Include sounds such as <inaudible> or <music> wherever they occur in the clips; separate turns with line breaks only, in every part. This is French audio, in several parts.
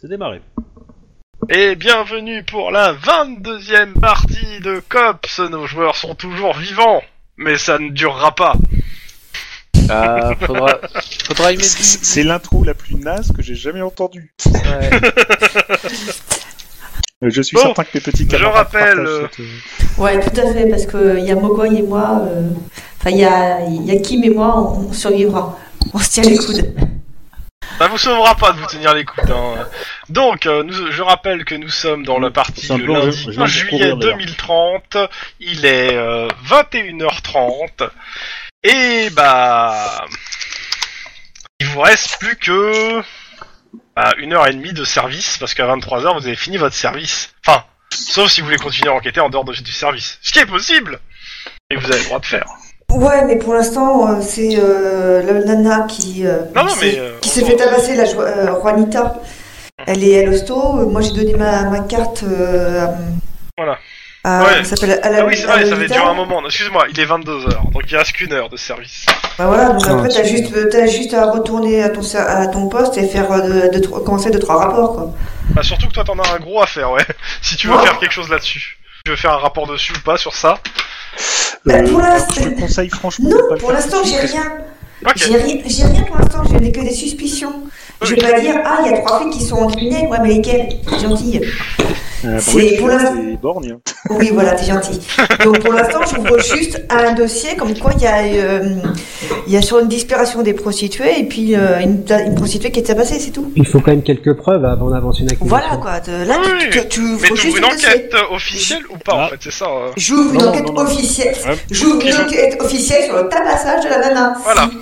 C'est démarré.
Et bienvenue pour la 22e partie de COPS. Nos joueurs sont toujours vivants, mais ça ne durera pas.
Ah, faudra,
<laughs>
faudra y mettre
C'est c'est l'intro la plus naze que j'ai jamais entendue.
du... ouais.
Euh, Je suis
Bon,
certain que mes petits
je
camarades
rappelle,
partagent
euh,
cette, euh,
Ouais, tout à fait, parce que euh, il y a Mogoy et moi, euh, enfin il y a, il y a Kim et moi, on, on survivra. On se tient les coudes.
Ça Bah, vous sauvera pas de vous tenir les coudes. hein. Donc, euh, nous- je rappelle que nous sommes dans la partie
C'est un
de
blanc,
lundi
je- je viens
1
de
juillet
courir, d'ailleurs.
2030. Il est euh, 21h30. Et bah... Il vous reste plus que... bah, une heure et demie de service, parce qu'à 23h, vous avez fini votre service. Enfin, sauf si vous voulez continuer à enquêter en dehors de- du service. Ce qui est possible Et vous avez le droit de faire.
Ouais, mais pour l'instant, euh, c'est euh, la nana qui, euh,
Non, non,
qui
mais,
s'est-
euh,
qui s'est fait tabasser, la jo- euh, Juanita. Elle est à l'hosto. euh, Moi, j'ai donné ma, ma carte euh, à-
Voilà.
à-
Ouais.
comment ça s'appelle à la-
Ah oui, c'est
à
vrai,
la
ça avait
Lolita.
duré un moment. Excuse-moi, il est 22h, donc il reste qu'une heure de service.
Bah voilà, donc
Ah,
après, t'as
c'est
juste, t'as juste à retourner à ton, ser- à ton poste et faire euh, deux, trois- commencer deux, trois rapports, quoi.
Bah surtout que toi t'en as un gros à faire, ouais. <laughs> Si tu veux faire quelque chose là-dessus. Si Tu veux faire un rapport dessus ou pas sur ça
Bah, pour
euh,
l'instant-
Je te conseille franchement de
Non,
pas le
pour
faire
l'instant,
tout de
j'ai
suite, parce
rien.
Ok.
J'ai rien, j'ai rien pour l'instant, je n'ai que des suspicions. Je vais pas dire, ah, il y a trois filles qui sont en guinée, ouais, mais lesquelles Gentilles.
que, euh,
C'est-
pour lui,
pour l'instant-
c'est borgne, hein.
Oui, voilà, t'es gentil. Donc pour l'instant, j'ouvre juste un dossier comme quoi il y, a, euh, il y a sur une disparition des prostituées et puis euh, une, une prostituée qui est tabassée, c'est tout.
Il faut quand même quelques preuves avant d'avancer une accusation.
Voilà quoi. te- Là, tu, tu, tu
Mais
ouvres
t'ouvres
juste
une
un dossier.
enquête euh, officielle ou pas
Ah.
en fait, c'est ça. euh.
J'ouvre une
Non,
enquête
non, non.
officielle.
Ouais.
J'ouvre
Qui
une
veut-
enquête officielle sur le tabassage de la nana.
Voilà.
Si.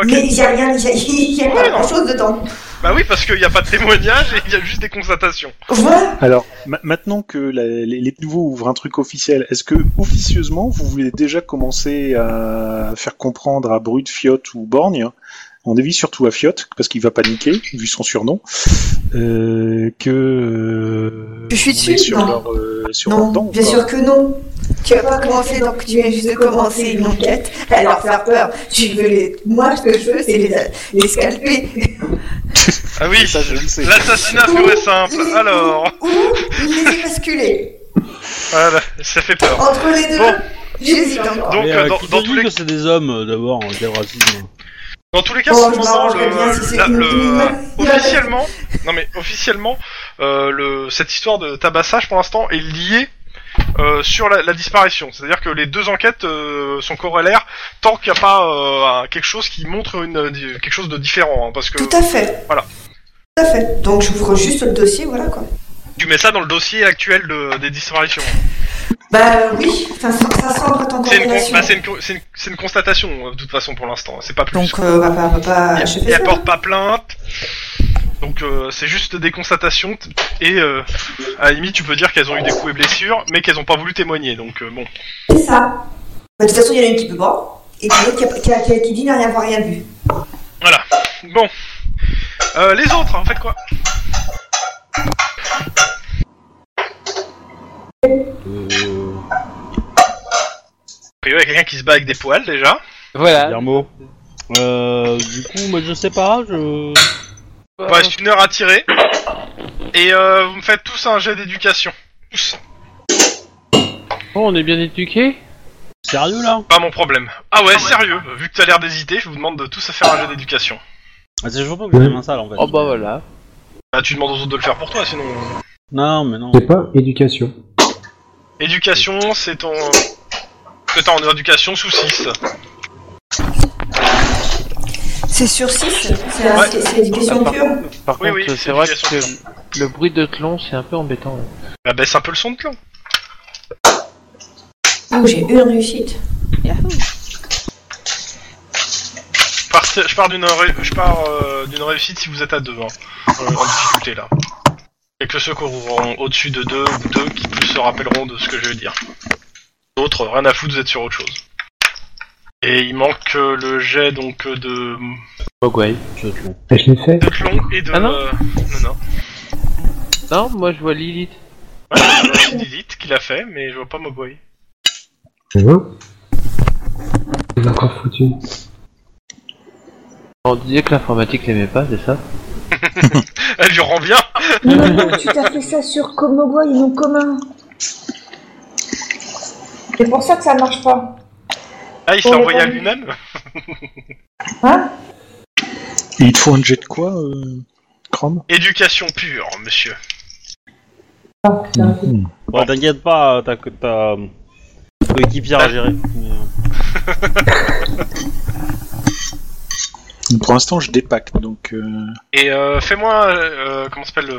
Ok.
Mais il n'y a rien, il y a- il y a,
Ouais,
pas
non.
grand chose dedans.
Bah oui, parce qu'il n'y a pas de témoignage et il y a juste des constatations.
Voilà.
Alors, ma- maintenant que la- les, les nouveaux ouvrent un truc officiel, est-ce que officieusement vous voulez déjà commencer à faire comprendre à Brut, Fiot ou Borgne on dévie surtout à Fiot, parce qu'il va paniquer, vu son surnom, euh, que euh,
Je suis
on est
dessus,
sur
non.
leur, euh, sur leur
Non,
dent, ou
bien
pas
sûr que non. Tu vas pas commencer, donc tu viens juste de commencer une enquête, à leur faire peur. Tu veux les... Moi, ce que je veux, c'est les, les scalper.
Ah oui,
Ça, je le sais.
l'assassinat pur et simple. <laughs> Alors,
Ou il les a basculés.
voilà, ça fait peur.
Entre les deux,
Bon.
j'hésite encore.
Donc,
Mais,
euh,
euh,
dans,
qui
dans
te
tous
dit
les,
que c'est des hommes euh, d'abord, euh, qui a le racisme
dans tous les cas,
Oh,
pour
je
l'instant,
m'arrangerai bien si
le,
c'est
la-
une-
le-
une- une-
officiellement, non mais officiellement, euh, le, cette histoire de tabassage pour l'instant est liée euh, sur la, la disparition. C'est-à-dire que les deux enquêtes euh, sont corrélaires tant qu'il n'y a pas euh, un- quelque chose qui montre une, euh, di- quelque chose de différent. hein, parce que
Tout à fait.
Voilà.
Tout à fait. Donc, j'ouvre juste le dossier, voilà quoi.
tu mets ça dans le dossier actuel de- des disparitions.
Bah oui, ça, ça, ça semble être en
C'est une, con-
corrélation.
bah, c'est une, co- c'est une- c'est une constatation euh, de toute façon pour l'instant. C'est pas plus.
Donc, euh, bah, bah, bah, bah, je
Il
fais ça.
apporte pas plainte. Donc euh, c'est juste des constatations t- et euh, à la limite tu peux dire qu'elles ont eu des coups et blessures mais qu'elles ont pas voulu témoigner donc euh, bon
C'est ça. Bah, de toute façon, il y en a une qui peut boire, et puis l'autre qui, a- qui, a- qui, a- qui dit n'a rien voir, rien vu.
bon Euh, les autres en fait quoi
Euh,
il y a quelqu'un qui se bat avec des poils déjà
Voilà.
Guillermo. Euh, du coup, moi je sais pas, je.
Oh,
il reste Bah, une heure à tirer et euh, vous me faites tous un jet d'éducation tous
Oh, on est bien éduqués
Sérieux là
pas mon problème ah ouais sérieux vu que t'as l'air d'hésiter je vous demande de tous faire un jet d'éducation
ah, C'est je vois pas que j'ai les mains sales en fait.
Oh bah Oh, voilà.
Bah, tu demandes aux autres de le faire pour toi, sinon.
Non, mais non.
C'est pas éducation.
Éducation, c'est ton. Que t'as en éducation sous 6.
C'est sur 6
C'est
Ouais.
c'est- c'est éducation
Ah,
pure.
Par
Oui,
contre,
oui, c'est
c'est vrai
une
que le bruit de clon, c'est un peu embêtant. ouais.
Bah, baisse un peu le son de clan.
Donc Oh, j'ai une réussite.
Je pars, je pars d'une ré- je pars, euh, d'une réussite si vous êtes à 2 en difficulté là. Quelques ceux qui auront au-dessus de 2 ou 2 qui plus se rappelleront de ce que je veux dire. D'autres, rien à foutre, vous êtes sur autre chose. Et il manque euh, le jet donc euh, de
Mogwai.
Et je l'ai fait.
de clon et de.
Ah non.
euh, non, non.
Non, moi je vois Lilith.
Ouais, Ah bah, je vois Lilith qui l'a fait, mais je vois pas Mogwai.
C'est bon Il est encore foutu.
On disait que l'informatique l'aimait pas, c'est ça
Elle lui rend bien
Non, non, tu t'as fait ça sur Komogo et non commun. C'est pour ça que ça marche pas.
Ah, il s'est
Oh,
envoyé à
oui.
lui-même
Hein
Et il te faut un jet de quoi, euh, Chrome
Éducation pure, monsieur.
Ah, putain.
Bon, t'inquiète pas, t'as que t'as. euh, Coéquipière à gérer.
Ah.
Mais, euh,
Pour l'instant, je dépacte, donc... euh,
Et euh, fais-moi, euh, comment s'appelle le...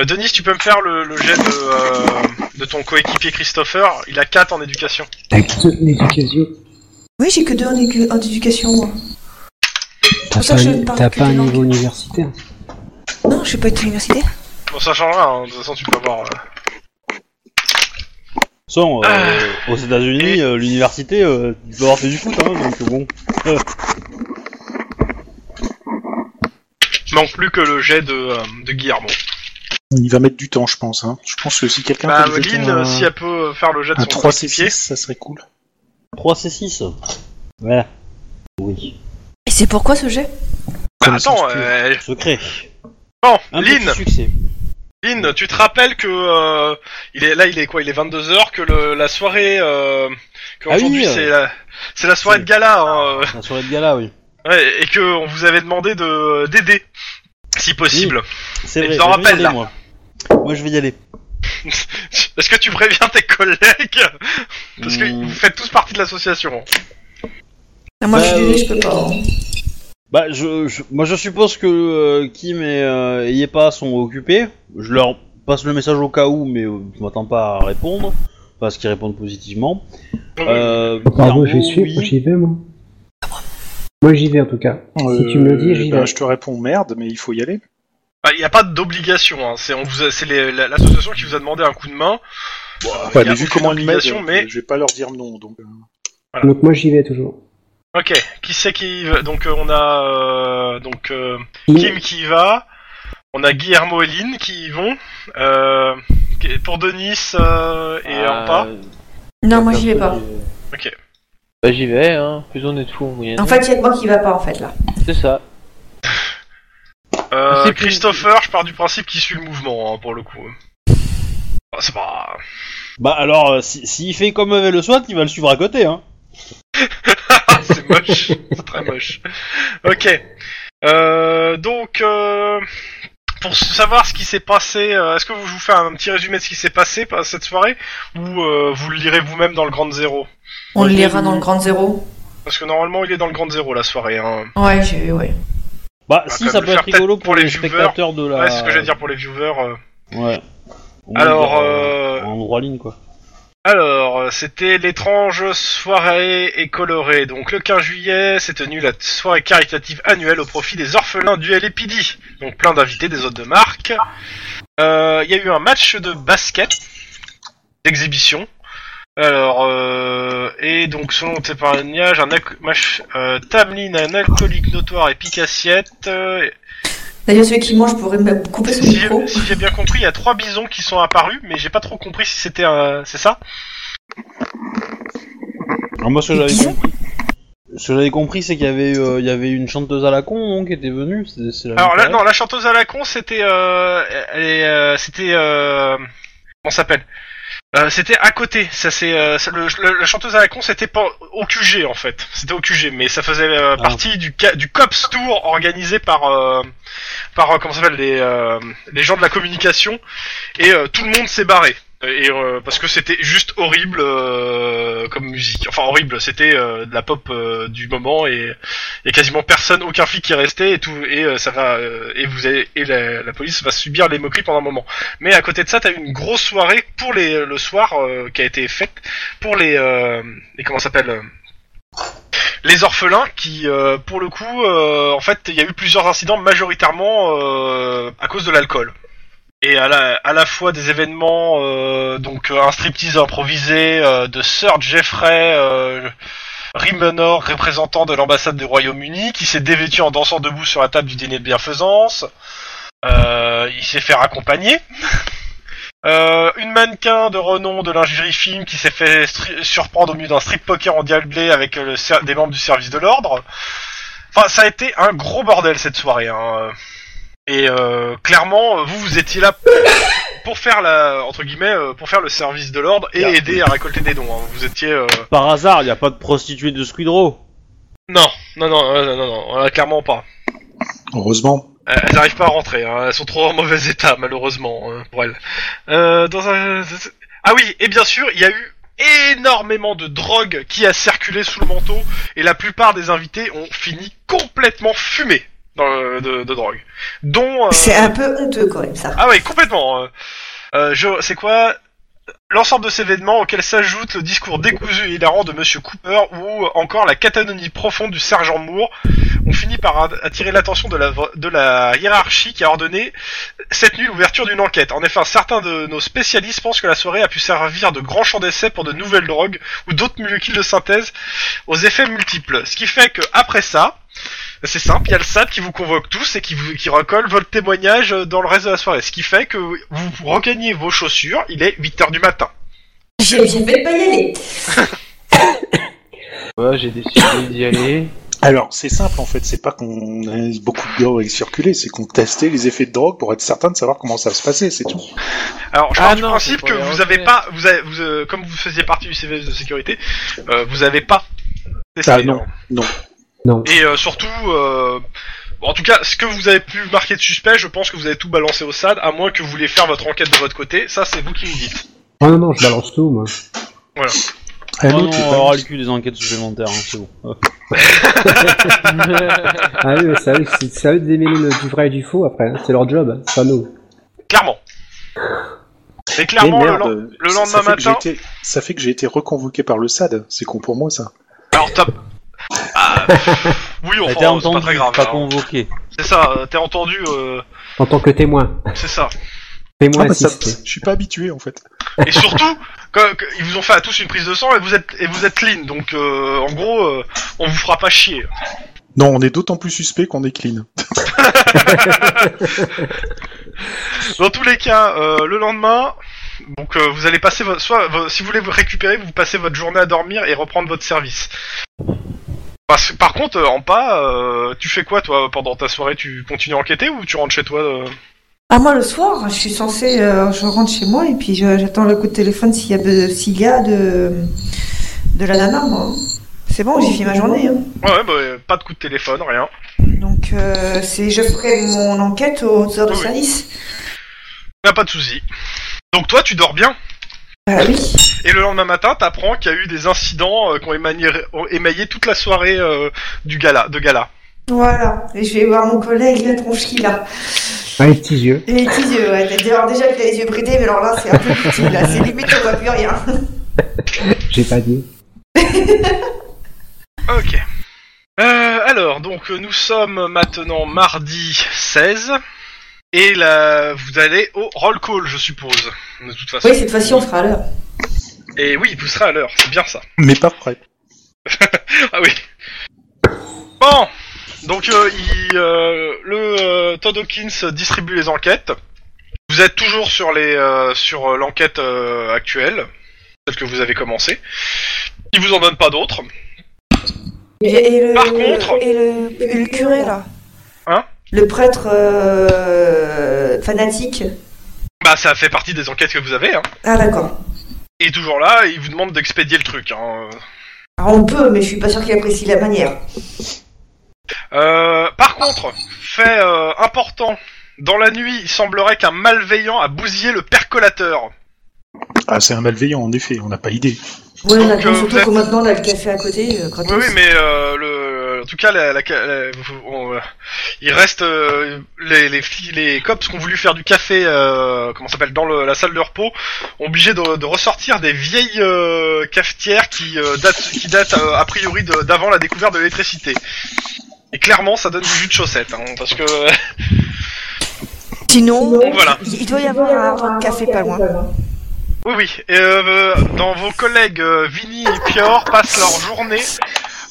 Euh, Denis, tu peux me faire le, le jet de, euh, de ton coéquipier Christopher Il a 4 en éducation.
Avec toute l'éducation.
Oui, j'ai que deux en, édu- en éducation, moi.
T'as
ça
pas,
que je
un-
ne parle
t'as
que
pas
des
un
langues.
niveau universitaire.
Non, je suis pas été universitaire.
Bon, ça change rien, hein, de toute façon, tu peux avoir... euh.
Sans, euh,
Ah.
aux États-Unis, euh, l'université, euh, tu dois avoir fait du foot, hein, donc bon.
Il manque plus que le jet de, euh, de Guillermo.
Il va mettre du temps, je pense. Hein. Je pense que si quelqu'un
Bah,
peut lui jeter
Lynn,
un,
euh, si elle peut faire le jet de
un
son
3C6,
coéquipier...
ça serait cool.
3C6. Ouais. Oui.
Et c'est pourquoi ce jet
Bah,
Comme ça,
attends,
je peux-
euh,
Secret.
Bon,
Un
Lynn,
petit succès.
Lynn, tu te rappelles que... euh, il est, là, il est quoi Il est 22h, que le, la soirée... Euh, que
Ah oui,
aujourd'hui,
euh.
c'est la, c'est la soirée de gala, hein, euh,
La soirée de gala, oui.
ouais, et que on vous avait demandé de d'aider, si possible.
C'est
Et
vrai.
je t'en
je vais y
rappelle,
aller,
là.
moi. Moi, je vais y aller.
<laughs> Est-ce que tu préviens tes collègues Parce que
Hmm.
vous faites tous partie de l'association. hein.
Ah, Moi, je
Bah,
suis désolée,
euh,
je peux pas. hein.
Bah, je, je- moi je suppose que euh, Kim et euh, Yepa sont occupés. Je leur passe le message au cas où, mais euh, je m'attends pas à répondre. Parce qu'ils répondent positivement. Euh,
Oh, Pardon, je
Guillermo,
suis,
oui.
j'y vais moi.
Ah
Moi j'y vais en tout cas.
euh,
Si tu me le dis, j'y
ben,
vais.
je te réponds merde, mais il faut y aller.
bah, Il n'y a pas d'obligation. Hein. C'est on vous a- c'est les- la- l'association qui vous a demandé un coup de main. Euh,
Ouais,
y a
mais vu
aucune
comment il m'aide, euh,
obligation, mais
je vais pas leur dire non. Donc, euh,
Donc moi j'y vais toujours.
ok. Qui c'est qui y va donc euh, on a euh, donc euh, Kim qui y va. On a Guillermo et Lynn qui y vont. Euh, qui- pour Denis euh, et
Ah,
Ampa.
Non, moi, j'y vais pas.
Ok.
Bah j'y vais, hein. Plus on est de fous, moyenne.
En fait, il y a que moi qui va pas, en fait, là.
c'est ça.
Euh,
c'est plus-
Christopher, je pars du principe qu'il suit le mouvement hein, pour le coup. Ah, c'est pas.
Bah alors, euh, si- s'il fait comme avec le SWAT, il va le suivre à côté. Hein.
<laughs> c'est moche, c'est très moche. Ok. Euh, donc, euh, pour savoir ce qui s'est passé, euh, est-ce que vous je vous fais un petit résumé de ce qui s'est passé par cette soirée ou euh, vous le lirez vous-même dans le Grand Zéro
On le lira dans le grand zéro.
Parce que normalement, il est dans le Grand Zéro la soirée. Hein.
Ouais, j'ai ouais.
Bah,
Bah,
si
comme
ça
le
peut être
faire peut-être
rigolo
pour
pour,
les
les,
viewers.
spectateurs de la.
Ouais, c'est ce que j'allais dire pour les viewers. euh.
Ouais. On va
Alors,
dire,
euh,
En droit ligne quoi.
Alors, euh, c'était l'étrange soirée et colorée. Donc le 15 juillet s'est tenue la soirée caritative annuelle au profit des orphelins du LPD. Donc plein d'invités des autres de marque. Euh, Il y a eu un match de basket d'exhibition. Alors, euh, et donc selon tes témoignages, un alc- mach- euh, Tamlin, un alcoolique notoire et picassiette. euh,
D'ailleurs, celui qui mange pourrait me couper son
si
micro.
j'ai si j'ai bien compris, il y a trois bisons qui sont apparus, mais j'ai pas trop compris si c'était un... C'est ça
Alors, Ah, moi, ce que j'avais
Qui
compris. Ce que j'avais compris, c'est qu'il y avait, euh, il y avait une chanteuse à la con non, qui était venue. c'est- c'est la
Alors
même
là,
période.
non, la chanteuse à la con, c'était, euh, elle est, euh, c'était, euh, comment euh, ça s'appelle Euh, c'était à côté. Ça c'est euh, ça- le- le- la chanteuse à la con, c'était pas au QG en fait. C'était au QG, mais ça faisait euh,
Ah.
partie du ca- du cops tour organisé par euh, par euh, comment ça s'appelle les euh, les gens de la communication et euh, tout le monde s'est barré. Et euh, parce que c'était juste horrible euh, comme musique. Enfin horrible, c'était euh, de la pop euh, du moment et il y a quasiment personne, aucun flic qui est resté et tout et euh, ça va euh, et vous avez- et la, la police va subir les moqueries pendant un moment. Mais à côté de ça, t'as eu une grosse soirée pour les le soir euh, qui a été faite pour les euh, les comment ça s'appelle euh, les orphelins qui euh, pour le coup euh, en fait il y a eu plusieurs incidents majoritairement euh, à cause de l'alcool. Et à la, à la fois des événements, euh, donc euh, un striptease improvisé euh, de Sir Jeffrey euh, Rimenor, représentant de l'ambassade du Royaume-Uni, qui s'est dévêtu en dansant debout sur la table du dîner de bienfaisance. Euh, il s'est fait raccompagner. <laughs> Euh, une mannequin de renom de lingerie film qui s'est fait stri- surprendre au milieu d'un strip poker endiablé avec euh, le ser- des membres du service de l'ordre. Enfin, ça a été un gros bordel cette soirée. hein. Et euh, clairement, vous vous étiez là pour faire la entre guillemets euh, pour faire le service de l'ordre et
Yeah.
aider à récolter des dons. hein. Vous étiez euh,
Par hasard, il a pas de prostituée de Squid Row.
non, non, non, euh, non, non, euh, clairement pas.
Heureusement.
Euh, Elles n'arrivent pas à rentrer, hein, elles sont trop en mauvais état, malheureusement, euh, pour elles. Euh, dans un... Ah oui, et bien sûr, il y a eu énormément de drogue qui a circulé sous le manteau, et la plupart des invités ont fini complètement fumés dans le- de, de drogue. Dont... euh,
C'est un peu honteux quand même ça.
ah oui, complètement. euh, euh, je- c'est quoi L'ensemble de ces événements auxquels s'ajoute le discours décousu et hilarant de Monsieur Cooper ou encore la catatonie profonde du sergent Moore ont fini par a- attirer l'attention de la, vo- de la hiérarchie qui a ordonné cette nuit l'ouverture d'une enquête. En effet, certains de nos spécialistes pensent que la soirée a pu servir de grand champ d'essai pour de nouvelles drogues ou d'autres molécules de synthèse aux effets multiples. Ce qui fait que après ça, c'est simple, il y a le SAD qui vous convoque tous et qui, vous, qui recolle votre témoignage euh, dans le reste de la soirée. Ce qui fait que vous regagnez vos chaussures, il est 8h du matin.
Je ne vais pas y aller.
Moi, j'ai décidé d'y
<laughs>
aller.
Alors, c'est simple en fait, c'est pas qu'on a beaucoup de drogue circulée, c'est qu'on testait les effets de drogue pour être certain de savoir comment ça se passait, c'est tout.
Alors, je
Ah
pars du
non,
principe
c'est
que
pour les
vous avez
reconnaître.
pas, vous avez, vous, euh, comme vous faisiez partie du CVS de sécurité, euh, vous avez pas testé.
Ah, non.
Non.
Et euh, surtout, euh, en tout cas, ce que vous avez pu marquer de suspect, je pense que vous avez tout balancé au SAD, à moins que vous voulez faire votre enquête de votre côté. Ça, c'est vous qui me dites.
Oh non, non, je balance tout, moi.
Ah,
Oh
non,
non,
tu
on
parles.
aura le cul des enquêtes supplémentaires, hein, c'est bon.
Ah oui, mais c'est à eux- c'est c'est à eux de démêler le- du vrai et du faux après, hein. c'est leur job, hein, c'est pas nous.
Clairement. Et
Eh,
clairement, le,
merde,
lendemain le
ça-
lendemain
ça fait que j'ai
matin-
été- ça fait que j'ai été reconvoqué par le SAD, c'est con pour moi ça.
Alors top. Ah, oui, enfin,
T'es
c'est
Bah, entendu,
pas très grave.
pas
hein.
convoqué.
C'est ça, euh, t'es entendu, euh,
En tant que témoin.
c'est ça.
Témoin
Ah, bah, ça-
assisté.
je suis pas habitué en fait.
Et surtout, que- que- ils vous ont fait à tous une prise de sang et vous êtes et vous êtes clean, donc euh, en gros, euh, on vous fera pas chier.
Non, on est d'autant plus suspect qu'on est clean.
Dans tous les cas, euh, le lendemain, donc euh, vous allez passer votre, soit vo- si vous voulez vous récupérer, vous passez votre journée à dormir et reprendre votre service. Parce- par contre, euh, en pas, euh, tu fais quoi toi pendant ta soirée Tu continues à enquêter ou tu rentres chez toi euh
Ah moi le soir, je suis censée, euh, je rentre chez moi et puis je- j'attends le coup de téléphone s'il y a, be- s'il y a de, de la nana moi. C'est bon, j'ai fini ma journée. hein.
Ouais, ouais, bah, euh, pas de coup de téléphone, rien.
Donc euh, c'est, je ferai mon enquête aux heures de
Oui.
service.
Y a pas de souci. Donc toi, tu dors bien
Bah oui.
Et le lendemain matin, t'apprends qu'il y a eu des incidents euh, qui ont émaillé, ont émaillé toute la soirée euh, du gala, de gala.
Voilà. Et je vais voir mon collègue, la tronche qu'il a.
Ah, les petits yeux.
Et les petits yeux, ouais. T'as dit, alors déjà qu'il a les yeux bridés, mais alors là c'est un peu petit, là. C'est limite, on voit plus rien.
J'ai pas dit.
Ok. Euh, alors, donc euh, nous sommes maintenant mardi 16. Et là, vous allez au roll call, je suppose. De toute façon.
Oui, cette fois-ci on sera à l'heure.
Et oui, vous serez à l'heure, c'est bien ça.
Mais pas prêt.
Ah oui. Bon, donc euh, il, euh, le euh, Todd Hawkins distribue les enquêtes. Vous êtes toujours sur les euh, sur euh, l'enquête euh, actuelle, celle que vous avez commencée. Il vous en donne pas d'autres.
Et, et le,
Par contre-
et le, et le curé là.
Hein
Le prêtre euh, fanatique.
Bah ça fait partie des enquêtes que vous avez. Hein.
Ah d'accord.
est toujours là et il vous demande d'expédier le truc. Hein.
Alors, on peut, mais je suis pas sûr qu'il apprécie la manière.
Euh, par contre, fait euh, important, dans la nuit, il semblerait qu'un malveillant a bousillé le percolateur.
Ah, c'est un malveillant, en effet, on n'a pas idée.
Ouais,
Donc,
maintenant,
euh,
surtout
vous êtes-
que maintenant, on a le café à côté, euh, gratos.
Oui, oui, mais euh, le, en tout cas, la, la- la- on, euh, il reste euh, les les, filles- les cops qui ont voulu faire du café, euh, comment ça s'appelle, dans le- la salle de repos, ont obligé de, de ressortir des vieilles euh, cafetières qui euh, datent, qui datent euh, a priori de- d'avant la découverte de l'électricité. Et clairement, ça donne du jus de chaussette, hein, parce que
Sinon,
Sinon,
voilà.
il il doit y avoir un arbre de café pas loin.
Oui, oui. Et, euh, euh, dans vos collègues euh, Vini et Pior passent leur journée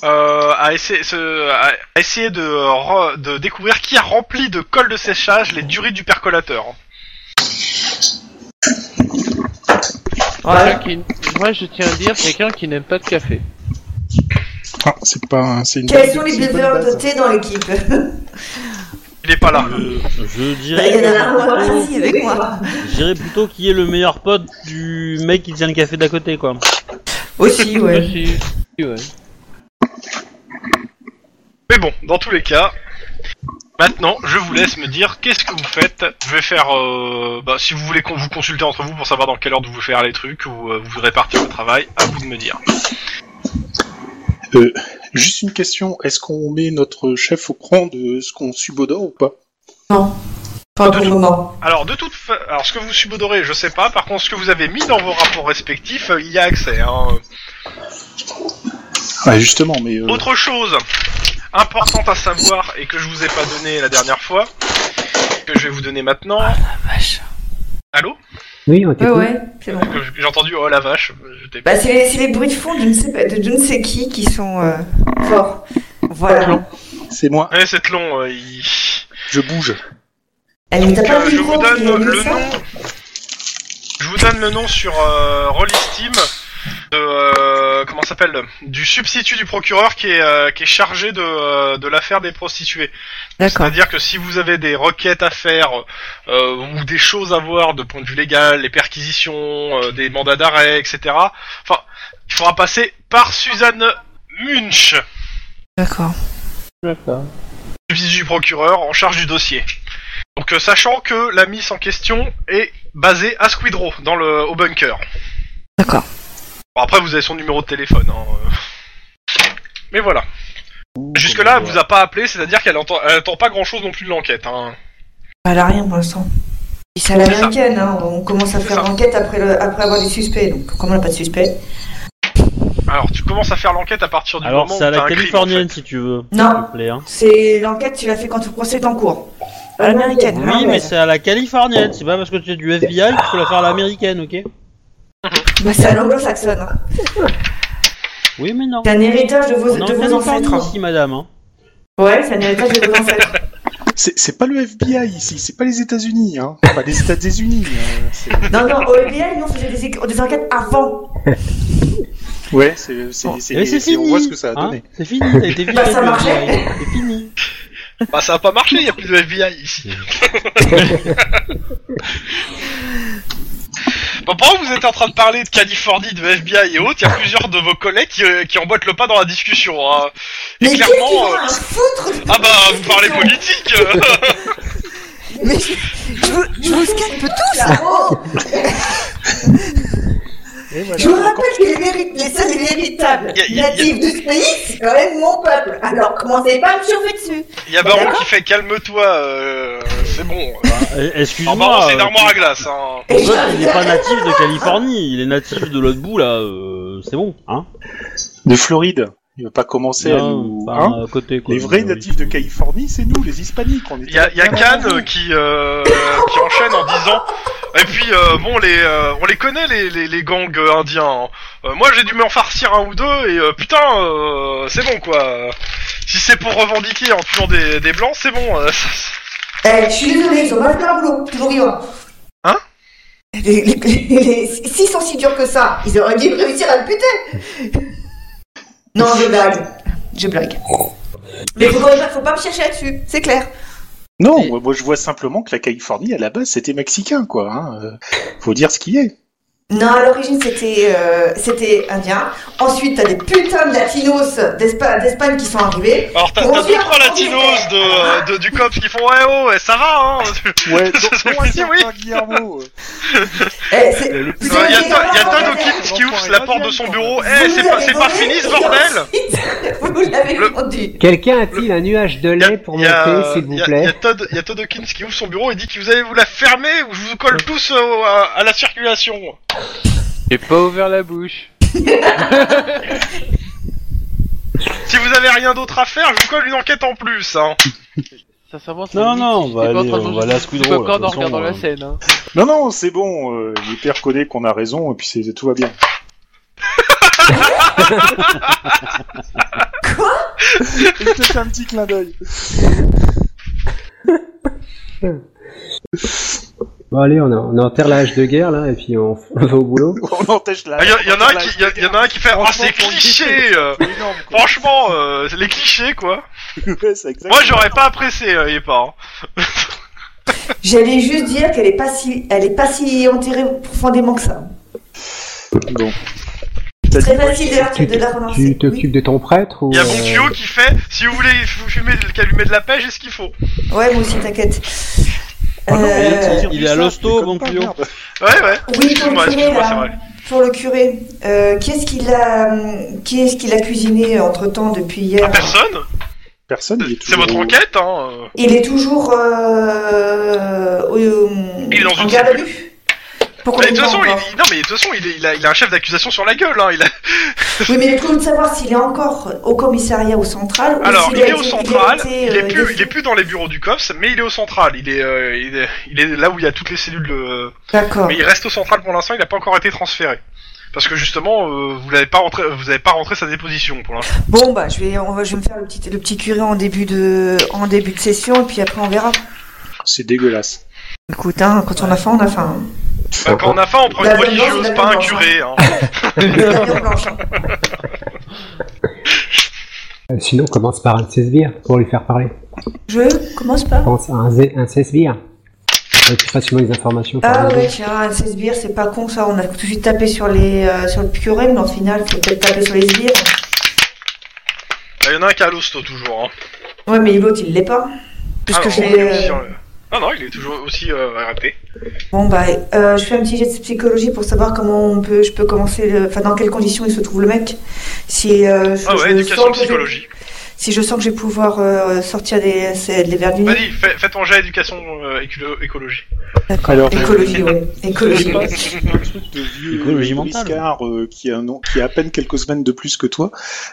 euh, à, essayer, se- à- à essayer de, euh, re- de découvrir qui a rempli de colle de séchage les durées du percolateur.
Quelqu'un qui- Moi, je tiens à dire quelqu'un qui n'aime pas le café.
Ah, c'est pas. C'est une
Quels
bonne-
sont
c'est
les
une bonne
buveurs
base.
de thé dans l'équipe
Il est pas là.
Euh, Je
Bah, Il
dirais,
y en a hein. un moi, assis avec moi.
je dirais plutôt qui est le meilleur pote du mec qui tient le café d'à côté, quoi.
Oh,
Aussi, ouais.
Aussi, ouais.
Mais bon, dans tous les cas, maintenant, je vous laisse me dire qu'est-ce que vous faites. Je vais faire, euh, bah, si vous voulez qu'on vous consulte entre vous pour savoir dans quelle ordre vous faire les trucs ou euh, vous répartir le travail, à vous de me dire.
Juste une question, est-ce qu'on met notre chef au courant de ce qu'on subodore ou pas
Enfin, pour le moment.
Alors, de toute fa... alors ce que vous subodorez, je sais pas. Par contre, ce que vous avez mis dans vos rapports respectifs, euh, il y a accès. Hein.
Ouais, justement, mais. euh,
Autre chose importante à savoir et que je vous ai pas donné la dernière fois, que je vais vous donner maintenant.
Ah, Vache.
Allô
Oui, on
Ouais,
t'écoute.
ouais, c'est bon.
Que j- J'ai entendu oh la vache. je t'ai-
Bah, c'est les, c'est les bruits de fond de je ne sais, pas- de je ne sais qui qui sont euh, forts. Voilà.
C'est moi,
Ouais, c'est long. euh, il-
je bouge.
Eh, mais t'as
Donc,
pas
euh,
le
je vous
micro qui
donne
est
le
ça
nom. Je vous donne le nom sur euh, Release Team de euh, comment ça s'appelle du substitut du procureur qui est euh, qui est chargé de euh, de l'affaire des prostituées.
D'accord.
C'est-à-dire que si vous avez des requêtes à faire euh, ou des choses à voir de point de vue légal, les perquisitions, euh, des mandats d'arrêt, etc. Enfin, il faudra passer par Suzanne Munch,
D'accord.
D'accord.
substitut du procureur en charge du dossier. Donc, euh, sachant que la mise en question est basée à Squidrow, dans le au bunker.
D'accord.
Bon, après, vous avez son numéro de téléphone. hein, euh. Mais voilà. Jusque-là, elle vous a pas appelé, c'est-à-dire qu'elle entend, elle attend pas grand-chose non plus de l'enquête. Hein.
Elle a rien pour l'instant. Et c'est à
C'est ça.
l'américaine, hein. on commence à
C'est
faire
ça.
l'enquête après, le- après avoir des suspects. Donc, comme on n'a pas de suspects.
Alors, tu commences à faire l'enquête à partir du
Alors,
moment où
c'est à
t'as
la
un crime,
californienne,
en fait.
si tu veux.
Non.
s'il te plaît, hein.
C'est l'enquête, tu l'as fait quand ton procès est en cours. À l'américaine. hein,
Oui,
ouais.
mais c'est à la californienne. C'est pas parce que tu es du FBI qu'il faut la faire à l'américaine, ok
Bah, c'est à l'anglo-saxonne. hein.
Oui, mais non.
C'est un héritage de vos,
On est en
de vos
Californie,
ancêtres.
ici, madame. hein.
Ouais, c'est un héritage de vos ancêtres.
C'est c'est pas le FBI ici, c'est pas les États-Unis, hein. Pas les États-Unis. hein, c'est-
Non, non, au FBI, nous, on faisait des, éc- des enquêtes avant.
Ouais, c'est. c'est- c'est-
Et c'est
c'est-
fini.
On voit ce que ça a
hein.
donné.
c'est fini, t'as été viré.
Bah, ça
du
marchait.
FBI. C'est fini.
Bah, ça a pas marché, il y a plus de FBI
<laughs>
ici. bon, pendant que vous êtes en train de parler de Californie, de FBI et autres, il y a plusieurs de vos collègues qui, euh, qui emboîtent le pas dans la discussion. hein. Et
Mais qu'est-ce qu'ils
clairement,
ont à
euh,
foutre de-
ah bah, vous parlez politique. euh.
Mais je, je vous, je vous scalpe tous
Oh,
Et
<laughs>
voilà.
Je vous rappelle que les, vérit- les seuls véritables
Y a- y a-
natifs de ce pays, c'est quand même mon peuple. Alors commencez pas à me chauffer dessus.
Il y a Baron qui fait calme-toi, euh, c'est bon.
Euh,
Alors,
Excuse-moi.
Baron, c'est une
euh,
armoire à glace. Hein.
En fait, il est pas natif de Californie, il est natif de l'autre bout là, euh, c'est bon, hein
De Floride. Il va pas commencer à nous. hein
enfin, à côté, quoi.
les vrais
Oui.
natifs de Californie, c'est nous, les Hispaniques. On était
Il y a, y a
bien
Khan
avant
euh,
vous.
qui, euh, qui enchaîne en disant et puis euh, bon les euh, on les connaît les les, les gangs euh, indiens. hein. Euh, moi j'ai dû m'en farcir un ou deux et euh, putain euh, c'est bon quoi. Euh, Si c'est pour revendiquer en tuant des, des blancs c'est bon. euh,
Eh, je suis désolée, ils ont mal fait leur boulot, toujours vivants.
Hein
les, les, les, les- S'ils sont si durs que ça, ils auraient dû réussir à le buter. Non, je blague. Je blague. Mais faut, pas- faut pas me chercher là-dessus, c'est clair.
Non,
Et-
moi, moi, je vois simplement que la Californie, à la base, c'était mexicain, quoi. Hein. euh, Faut dire ce qui est.
Non, à l'origine, c'était euh, c'était indien. Ensuite, t'as des putains de latinos d'Espa- d'Espagne qui sont arrivés.
Alors t'as
Bon,
t'as deux
viens,
trois
on y
latinos
est.
de, euh, de- du cop qui font ouais oh ouais, ça va hein.
Ouais,
<laughs>
donc,
C'est
non,
possible, oui.
attends, Guillermo. euh,
Eh, c'est-
le
c'est
plus-
Il Euh, y a,
les
Todd- y a
gars,
Todd
vous
Hawkins qui
l'enfoiré
ouvre la porte de son bureau. Eh, c'est pas,
l'avez
c'est pas
volé,
fini ce
et
bordel
ensuite, <laughs> Vous l'avez
Le-
vendu.
Quelqu'un a-t-il un nuage de
Y a-
lait pour
y a- euh,
monter, s'il
y
vous
a- y a
plaît
Todd- y a Todd Hawkins qui ouvre son bureau et dit que vous allez vous la fermer ou je vous colle tous euh, à, à la circulation.
J'ai pas ouvert la bouche.
Si vous avez rien d'autre à faire, je vous colle une enquête en plus. Hein.
Sincèrement, c'est
Non,
limite
non,
si
on va
t'es pas en
aller-
train de
on
manger
va aller à
du
Squidrow, là,
popcorn
de
en
toute façon,
regardant la
euh.
scène. hein.
Non, non, c'est bon, euh, l'hyper connaît qu'on a raison, et puis c'est tout
<laughs>
va bien. <laughs>
Et je te fais un petit clin d'œil.
Bon, allez, on, a- on enterre la hache de guerre, là, et puis on, on va au boulot.
On empêche la.
Ah, y, a- y en a un
la-
qui, y a- y en a un qui fait ah
Franchement,
c'est
pour le
cliché. euh.
C'est énorme, quoi.
<laughs>
Franchement, euh, c'est les clichés quoi.
Ouais, c'est exact.
Moi j'aurais pas apprécié, euh, y est pas. hein.
J'allais juste dire qu'elle est pas si, elle est pas si enterrée profondément que ça.
Bon.
C'est très facile de la,
Tu
de la
t-
relancer.
tu t'occupes de ton prêtre ou...
Y a
euh,
mon tuyau qui fait si vous voulez f- fumer le calumet de la pêche, j'ai ce qu'il faut.
Oui. Ouais, moi aussi, t'inquiète.
Ah non,
Euh,
on vient de
Eh,
dire
il
plus
est à
ça,
l'hosto,
déconne
mon
pas,
Clio.
merde.
Ouais ouais.
oui, pour
Excuse-moi,
le curé,
excuse-moi, c'est
là,
vrai.
pour le curé. Euh, qu'est-ce qu'il a, hum, qu'est-ce qu'il a cuisiné entre temps depuis
Ah,
hier
bah. Personne.
Personne, il est
C'est
toujours
votre
au-
enquête hein. euh.
Il est toujours euh, au- au-
Il est dans
en
une
garde à
cellule.
vue. Pourquoi
Mais de toute
il est
façon,
pas
il,
encore
il- non mais de toute façon, il, est- il a, il a un chef d'accusation sur la gueule. Hein. Il a-
Oui, mais le coup de savoir s'il est encore au commissariat ou central. ou
Alors,
s'il
il
a
est
été-
au central.
été,
Il est
euh,
plus,
défait.
il est plus dans les bureaux du COPS, mais il est au central. Il est, euh, il est, il est là où il y a toutes les cellules. euh,
D'accord.
Mais il reste au central pour l'instant. Il n'a pas encore été transféré. Parce que justement, euh, vous n'avez pas rentré, vous avez pas rentré sa déposition pour l'instant.
Bon, bah, je vais, on va, je vais me faire le petit, le petit curé en début de, en début de session, et puis après on verra.
C'est dégueulasse.
Écoute, hein, quand on a faim, on
<laughs>
a faim. hein.
Bah, quand on a faim, on prend
La
une
viande blanche,
religieuse,
la
pas un
viande
curé. Hein.
La viande blanche, hein.
euh, Sinon, commence par un de ses sbires pour lui faire parler.
Je commence par.
Pense à un, zé- un de ses sbires. Avec plus facilement les informations. par
Ah
les
ouais,
autres.
tiens, un de ces sbires, c'est pas con ça. On a tout de suite tapé sur les, euh, sur le curé, mais en final, faut peut-être taper sur les sbires.
Bah, Il y en a un qui a l'hosto toujours. Hein.
Ouais, mais l'autre, il l'est pas. Puisque
Ah,
je
non,
l'ai.
il est aussi
euh,
sur le- non, non, il est toujours aussi euh, RAP.
Bon bah, euh, je fais un petit jet de psychologie pour savoir comment on peut, je peux commencer, le- enfin dans quelles conditions il se trouve le mec. Si euh, je,
Ah ouais,
je
éducation
sens que je-
psychologie.
si je sens que je vais pouvoir euh, sortir des, c'est- des verres du nez.
Vas-y, fais, fais ton jet éducation euh, écolo- écologie.
Alors, euh,
Écologie, ouais.
Je
Écologie.
<laughs>
ouais.
passe un truc de vieux
Écologie mentale.
Wiscard, euh, qui, a un nom- qui a à peine quelques semaines de plus que toi.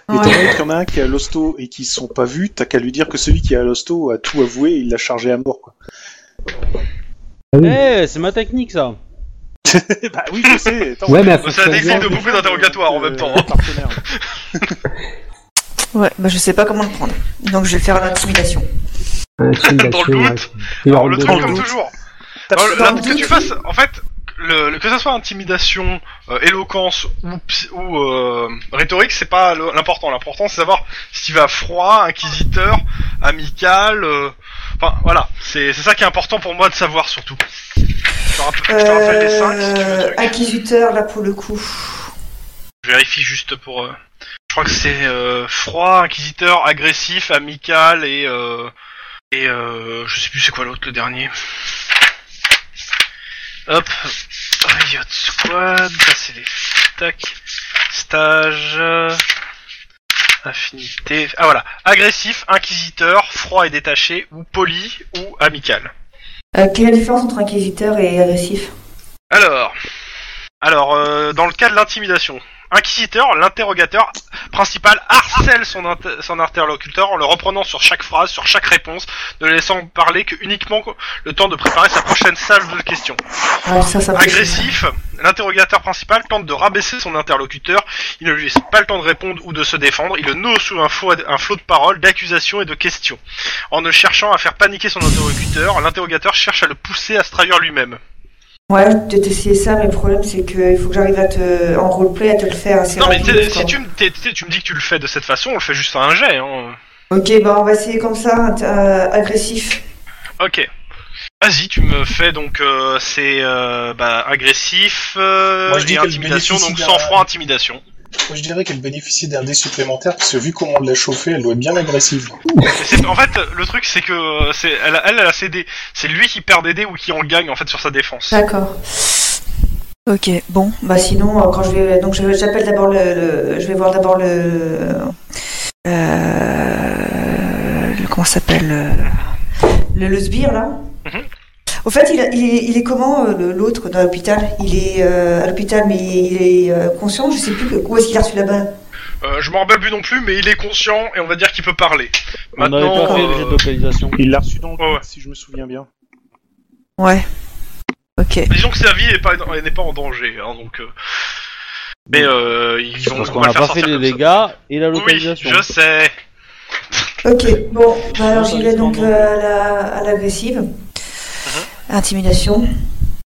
Et
Ouais.
Étant donné qu'il y en a un qui a l'hosto et qui se sont pas vus, t'as qu'à lui dire que celui qui a l'hosto a tout avoué et il l'a chargé à mort. Quoi.
Ah
Eh,
oui.
c'est ma technique ça.
bah oui, je sais. attends.
Ouais, mais à
Bah,
force
c'est un
de
exil
voir-
de bouffée d'interrogatoire en même temps.
Euh, partenaire.
Ouais, bah je sais pas comment le prendre. Donc je vais faire l'intimidation.
un film
Dans le
d'action,
doute.
ouais. Il va
Alors,
rendre
le
des
truc
gens.
comme toujours.
T'as
Non,
pas
là,
le
que tu fasses, en fait, le, le- que ça soit intimidation, euh, éloquence ou, psy- ou euh, rhétorique, c'est pas le- l'important. L'important, c'est savoir si tu vas froid, inquisiteur, amical. euh, Enfin, voilà. C'est c'est ça qui est important pour moi de savoir surtout. Je te rappelle, je te rappelle les 5 si tu veux.
Euh,
le truc.
inquisiteur là pour le coup.
Je vérifie juste pour. euh, Je crois que c'est euh, froid, inquisiteur, agressif, amical et euh, et euh, je sais plus c'est quoi l'autre le dernier. Hop, Riot Squad, ça c'est les tac, stage, euh, affinité. Ah voilà, agressif, inquisiteur, froid et détaché ou poli ou amical.
Euh, quelle est la différence entre inquisiteur et agressif
Alors, alors euh, dans le cas de l'intimidation, inquisiteur, l'interrogateur principal harcèle son, inter- son interlocuteur en le reprenant sur chaque phrase, sur chaque réponse, ne le laissant parler que uniquement le temps de préparer sa prochaine salve de questions.
Ah, ça, ça peut-
Agressif, l'interrogateur principal tente de rabaisser son interlocuteur, il ne lui laisse pas le temps de répondre ou de se défendre, il le noue sous un, faux- un flot de paroles, d'accusations et de questions. En ne cherchant à faire paniquer son interlocuteur, l'interrogateur cherche à le pousser à se trahir lui-même.
Ouais, je vais t'essayer ça, mais le problème c'est qu'il faut que j'arrive à te en roleplay à te le faire assez
Non mais
rapide,
t'es-
quoi.
si tu, me- t'es- t'es- tu me dis que tu le fais de cette façon, on le fait juste à un jet. Hein.
Ok, bah on va essayer comme ça, int- euh, agressif.
Ok. Vas-y, tu me fais donc euh, c'est euh, bah, agressif euh,
Moi, je dis
et
qu'elle
intimidation,
bénéficie
donc
d'un-
sang froid intimidation.
Moi, je dirais qu'elle bénéficie d'un dé supplémentaire, parce que vu comment on l'a chauffée, elle doit être bien agressive.
Et c'est- en fait, le truc c'est que euh, c'est elle, a- elle, elle a ses dés. C'est lui qui perd des dés ou qui en gagne en fait sur sa défense.
D'accord.
Ok, bon.
Bah sinon, euh, quand je vais, donc je- j'appelle d'abord le, le- je vais voir d'abord le,
Euh, le- comment ça s'appelle euh,
le, le sbire là.
Mhm.
Au fait, il, a- il est, il est comment euh, le- l'autre dans l'hôpital Il est euh, à l'hôpital, mais il est euh, conscient. Je sais plus que- où est-ce qu'il a reçu la balle.
Euh, je m'en rappelle plus non plus, mais il est conscient et on va dire qu'il peut parler.
On n'avait
Maintenant,
pas fait le jet de
euh,
localisation.
Il l'a reçu dans le
Ouais, ouais.
si je me souviens bien.
Ouais. Ok.
disons que sa vie n'est pas, n'est pas en danger, hein, donc. euh, Mais euh, ils vont,
Parce
on
qu'on
va
n'a
le faire
pas fait
sortir
les
comme ça.
dégâts et la
Oui,
localisation.
je sais.
Ok, bon, bah alors
Ça
j'y vais
dépend
donc
donc.
euh, à la- à l'agressive.
Uh-huh.
Intimidation.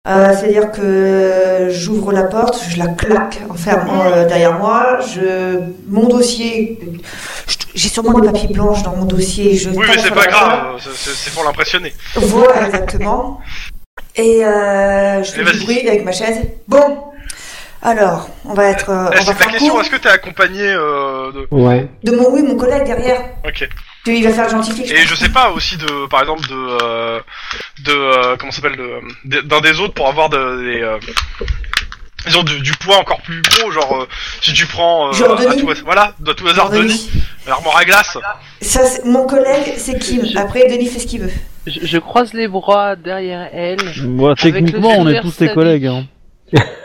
Euh, C'est-à-dire que euh, j'ouvre la porte, je la claque en fermant euh, derrière moi, je mon dossier, je- j'ai sûrement des papiers blanches dans mon dossier, je
Oui,
tape
mais c'est
sur
pas
la table.
grave, c'est- c'est c'est pour l'impressionner.
Voilà exactement. Et euh, je fais
Allez,
du
vas-y.
bruit avec ma chaise. Bon, alors on va être, euh,
Eh,
on va
c'est la
faire
question,
court.
est-ce que t'es accompagné euh, de...
Ouais.
De mon oui, mon collègue derrière,
Ok.
il va faire le gentil flic.
Et je sais pas aussi de, par exemple, de, euh, de, euh, comment ça s'appelle, de- de- d'un des autres pour avoir de, des, euh, ils ont du, du poids encore plus gros, genre euh, si tu prends, euh,
Genre
à
Denis.
tout, haz- voilà, de tout hasard Denis, l'armoire à glace.
Ça, c'est- mon collègue, c'est Kim. Après, Denis fait ce qu'il veut.
Je, je croise les bras derrière elle.
Moi, techniquement,
Avec le
on est
super
tous tes
sadique.
collègues. hein.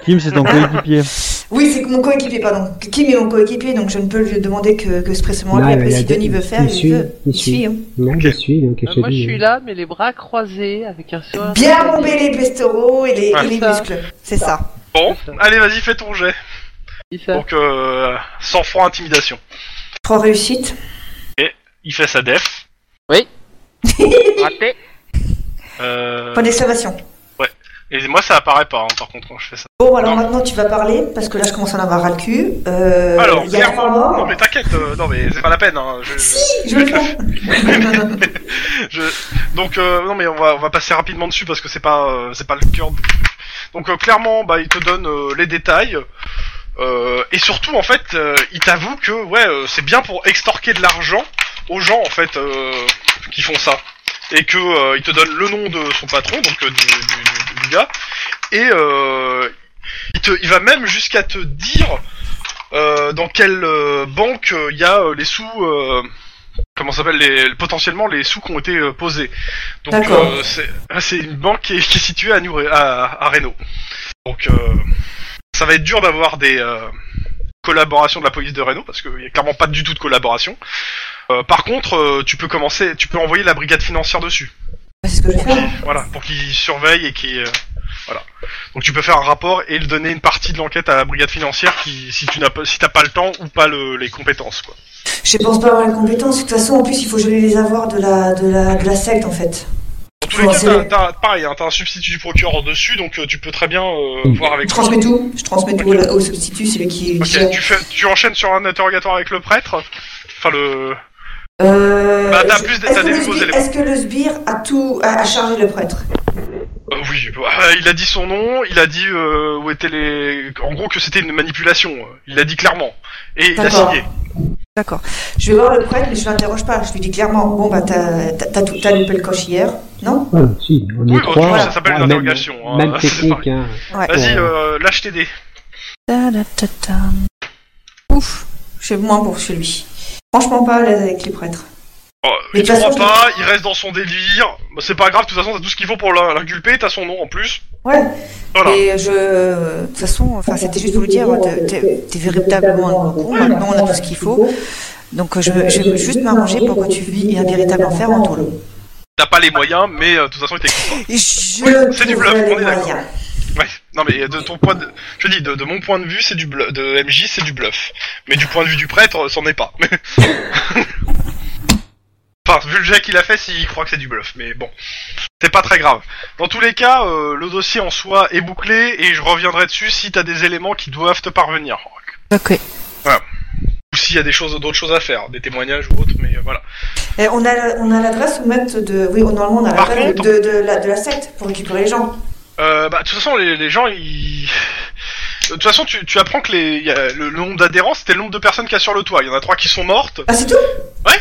Kim, c'est ton
<laughs>
coéquipier.
Oui, c'est mon coéquipier, pardon. Kim est mon coéquipier, donc je ne peux lui demander que, que ce pressement
Non,
lui.
mais
Après,
il y a
si
deux-
Denis veut faire,
il
il,
suit,
veut.
il
Il suit. hein.
Non, je suis, donc
Euh,
je
moi, je suis
dis,
là, mais les bras croisés, avec un sourire.
Bien bomber les pesteros et les,
Ouais.
et les
Ça.
muscles. C'est ça.
Bon, allez, vas-y, fais ton jet.
Il fait-
Donc, euh, sans froid, intimidation.
Trois réussites.
Il fait sa def.
Raté.
Euh,
Point d'exclamation.
et moi, ça apparaît pas, hein, par contre, quand je fais ça.
Bon, alors
Non.
maintenant, tu vas parler, parce que là, je commence à en avoir ras le cul. Euh,
Alors,
il y a trois
clairement,
morts.
non mais t'inquiète, euh, non mais c'est pas la peine. Hein, je, je-
Je le fais.
je- donc euh, non mais on va on va passer rapidement dessus parce que c'est pas euh, c'est pas le cœur. du- Donc euh, clairement, bah il te donne euh, les détails. euh, et surtout en fait, euh, il t'avoue que ouais, euh, c'est bien pour extorquer de l'argent aux gens en fait euh, qui font ça. Et que euh, il te donne le nom de son patron, donc euh, du, du- du- du gars, et euh, il te il va même jusqu'à te dire euh, dans quelle euh, banque euh, il y a euh, les sous, euh, comment ça s'appelle, les, potentiellement les sous qui ont été euh, posés. Donc
D'accord.
euh, c'est ah, c'est une banque qui est, qui est située à, Nouré- à, à Reno. Donc euh, ça va être dur d'avoir des euh, collaborations de la police de Reno parce qu'il n'y a clairement pas du tout de collaboration. Euh, par contre, euh, tu peux commencer, tu peux envoyer la brigade financière dessus,
C'est ce que je fais.
voilà, pour qu'ils surveillent et qu'ils euh, voilà. Donc tu peux faire un rapport et le donner une partie de l'enquête à la brigade financière qui, si tu n'as pas, si t'as pas le temps ou pas le- les compétences, quoi.
Je pense pas avoir les compétences. De toute façon, en plus, il faut geler les avoirs de la, de la, de la secte, en fait.
Dans tous les cas,
Ouais,
t'as,
c'est-
t'as- pareil, hein, t'as un substitut du procureur dessus, donc euh, tu peux très bien euh,
Mm.
voir avec.
Je transmets tout. Je transmets tout au, au substitut, celui qui.
Ok,
qui gère.
tu fais, tu enchaînes sur un interrogatoire avec le prêtre. Enfin le.
Euh,
Bah, t'as
je-
plus de-
est-ce
t'as
que
des
le
nouveaux
sbire-
éléments.
Est-ce que le sbire a tout a, a chargé le prêtre
Euh, oui, bah, il a dit son nom, il a dit euh, où étaient les. En gros que c'était une manipulation. euh, Il l'a dit clairement et il a
D'accord.
signé.
D'accord. Je vais voir le prêtre, mais je l'interroge pas. Je lui dis clairement, bon bah t'as t'as- t'as tout- t'as loupé le coche hier, non
Ah, si, on est
Oui, bah,
trois.
ça s'appelle une
Ah, même-
interrogation, hein.
Même,
<laughs> C'est
technique, hein.
Ouais.
Vas-y,
Ouais.
euh, lâche tes dés.
Ta da ta ta. Ouf, je suis moins pour celui. Franchement pas à l'aise avec les prêtres.
Oh,
Mais
il
de
te
toute
croit
façon,
pas, il reste dans son délire. Bah, c'est pas grave, de toute façon, t'as tout ce qu'il faut pour l'in- l'inculper, t'as son nom en plus.
Ouais.
Voilà.
Et je, de toute façon, enfin c'était juste pour lui dire, hein, t'es- t'es t'es véritablement un con. Maintenant on a tout ce qu'il faut, donc euh, je, je vais juste m'arranger pour que tu vis un véritable enfer en ton lot.
T'as pas les moyens, mais euh, de toute façon, il t'écoute.
Je
Oui, c'est du bluff,
trouverai les
on est d'accord.
moyens.
Ouais. Non, mais de ton point de. Je dis, de, de mon point de vue, c'est du bluff. De MJ, c'est du bluff. Mais du point de vue du prêtre, euh, c'en est pas. <laughs> enfin, vu le jet qu'il a fait, s'il croit que c'est du bluff. Mais bon. C'est pas très grave. Dans tous les cas, euh, le dossier en soi est bouclé et je reviendrai dessus si t'as des éléments qui doivent te parvenir.
Ok.
Ou s'il y a des choses, d'autres choses à faire, des témoignages ou autres, mais euh, voilà.
Eh, on a, on a l'adresse ou mettre de. Oui, normalement, on a
Par
l'adresse de,
contre-
de, de la, de la secte pour récupérer les gens.
Euh, bah, de toute façon, les, les gens, ils... De toute façon, tu, tu apprends que les, il y a le, le nombre d'adhérents, c'était le nombre de personnes qu'il y a sur le toit. Il y en a trois qui sont mortes.
Ah, c'est tout
Ouais.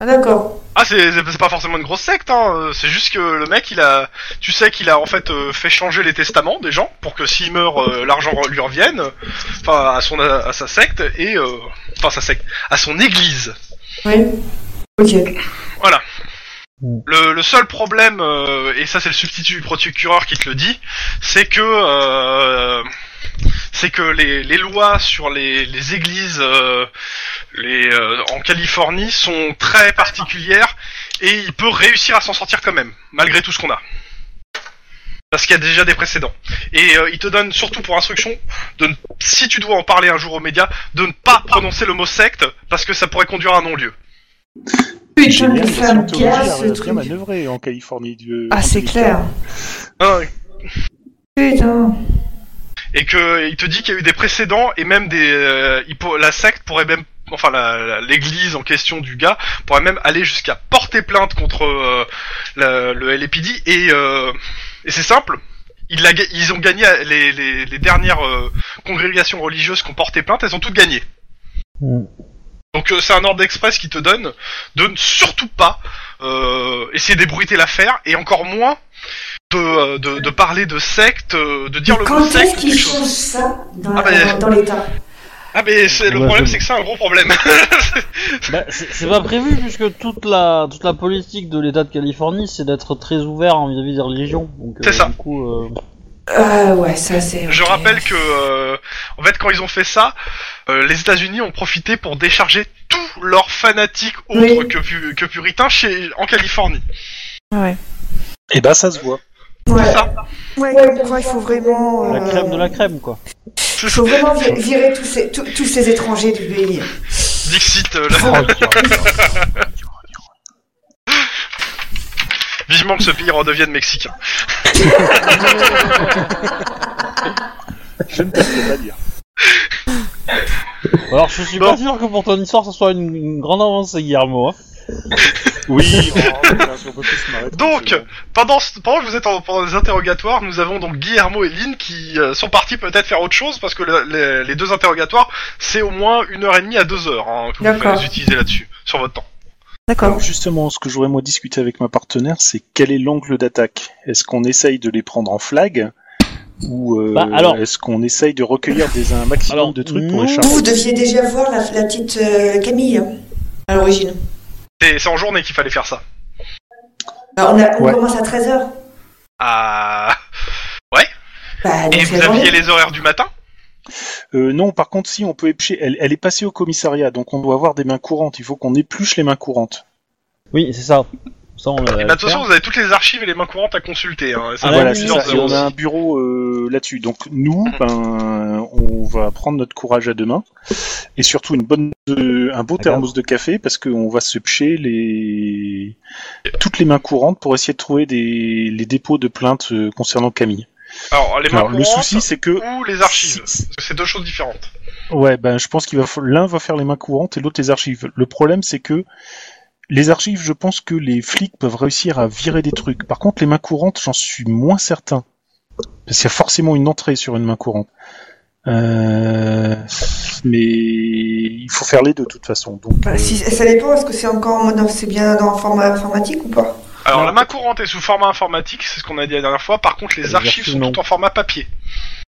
Ah, d'accord.
Ah, c'est c'est- c'est pas forcément une grosse secte, hein. euh, C'est juste que le mec, il a, tu sais qu'il a en fait euh, fait changer les testaments des gens pour que s'il meurt, euh, l'argent re- lui revienne, enfin à son à sa secte et euh, enfin sa secte, à son église.
Oui. Ok.
Voilà. Le, le seul problème, euh, et ça c'est le substitut du procureur qui te le dit, c'est que euh, c'est que les, les lois sur les, les églises euh, les, euh, en Californie sont très particulières et il peut réussir à s'en sortir quand même, malgré tout ce qu'on a. Parce qu'il y a déjà des précédents. Et euh, il te donne surtout pour instruction, de ne- si tu dois en parler un jour aux médias, de ne pas prononcer le mot secte parce que ça pourrait conduire à un non-lieu.
Putain,
Génial,
les
la
femmes,
scientologie
qu'est-ce
a
ce
bien
truc
manœuvré en Californie. du-
Ah,
en
c'est
Californie.
clair.
Ah,
Putain.
et que il te dit qu'il y a eu des précédents et même des euh, il pour- la secte pourrait même enfin la- la- l'église en question du gars pourrait même aller jusqu'à porter plainte contre euh, la- le LAPD et euh, et c'est simple ils, la ga- ils ont gagné à- les, les, les dernières euh, congrégations religieuses qui ont porté plainte elles ont toutes gagné
Mm.
donc euh, c'est un ordre express qui te donne de ne surtout pas euh, essayer d'ébruiter l'affaire et encore moins de, euh, de, de parler de secte, euh, de dire le mot
Quand est-ce
secte ou
qu'ils
quelque chose.
changent ça dans,
Ah,
la-
bah,
dans- dans l'État
Ah mais c'est- le
Ouais,
problème
je-
c'est que c'est un gros problème. <laughs>
Bah, c'est c'est pas prévu puisque toute la toute la politique de l'État de Californie c'est d'être très ouvert en vis-à-vis des religions. Donc, euh,
C'est ça.
Du coup, euh,
Ah, ouais, ça, c'est.
Je
ok.
rappelle que euh, en fait quand ils ont fait ça, euh, les États-Unis ont profité pour décharger tous leurs fanatiques autres
Oui.
que, pu- que puritains chez en Californie.
Ouais.
Eh ben, ça se voit.
Ouais.
C'est ça.
Ouais,
Ouais,
comme quoi il faut vraiment.
Ouais.
la
Euh,
crème de la crème quoi.
Il faut vraiment vi- virer tous ces, tous- tous ces étrangers du pays.
Dixit, euh, là,
<laughs>
vivement que ce pays redevienne mexicain.
Je ne peux pas dire.
Alors je suis
Bon.
pas sûr que pour ton histoire ça soit une, une grande avancée Guillermo. hein.
Oui, Oh, on peut plus se marrer.
Donc, Pendant, ce- pendant que vous êtes en, pendant les interrogatoires, nous avons donc Guillermo et Lynn qui euh, sont partis peut-être faire autre chose parce que le- les- les deux interrogatoires c'est au moins une heure et demie à deux heures hein, que vous
D'accord.
pouvez utiliser là-dessus sur votre temps.
D'accord.
Alors justement, ce que j'aurais moi discuté avec ma partenaire, c'est quel est l'angle d'attaque Est-ce qu'on essaye de les prendre en flag ou euh,
Bah, alors-
est-ce qu'on essaye de recueillir des, un maximum
Alors,
de trucs pour
nous-
les charger
Vous deviez déjà voir la, la petite euh, Camille hein, à l'origine.
C'est c'est en journée qu'il fallait faire ça.
Bah, on a- on
Ouais.
commence à 13h.
Ah.
Bah, donc
Et
c'est
vous
la
aviez
journée.
les horaires du matin
Euh, Non, par contre, si on peut éplucher, elle, elle est passée au commissariat, donc on doit avoir des mains courantes. Il faut qu'on épluche les mains courantes.
Oui c'est ça. Ça on va
Et bah,
le
de toute façon,
faire.
vous avez toutes les archives et les mains courantes à consulter. Hein. Ça
Ah,
va
la
voilà,
nuit,
c'est
plusieurs
ça. Et on a
heures.
un bureau euh, là-dessus. Donc nous,
Mm.
ben, on va prendre notre courage à deux mains et surtout une bonne, euh, un beau
D'accord.
thermos de café parce qu'on va se pcher les toutes les mains courantes pour essayer de trouver des les dépôts de plaintes euh, concernant Camille.
Alors, les mains
Alors le
courantes
souci, c'est que
ou les archives
si-
Parce que c'est deux choses différentes.
Ouais, ben je pense qu'il va fa- l'un va faire les mains courantes et l'autre les archives. Le problème c'est que les archives, je pense que les flics peuvent réussir à virer des trucs. Par contre, les mains courantes, j'en suis moins certain. Parce qu'il y a forcément une entrée sur une main courante. Euh, Mais il faut faire les deux de toute façon. Donc,
Bah, si- ça dépend, est-ce que c'est encore en mode. non, C'est bien dans le format informatique ou pas
Alors,
Non.
la main courante est sous format informatique, c'est ce qu'on a dit la dernière fois. Par contre, les
Les
archives
archives,
sont
non.
toutes en format papier.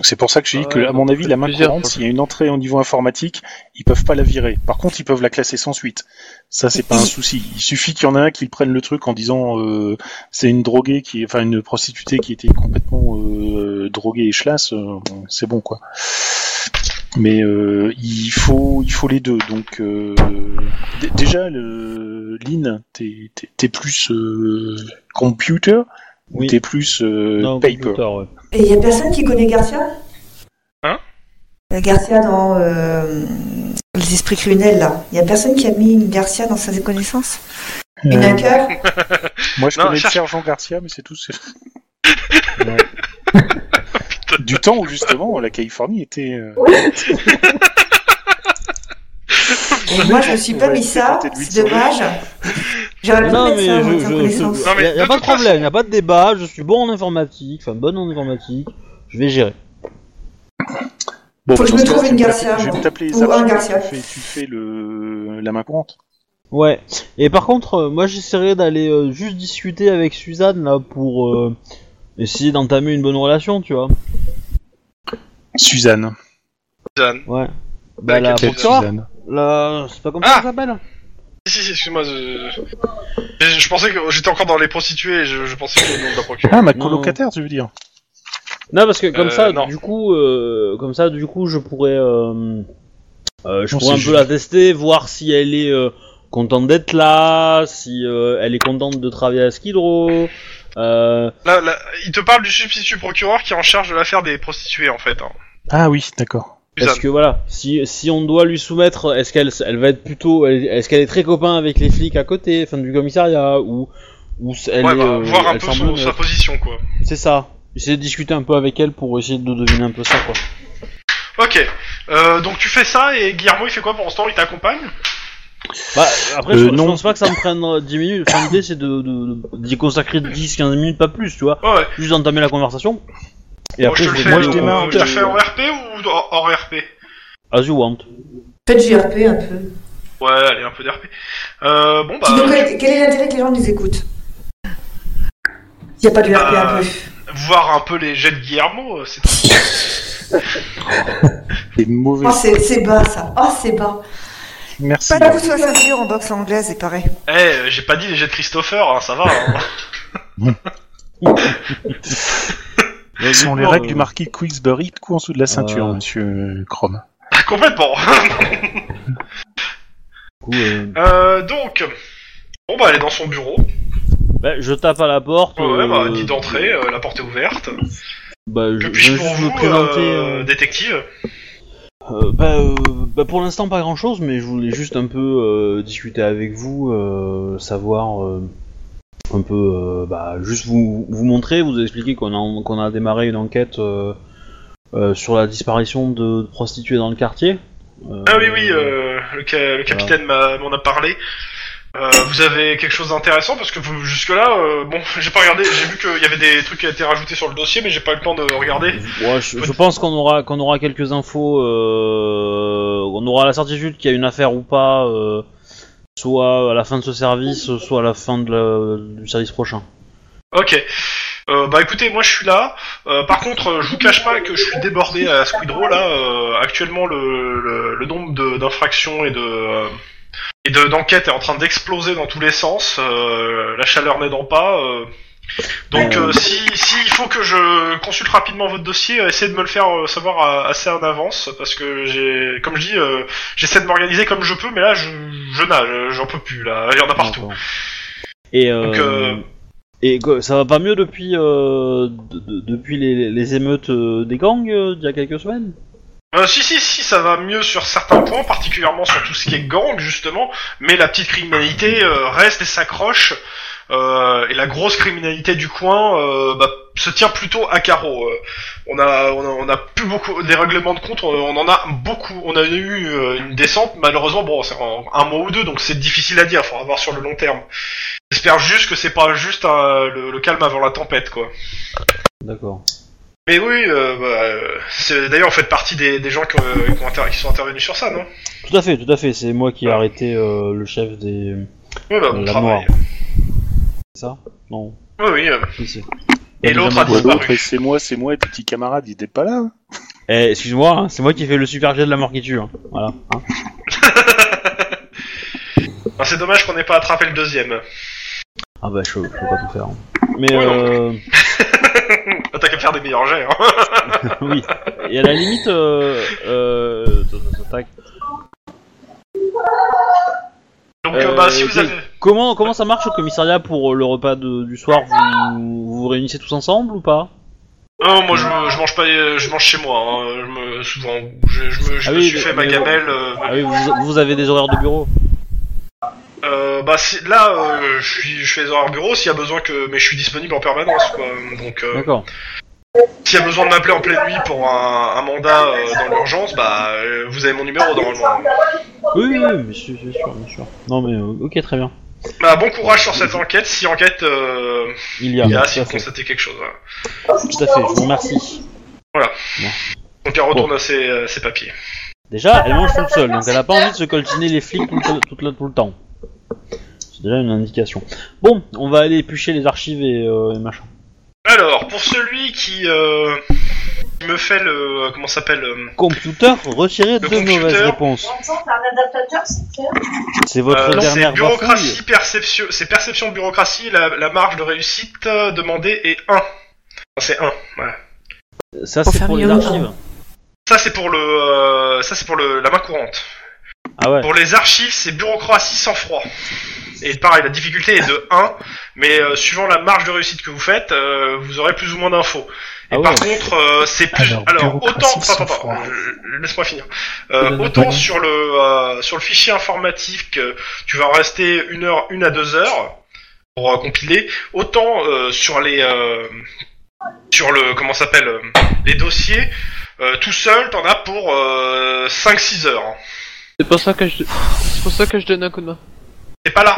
C'est pour ça que j'ai dit que,
Ouais,
à mon avis, la main
plusieurs,
courante,
pour le
s'il y a une entrée au niveau informatique, ils peuvent pas la virer. Par contre, ils peuvent la classer sans suite. Ça, c'est pas un souci. Il suffit qu'il y en ait un qui prenne le truc en disant euh, c'est une droguée qui, enfin une prostituée qui était complètement euh, droguée et chlasse, euh, bon, c'est bon quoi. Mais euh, il faut, il faut les deux. Donc euh, d- déjà, le, Lynn, t'es t'es- t'es plus euh, computer
Oui.
ou t'es plus euh,
Non,
paper.
computer, ouais.
Et il y a personne qui connaît Garcia
Hein
Euh, Garcia dans. euh, Les esprits criminels là. Il y a personne qui a mis une Garcia dans sa connaissance Une
<laughs>
Euh,
hacker
Moi, je
Non,
connais
cherche-
Sergent Garcia, mais c'est tout. c'est- du temps où, justement, la Californie était... euh,
Et moi, je me suis pas mis ça, c'est dommage. J'aurais pas
Non,
mettre
mais
ça, moi,
je,
tiens,
je-
connaissance.
je- y a, y a
de
pas de
toute façon-
problème, y a pas de débat, je suis bon en informatique, enfin bonne en informatique, je vais gérer.
Bon,
Faut que
dans
je me
ce cas,
trouve
je
une
vais
Garcia,
t'appeler- Je
moi.
vais t'appeler les
Ou un
archives,
Garcia.
Tu fais, tu fais le... la main courante.
Ouais. Et par contre, euh, moi j'essaierai d'aller euh, juste discuter avec Suzanne là pour euh, essayer d'entamer une bonne relation, tu vois.
Suzanne.
Suzanne.
Ouais. Bah
Bah,
la
quelle
procureure, la... c'est pas comme ça
Ah
qu'elle s'appelle
Si, si, excuse-moi, je... je- je pensais que j'étais encore dans les prostituées, et je, je pensais que le nom de la procureure.
Ah, ma
Non.
colocataire, tu veux dire
Non parce que comme
Euh,
ça,
non.
du coup, euh, comme ça, du coup, je pourrais, euh, euh, je
Non,
pourrais un
c'est
peu
juste.
la tester, voir si elle est euh, contente d'être là, si euh, elle est contente de travailler à Skidrow. Euh,
Là, là, il te parle du substitut procureur qui est en charge de l'affaire des prostituées, en fait. Hein.
Ah oui, d'accord.
Parce
Suzanne.
que voilà, si, si on doit lui soumettre, est-ce qu'elle elle va être plutôt, elle- est-ce qu'elle est très copain avec les flics à côté, enfin du commissariat, ou ou s- elle
Ouais,
est,
bah,
euh,
voir un
elle
peu
semble
son- sa
neutre.
position, quoi.
C'est ça. Essayer de discuter un peu avec elle pour essayer de deviner un peu ça quoi.
Ok, euh, donc tu fais ça, et Guillermo, il fait quoi pour l'instant Il t'accompagne
Bah après
Euh,
je, je
non.
pense pas que ça me prenne euh, 10 minutes. Enfin l'idée c'est de de- d'y consacrer 10-15 minutes pas plus, tu vois.
Ouais, ouais.
Juste d'entamer la conversation. Et
Bon,
après
je te le
vais
fais,
moi,
aller
je
au
démarre,
euh, je te le
compteur.
fais en RP ou hors hors RP
As you want.
Faites GRP un peu.
Ouais, allez, un peu d'RP. Euh, bon, bah,
Sinon, quel, quel est l'intérêt que les gens nous écoutent S'il n'y a pas de GRP
Euh,
un peu.
voir un peu les jets de Guillermo, euh, c'est tout.
T'es mauvais.
Oh, c'est c'est bas ça. Oh, c'est bas.
Merci.
Pas de coup sous la ceinture en boxe anglaise, c'est pareil.
Eh, euh, j'ai pas dit les jets de Christopher, hein, ça va.
<laughs>
hein. <laughs>
Ce sont les
non,
règles
euh,
du marquis Quicksbury, de coup en dessous de la ceinture,
Euh.
monsieur Chrome.
Ah, Complètement.
Du coup, euh,
Euh, donc, bon, bah, elle est dans son bureau.
bah, je tape à la porte.
Ouais, ouais, bah,
euh,
dit d'entrée, euh, la porte est ouverte.
Bah, je,
Que
je vais
puis-je
juste
pour vous,
me présenter.
euh,
euh,
détective
Euh, bah, euh, bah, pour l'instant pas grand chose, mais je voulais juste un peu euh, discuter avec vous, euh, savoir euh, un peu, euh, bah, juste vous, vous montrer, vous expliquer qu'on a, en- qu'on a démarré une enquête euh, euh, sur la disparition de, de prostituées dans le quartier. Euh,
Ah oui, oui, euh, le, ca- le capitaine m'a- m'en a parlé. Euh, vous avez quelque chose d'intéressant parce que vous- jusque-là, euh, bon, <laughs> j'ai pas regardé, j'ai vu qu'il y avait des trucs qui étaient rajoutés sur le dossier, mais j'ai pas eu le temps de regarder.
ouais, je, je pense qu'on aura, qu'on aura quelques infos, euh, on aura la certitude qu'il y a une affaire ou pas, euh, soit à la fin de ce service, soit à la fin de la- du service prochain.
Ok. Euh, bah écoutez, moi je suis là. Euh, par contre, euh, je vous cache pas que je suis débordé à Squidrow là. euh, actuellement, le, le, le nombre de- d'infractions et de euh, et de- d'enquêtes est en train d'exploser dans tous les sens. euh, la chaleur n'aidant pas. euh. Donc, euh, si si il faut que je consulte rapidement votre dossier, euh, essayez de me le faire euh, savoir à- assez en avance parce que j'ai, comme je dis, euh, j'essaie de m'organiser comme je peux, mais là je je nage, euh, j'en peux plus là. Il y en a partout.
D'accord. Et, euh,
Donc, euh,
et que- ça va pas mieux depuis, euh, de- de- depuis les, les émeutes euh, des gangs euh, d'il y a quelques semaines
Euh, si, si, si, ça va mieux sur certains points, particulièrement sur tout ce qui est gang, justement, mais la petite criminalité euh, reste et s'accroche, euh, et la grosse criminalité du coin euh, bah, se tient plutôt à carreau. euh. on, a, on, a, on a plus beaucoup, des règlements de compte, on, on en a beaucoup, on a eu euh, une descente, malheureusement, bon, c'est en un mois ou deux, donc c'est difficile à dire, faudra voir sur le long terme. J'espère juste que c'est pas juste euh, le- le calme avant la tempête, quoi.
D'accord.
Mais oui, euh, bah, euh, c'est- d'ailleurs, vous faites partie des, des gens qui, ont- euh, qui ont inter- qui sont intervenus sur ça, non
Tout à fait, tout à fait. C'est moi qui ai arrêté euh, le chef des.
Oui, bah,
de
bon
la
travail.
mort. C'est ça Non.
Oui, oui. euh,
Si, si.
Et
La
l'autre
deuxième
a
mort.
Ouais,
disparu.
l'autre, et c'est moi, c'est moi, et tes petits camarades, ils étaient pas là. hein.
Eh, excuse-moi, hein, c'est moi qui ai fait le super jet de la mort qui tue. hein. Voilà. hein.
Enfin, bah, c'est dommage qu'on n'ait pas attrapé le deuxième.
Ah bah, je, je peux pas tout faire. hein. Mais
Ouais,
euh,
non. Ah, T'as qu'à faire des meilleurs jets, hein. <laughs>
oui. Et à la limite, euh, euh, tac, tac.
Donc,
Euh,
euh, bah, si vous
ok.
avez...
Comment, comment ça marche au commissariat pour euh, le repas de- du soir vous, vous vous réunissez tous ensemble ou pas
Non, moi, je, me- je mange pas... euh, Je mange chez moi, hein. Je me... Souvent, je, je me, je
Ah
me
oui,
suis
mais-
fait ma
mais-
gamelle... euh,
Ah oui, vous, vous avez des horaires de bureau.
euh, bah, c'est- là, euh, je, suis, je fais les horaires bureau s'il y a besoin que... Mais je suis disponible en permanence, quoi. Donc, euh,
D'accord.
S'il y a besoin de m'appeler en pleine nuit pour un, un mandat euh, dans l'urgence, bah euh, vous avez mon numéro normalement.
Oui, oui, oui, bien sûr, bien sûr, bien sûr. Non, mais euh, ok, très bien.
Bah bon courage sur cette enquête, si enquête euh,
Il y a.
il y a
tout,
si
à
vous
fait.
constatez quelque chose. voilà.
Tout à fait, je vous remercie.
Donc elle retourne à ses, euh, ses papiers.
Déjà, elle mange toute seule, donc elle a pas envie de se coltiner les flics tout le, tout le- tout le temps. C'est déjà une indication. Bon, on va aller éplucher les archives et, euh, et machin.
Alors, pour celui qui, euh, qui me fait le... comment ça s'appelle euh,
Computer, retirez deux
computer.
mauvaises réponses.
un adaptateur, c'est clair
C'est votre
euh, non, c'est
dernière
bureaucratie,
bafouille.
perception, c'est perception, bureaucratie, la, la marge de réussite euh, demandée est 1. Enfin, c'est 1, voilà.
Ça,
Pour
c'est
faire
pour les
mieux, hein.
archives.
Ça c'est pour le, euh, ça c'est pour le, la main courante.
Ah ouais.
Pour les archives, c'est bureaucratie sans froid. Et pareil, la difficulté est de 1, mais euh, suivant la marge de réussite que vous faites, euh, vous aurez plus ou moins d'infos. Et
Ah
par
ouais.
contre, euh, c'est plus.
Alors,
Alors,
bureaucratie
autant, attends,
sans
attends,
froid.
euh, laisse-moi finir.
Je
Euh,
donne
autant
pas.
sur le euh, sur le fichier informatique, euh, tu vas rester une heure, une à deux heures pour euh, compiler. Autant euh, sur les euh, sur le comment ça s'appelle euh, les dossiers, euh, tout seul, t'en as pour 5-6 heures. hein.
C'est pour ça que je, c'est pour ça que je donne un coup de main.
T'es pas là.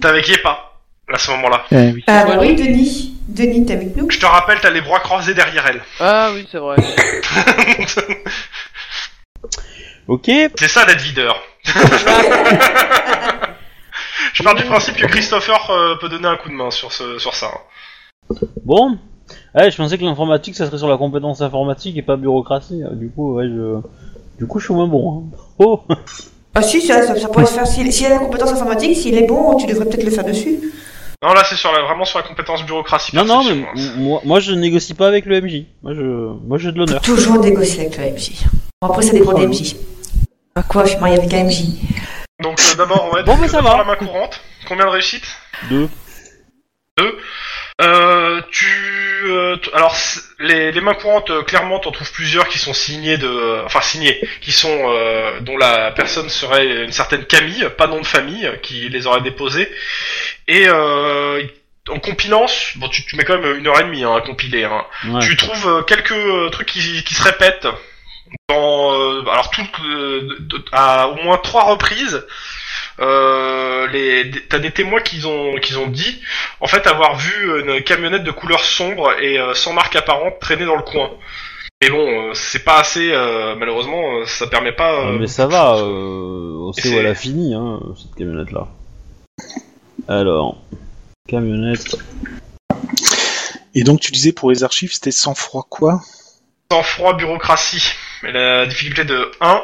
T'es avec Yepa à ce moment-là.
Eh oui.
Ah
Voilà.
oui, Denis. Denis, t'es avec nous
Je te rappelle, t'as les bras croisés derrière elle. <laughs>
Ah oui, c'est vrai.
Ok,
C'est ça d'être videur. Je pars du principe que Christopher euh, peut donner un coup de main sur, ce, sur ça. hein.
bon. Ouais, je pensais que l'informatique, ça serait sur la compétence informatique et pas bureaucratie. hein. Du coup, ouais, je... Du coup, je suis moins bon. hein. <laughs> Oh
Ah si, ça, ça, ça pourrait se faire. S'il s'il a la compétence informatique, s'il est bon, tu devrais peut-être le faire dessus.
Non, là, c'est sur la- vraiment sur la compétence bureaucratie.
Non, non, mais
perception, hein.
m- moi, moi, je négocie pas avec le MJ. Moi, je, moi, j'ai de l'honneur.
Toujours négocier avec le MJ. Bon, après, ça dépend des MJ. Bah quoi, je suis mariée avec un MJ.
Donc, euh, d'abord, on va être
Bon, bah, ça va.
la main courante. Combien de réussites
Deux.
Euh, tu, euh, t- alors c- les, les mains courantes, euh, clairement, t'en trouves plusieurs qui sont signées de, euh, enfin signées, qui sont euh, dont la personne serait une certaine Camille, pas nom de famille, euh, qui les aurait déposées. Et euh, en compilant, bon, tu, tu mets quand même une heure et demie hein, à compiler. Hein.
Ouais.
Tu trouves euh, quelques euh, trucs qui, qui se répètent. Dans, euh, alors tout, euh, de- à au moins trois reprises, euh, les, t'as des témoins qui ont, qu'ils ont dit, en fait, avoir vu une camionnette de couleur sombre et euh, sans marque apparente traîner dans le coin. Mais bon, euh, c'est pas assez, euh, malheureusement, euh, ça permet pas. euh,
Ah, mais ça va,
beaucoup de choses.
euh, on
Et
sait où elle
c'est-
a fini, hein, cette camionnette-là. Alors, camionnette.
Et donc tu disais pour les archives, c'était sans froid quoi
Sans froid bureaucratie. Mais la difficulté de 1.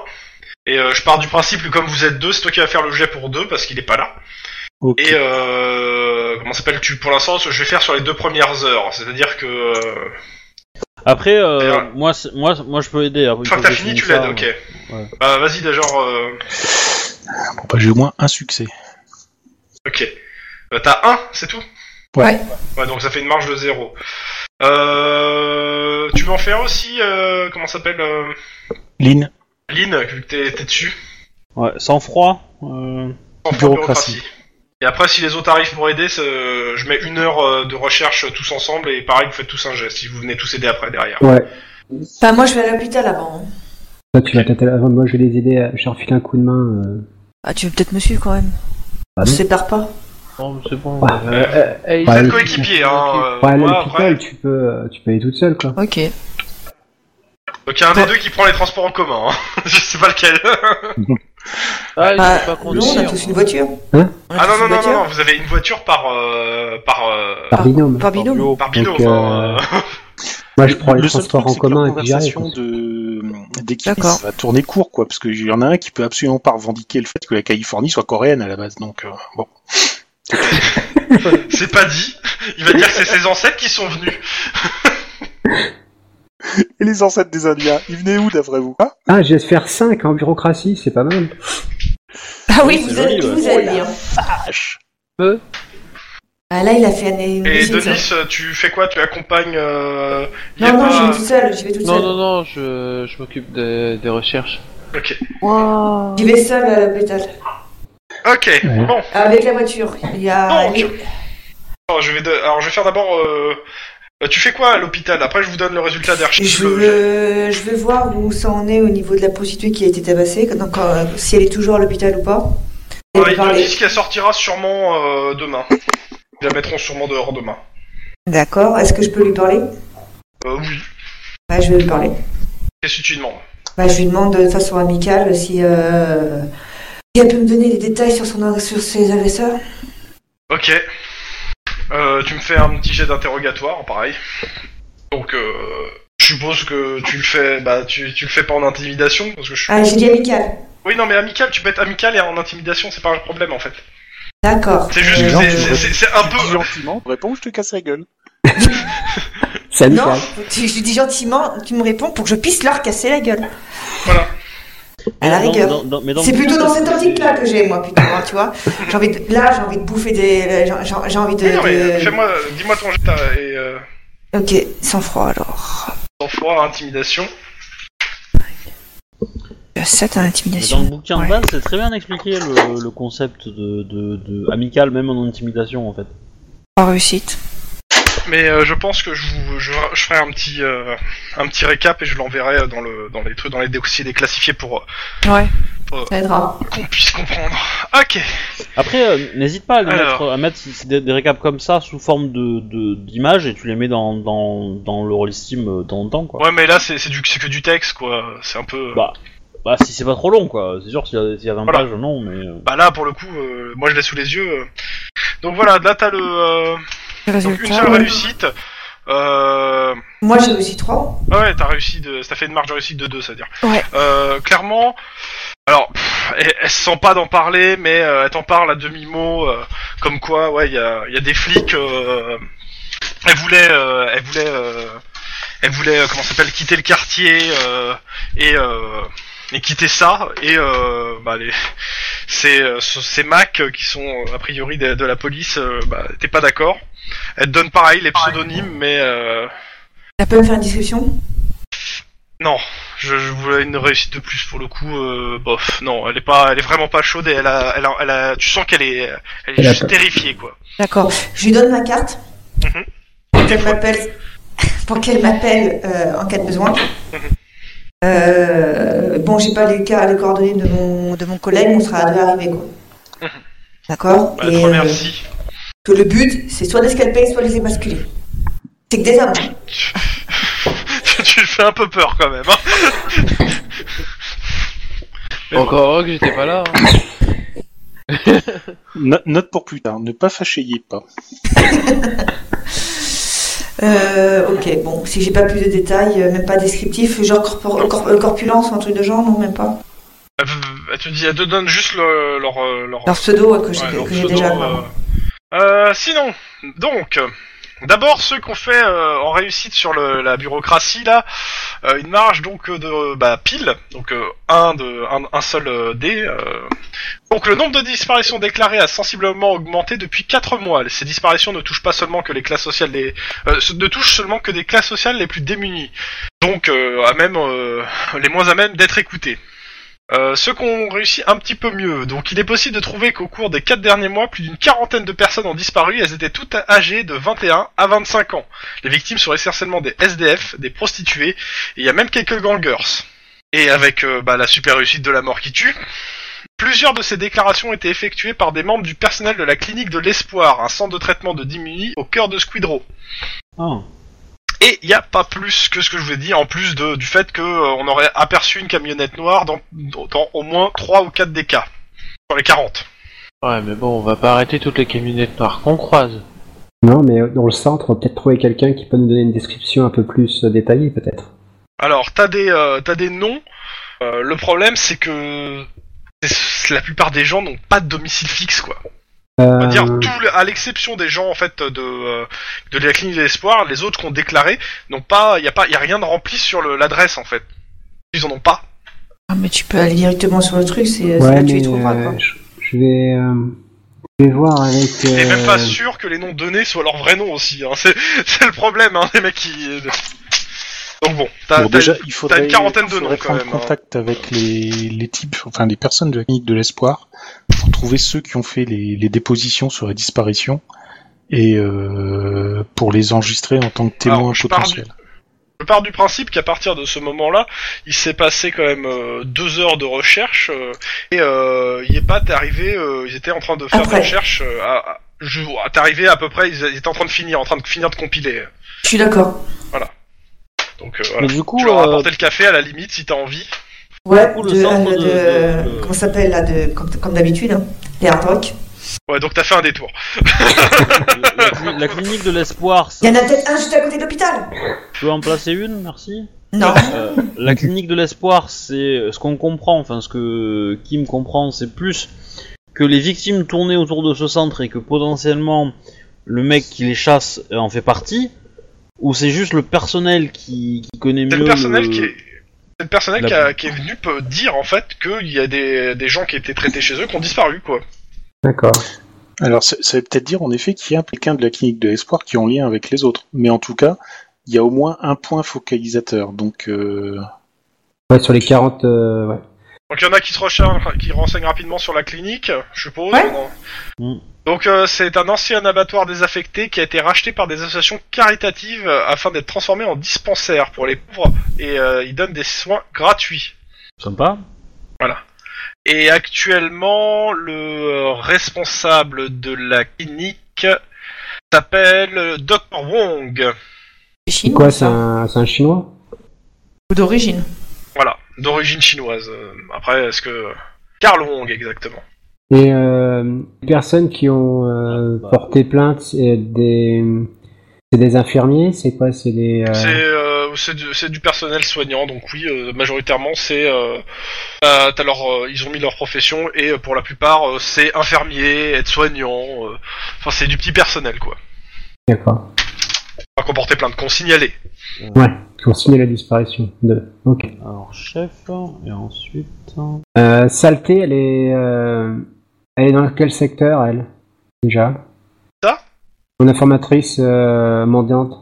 Et euh, je pars du principe que comme vous êtes deux, c'est toi qui vas faire le jet pour deux parce qu'il est pas là.
Ok.
Et euh, comment s'appelles-tu Pour l'instant, je vais faire sur les deux premières heures. C'est-à-dire que euh,
Après, euh,
D'ailleurs-
moi, c'est- moi, moi, je peux aider. Après,
une fois que
faut
t'as
je
fini,
finisse
tu l'aides.
ça,
Ok.
Ouais.
Bah vas-y, déjà genre. euh,
Bon, bah, j'ai au moins un succès.
Ok. Euh, T'as 1, c'est tout
Ouais.
Ouais.
Ouais, donc ça fait une marge de 0. Euh, tu veux en faire aussi, euh, comment ça s'appelle euh,
Lynn,
Lynn, vu que t'es t'es dessus
Ouais, sans froid. euh,
Sans froid,
Bureaucratie.
Et après, si les autres arrivent pour aider, c'est, euh, je mets une heure euh, de recherche euh, tous ensemble et pareil, vous faites tous un geste si vous venez tous aider après derrière.
Ouais.
Enfin, Bah, moi, je vais à l'hôpital avant. hein.
Toi, tu vas peut-être. avant, Moi, je vais les aider. À... Je leur file un coup de main. euh.
Ah, tu veux peut-être me suivre quand même.
Ah
On se
non.
sépare pas.
Non, mais c'est bon.
Ouais,
euh,
Eh,
ouais,
ils-
Vous
le-
êtes coéquipiers, hein. euh,
Ouais, aller
moi,
à l'hôpital,
après.
tu peux, tu peux aller toute seule, quoi.
Ok.
Donc il y a un des deux qui prend les transports en commun, hein. <laughs> je sais pas lequel. euh.
Ah, ils
Bah,
sont pas
Nous, on a tous une
conduire.
voiture.
Hein
On
ah
a tous
non, non,
une
non,
voiture.
non, vous avez une voiture par. euh, par. euh,
Par
Ah,
binôme.
Par binôme.
Donc,
par binôme.
euh,
hein.
Moi, je prends les
le seul
transports
truc,
en
c'est que leur
commun et puis j'arrive.
conversation de d'équipe,
D'accord.
ça va tourner court quoi, parce qu'il y en a un qui peut absolument pas revendiquer le fait que la Californie soit coréenne à la base. Donc euh, bon,
<laughs> C'est pas dit. Il va dire que c'est ses ancêtres qui sont venus.
et les ancêtres des Indiens, ils venaient où d'après vous hein
Ah, j'ai faire 5 en bureaucratie, c'est pas mal.
Ah
oui,
oui,
c'est
Vous
joli,
êtes,
ouais.
vous êtes bien.
Peu.
Ah là, il a fait année. une
Et
usine, ça.
Denis, euh, tu fais quoi Tu accompagnes euh... il y a
Non, non,
pas-
je vais toute seule. J'y vais toute
Non,
seule.
non, non, je, je m'occupe des, des recherches.
Ok.
Wow.
J'y vais seule euh, à l'hôpital.
Ok. Bon.
Avec la voiture. Il y a.
Donc. Alors je vais, de- Alors, je vais faire d'abord euh, Euh, tu fais quoi à l'hôpital Après, je vous donne le résultat Euh, d'archives.
Je,
Le-
veux- je vais voir où ça en est au niveau de la prostituée qui a été tabassée, que- donc euh, si elle est toujours à l'hôpital ou pas. Et
Ouais, ils te
parler.
disent qu'elle sortira sûrement euh, demain. Ils la mettront sûrement dehors demain.
D'accord, est-ce que je peux lui parler
Euh, oui,
Bah, Je vais lui parler.
qu'est-ce que tu demandes
Bah, je lui demande de façon amicale si euh, si elle peut me donner des détails sur, son, sur ses agresseurs.
Ok. Euh, tu me fais un petit jet d'interrogatoire, pareil. Donc, euh, je suppose que tu le fais, bah, tu, tu le fais pas en intimidation, parce que je.
Ah, j'ai dit amical.
Oui, non, mais amical, tu peux être amical et en intimidation, c'est pas un problème en fait.
D'accord.
C'est juste que
Non,
c'est-
tu-
c'est- c'est c'est un peu.
Dis gentiment, réponds ou je te casse la gueule.
C'est
Non,
amical.
tu- je lui dis gentiment, tu me réponds pour que je puisse leur casser la gueule.
Voilà.
À la rigueur. C'est plutôt dans cette optique-là
optique-là
que j'ai, moi, plutôt, hein, tu vois. J'ai envie de... Là, j'ai envie de bouffer des... J'ai j'ai envie de...
Oui, non, mais euh,
de-
fais-moi, dis-moi ton jet t'as- et euh,
Ok, sans froid, alors.
sans froid, intimidation.
Le 7
Mais
à
Dans
l'intimidation.
le bouquin de base, c'est très bien expliqué le, le concept de, de, de amical, même en intimidation en fait.
Trois réussites.
Mais euh, je pense que je, vous, je, je ferai un petit, euh, un petit récap et je l'enverrai dans, le, dans les trucs, dans les dossiers déclassifiés pour euh,
Ouais.
Oh.
Ça aidera.
qu'on puisse comprendre. Ok.
Après, euh, n'hésite pas à, les
Alors.
mettre, à mettre si- si des, des récaps comme ça sous forme de, de, d'images et tu les mets dans, dans, dans le rôle Steam euh, de temps en temps quoi.
Ouais, mais là, c'est c'est du- c'est que du texte, quoi. C'est un peu. Bah.
Bah, bah, si c'est pas trop long quoi, c'est sûr s'il y a, s'il y a 20
Voilà.
pages, non mais. euh,
Bah là, pour le coup, euh, moi, je l'ai sous les yeux. euh. Donc voilà, là, t'as le. euh,
Le
donc une
résultat,
seule
ouais.
réussite. Euh...
Moi, j'ai réussi 3.
ah Ouais, t'as réussi. De... Ça fait une marge de réussite de 2, c'est-à-dire.
Ouais.
Euh, clairement. Alors, pff, elle, elle se sent pas d'en parler, mais euh, elle t'en parle à demi-mot, euh, comme quoi, ouais, il y a, il y a des flics. Euh... Elle voulait, euh, elle voulait, euh, elle voulait, euh, comment ça s'appelle, quitter le quartier euh, et, euh, et quitter ça. Et euh, bah, les, ces, euh, ce- ces Mac euh, qui sont euh, a priori de, de la police, euh, bah, t'es pas d'accord. Elle te donne pareil les pseudonymes, mais euh,
T'as pas me faire une description
non, je, je voulais une réussite de plus pour le coup. euh, bof, non, elle est pas, elle est vraiment pas chaude et elle a, elle a, elle a- tu sens qu'elle est, elle est
Elle a
juste
peur.
terrifiée quoi.
D'accord. Je lui donne ma carte.
Mhm.
Pour qu'elle m'appelle... <laughs> Pour qu'elle m'appelle euh, en cas de besoin. Euh, bon, j'ai pas les, cas, les coordonnées de mon, de mon collègue, mais on sera à deux arrivés, quoi. D'accord
Bah, elle te
euh,
remercie. <laughs>
que le but, c'est soit l'escalper, soit les émasculer. C'est que des hommes.
tu lui fais un peu peur quand même. hein. Mais bon.
Encore heureux que j'étais pas là. hein.
No- note pour plus tard, ne pas fâchayer pas.
Euh, ok, bon, si j'ai pas plus de détails, euh, même pas descriptif, genre corpor- cor- euh, corpulence ou un truc de genre, non, même pas.
Elle, elle te dit, elle te donne juste le- leur, euh, leur,
Leur pseudo euh, que j'ai
Ouais,
que
donc,
j'ai
pseudo,
déjà.
euh, euh, sinon, donc, euh, d'abord ceux qu'on fait euh, en réussite sur le- la bureaucratie là, euh, une marge donc euh, de bah, pile, donc euh, un de un, un seul euh, dé. euh. Donc le nombre de disparitions déclarées a sensiblement augmenté depuis 4 mois. Ces disparitions ne touchent pas seulement que les classes sociales des euh, se- ne touchent seulement que des classes sociales les plus démunies, donc euh, à même euh, les moins à même d'être écoutées. Euh, ceux qui ont réussi un petit peu mieux. Donc il est possible de trouver qu'au cours des quatre derniers mois, plus d'une quarantaine de personnes ont disparu. Elles étaient toutes âgées de 21 à 25 ans. Les victimes seraient certainement des SDF, des prostituées, et il y a même quelques gangers. Et avec euh, bah, la super réussite de la mort qui tue, plusieurs de ces déclarations étaient effectuées par des membres du personnel de la clinique de l'Espoir, un centre de traitement de diminués au cœur de Squidrow.
ah.
Et il n'y a pas plus que ce que je vous ai dit, en plus de, du fait que euh, on aurait aperçu une camionnette noire dans, dans au moins 3 ou 4 des cas. Sur les 40.
Ouais, mais bon, on va pas arrêter toutes les camionnettes noires qu'on croise.
Non, mais dans le centre, on va peut-être trouver quelqu'un qui peut nous donner une description un peu plus euh, détaillée, peut-être.
Alors, t'as des, euh, t'as des noms. Euh, le problème, c'est que c'est- la plupart des gens n'ont pas de domicile fixe, quoi.
Euh,
On va dire, tout le- à l'exception des gens, en fait, de, euh, de la clinique de l'espoir, les autres qui ont déclaré n'ont pas, il n'y a, pas- y a rien de rempli sur le- l'adresse, en fait. Ils en ont pas.
Ah, mais tu peux aller directement sur le truc, c'est c'est
ouais,
là que tu les
mais,
trouveras,
euh,
quoi.
je, je vais, euh, je vais voir avec.
Et même pas
euh,
sûr que les noms donnés soient leurs vrais noms aussi. Hein. <laughs> C'est, c'est le problème, hein, les mecs qui. Donc bon, t'as,
Bon,
t'as-
déjà, il faudrait,
une quarantaine de
faudrait
noms, quand
prendre
même, hein.
contact avec les, les types, enfin les personnes de la clinique de l'espoir pour trouver ceux qui ont fait les, les dépositions sur la disparition et euh, pour les enregistrer en tant que témoins
Alors, je pars
potentiels.
Je pars du principe qu'à partir de ce moment-là, il s'est passé quand même euh, deux heures de recherche euh, et euh, il est pas arrivé. euh, ils étaient en train de faire des
Après.
recherches. Euh, à, à- je, à- t'es arrivé à peu près. Ils étaient en train de finir, en train de finir de compiler.
Je suis d'accord.
Donc euh, voilà.
Mais du coup,
tu leur as
euh,
apporté le café à la limite si t'as envie.
Ouais,
coup,
de,
le centre
euh,
de-
de-
de- de-
Comment ça s'appelle là de, Comme, comme d'habitude, hein, les hard rock.
Ouais, donc t'as fait un détour.
la, cli- la clinique de l'espoir,
Il y
ça-
en a peut-être un juste à côté de l'hôpital
je peux en placer une, merci.
<laughs> Non.
Euh, la clinique de l'espoir, c'est ce qu'on comprend, enfin ce que Kim comprend, c'est plus que les victimes tournaient autour de ce centre et que potentiellement le mec qui les chasse euh, en fait partie, ou c'est juste le personnel qui, qui connaît
C'est
mieux
le personnel
le-
qui est. C'est le personnel
la-
qui, a- qui est venu pe- dire en fait qu'il y a des, des gens qui étaient traités chez eux qui ont disparu quoi.
D'accord.
Alors, ça ça veut peut-être dire en effet qu'il y a quelqu'un de la clinique de l'espoir qui est en lien avec les autres, mais en tout cas, il y a au moins un point focalisateur. Donc, euh,
Ouais, sur les 40. euh, ouais.
Donc il y en a qui se recherchent, qui renseignent rapidement sur la clinique, je suppose.
Ouais.
Non.
Mm.
Donc euh, c'est un ancien abattoir désaffecté qui a été racheté par des associations caritatives euh, afin d'être transformé en dispensaire pour les pauvres et euh, il donne des soins gratuits.
Sympa.
Et actuellement le euh, responsable de la clinique s'appelle Dr Wong.
C'est
Chine,
quoi, c'est un, c'est un chinois
Ou d'origine.
Voilà, d'origine chinoise. Euh, Après est-ce que Carl Wong exactement.
Et euh, les personnes qui ont euh,
Bah.
porté plainte, c'est des, c'est des infirmiers C'est quoi C'est des. euh,
C'est euh, c'est du, c'est du personnel soignant, donc oui, euh, majoritairement c'est. Euh, euh, t'as leur, euh, ils ont mis leur profession et euh, pour la plupart euh, c'est infirmier, aide-soignant. euh, Enfin, c'est du petit personnel quoi.
D'accord.
Pas comporter plein de cons signalés.
Ouais, qui ont signé la disparition de. Ok.
Alors chef,
hein,
et ensuite...
Euh, saleté, elle est. euh, Elle est dans quel secteur, elle Déjà
Ça
Mon informatrice euh, mendiante.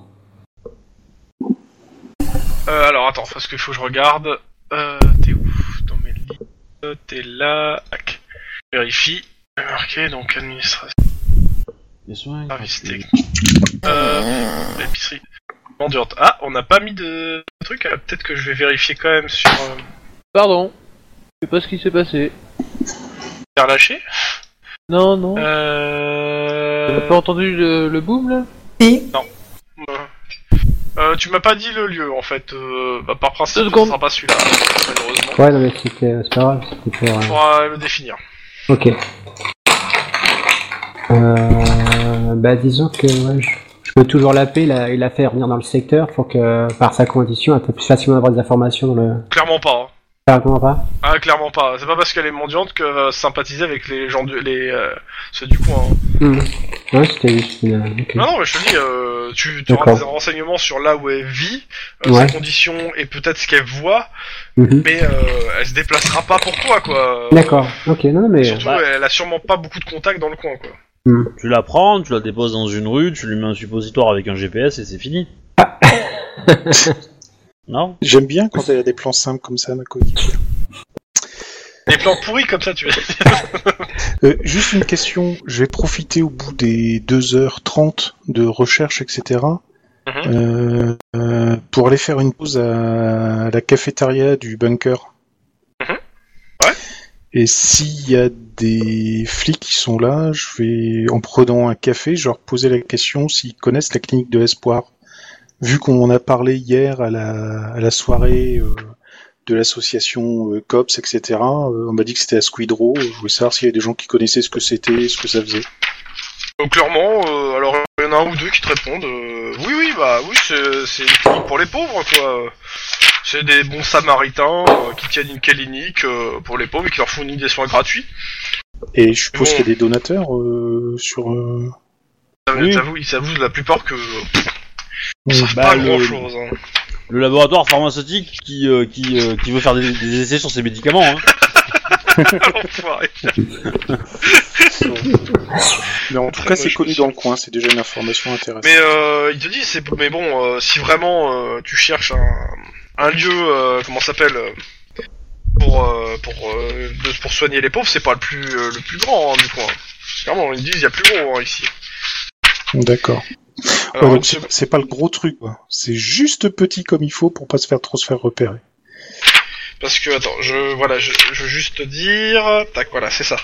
Euh, alors attends, parce qu'il faut que je regarde. Euh, t'es où Dans mes listes, t'es là. Tac. Vérifie. Ok, donc administration,
Les soins...
service technique. Ah, Euh, épicerie. Mendiante. Ah, on n'a pas mis de truc. Ah, Peut-être que je vais vérifier quand même sur. euh,
Pardon. Je sais pas ce qui s'est passé.
faire lâcher.
Non, non. T'as
Euh...
pas entendu le, le boom là
Si.
Euh, tu m'as pas dit le lieu en fait. Euh, bah, par principe,
Deux
ce
secondes.
sera pas celui-là, malheureusement.
Ouais, non, mais c'était. euh, C'est pas grave, c'était pour.
On
euh,
pourra le définir.
Ok. Euh, bah disons que ouais, je, je peux toujours l'appeler la, et la faire venir dans le secteur pour que par sa condition elle peut plus facilement avoir des informations dans le.
Clairement pas. hein.
Ah, comment pas
Ah, clairement pas. C'est pas parce qu'elle est mendiante que va sympathiser avec les gens du, les euh, ceux du coin. hein.
Hmm. Ouais, c'était juste une. ok.
Non, non, mais je te dis, euh, tu tu auras
D'accord.
des renseignements sur là où elle vit, euh,
Ouais.
ses conditions et peut-être ce qu'elle voit,
Mhm.
mais euh, elle se déplacera pas pour toi quoi.
D'accord. Ok. Non, non mais.
Surtout,
Bah.
elle a sûrement pas beaucoup de contacts dans le coin quoi.
Tu la prends, tu la déposes dans une rue, tu lui mets un suppositoire avec un GPS et c'est fini. non
j'aime bien quand elle a des plans simples comme ça, ma coéquipière.
Des plans pourris comme ça, tu veux dire.
Euh, juste une question, je vais profiter au bout des 2h30 de recherche, etc.
Mhm.
euh, euh, pour aller faire une pause à la cafétéria du bunker.
Mhm. Ouais.
Et s'il y a des flics qui sont là, je vais, en prenant un café, je vais leur poser la question s'ils connaissent la clinique de l'espoir. Vu qu'on en a parlé hier à la, à la soirée euh, de l'association euh, COPS, etc., euh, on m'a dit que c'était à Squidrow. Je voulais savoir s'il y avait des gens qui connaissaient ce que c'était, ce que ça faisait.
Euh, <laughs> clairement, euh, alors il y en a un ou deux qui te répondent. euh, oui, oui, bah oui, c'est c'est une clinique pour les pauvres, quoi. C'est des bons samaritains euh, qui tiennent une clinique euh, pour les pauvres et qui leur fournissent des soins gratuits.
Et je suppose
Bon.
qu'il y a des donateurs euh, sur. euh,
Oui.
J'avoue, ils s'avouent la plupart que euh, ils savent
Bah,
pas
le-
grand chose. <laughs> Hein.
Le laboratoire pharmaceutique qui, euh, qui, euh, qui veut faire des, des essais sur ses médicaments. Hein.
L'enfoiré.
Mais en tout
Très
cas, c'est
moche,
connu
monsieur.
dans le coin, c'est déjà une information intéressante.
mais euh, ils te disent, c'est mais bon, euh, si vraiment euh, tu cherches un, un lieu, euh, comment ça s'appelle euh, pour, euh, pour, euh, de- pour soigner les pauvres, c'est pas le plus, euh, le plus grand hein, du coin. Clairement, ils disent, il y a plus gros hein, ici.
D'accord.
Alors,
Ah, Ouais, donc, c'est c'est pas le gros truc, quoi. C'est juste petit comme il faut pour pas se faire trop se faire repérer.
Parce que attends, je voilà, je, je veux juste te dire, tac, voilà, c'est ça.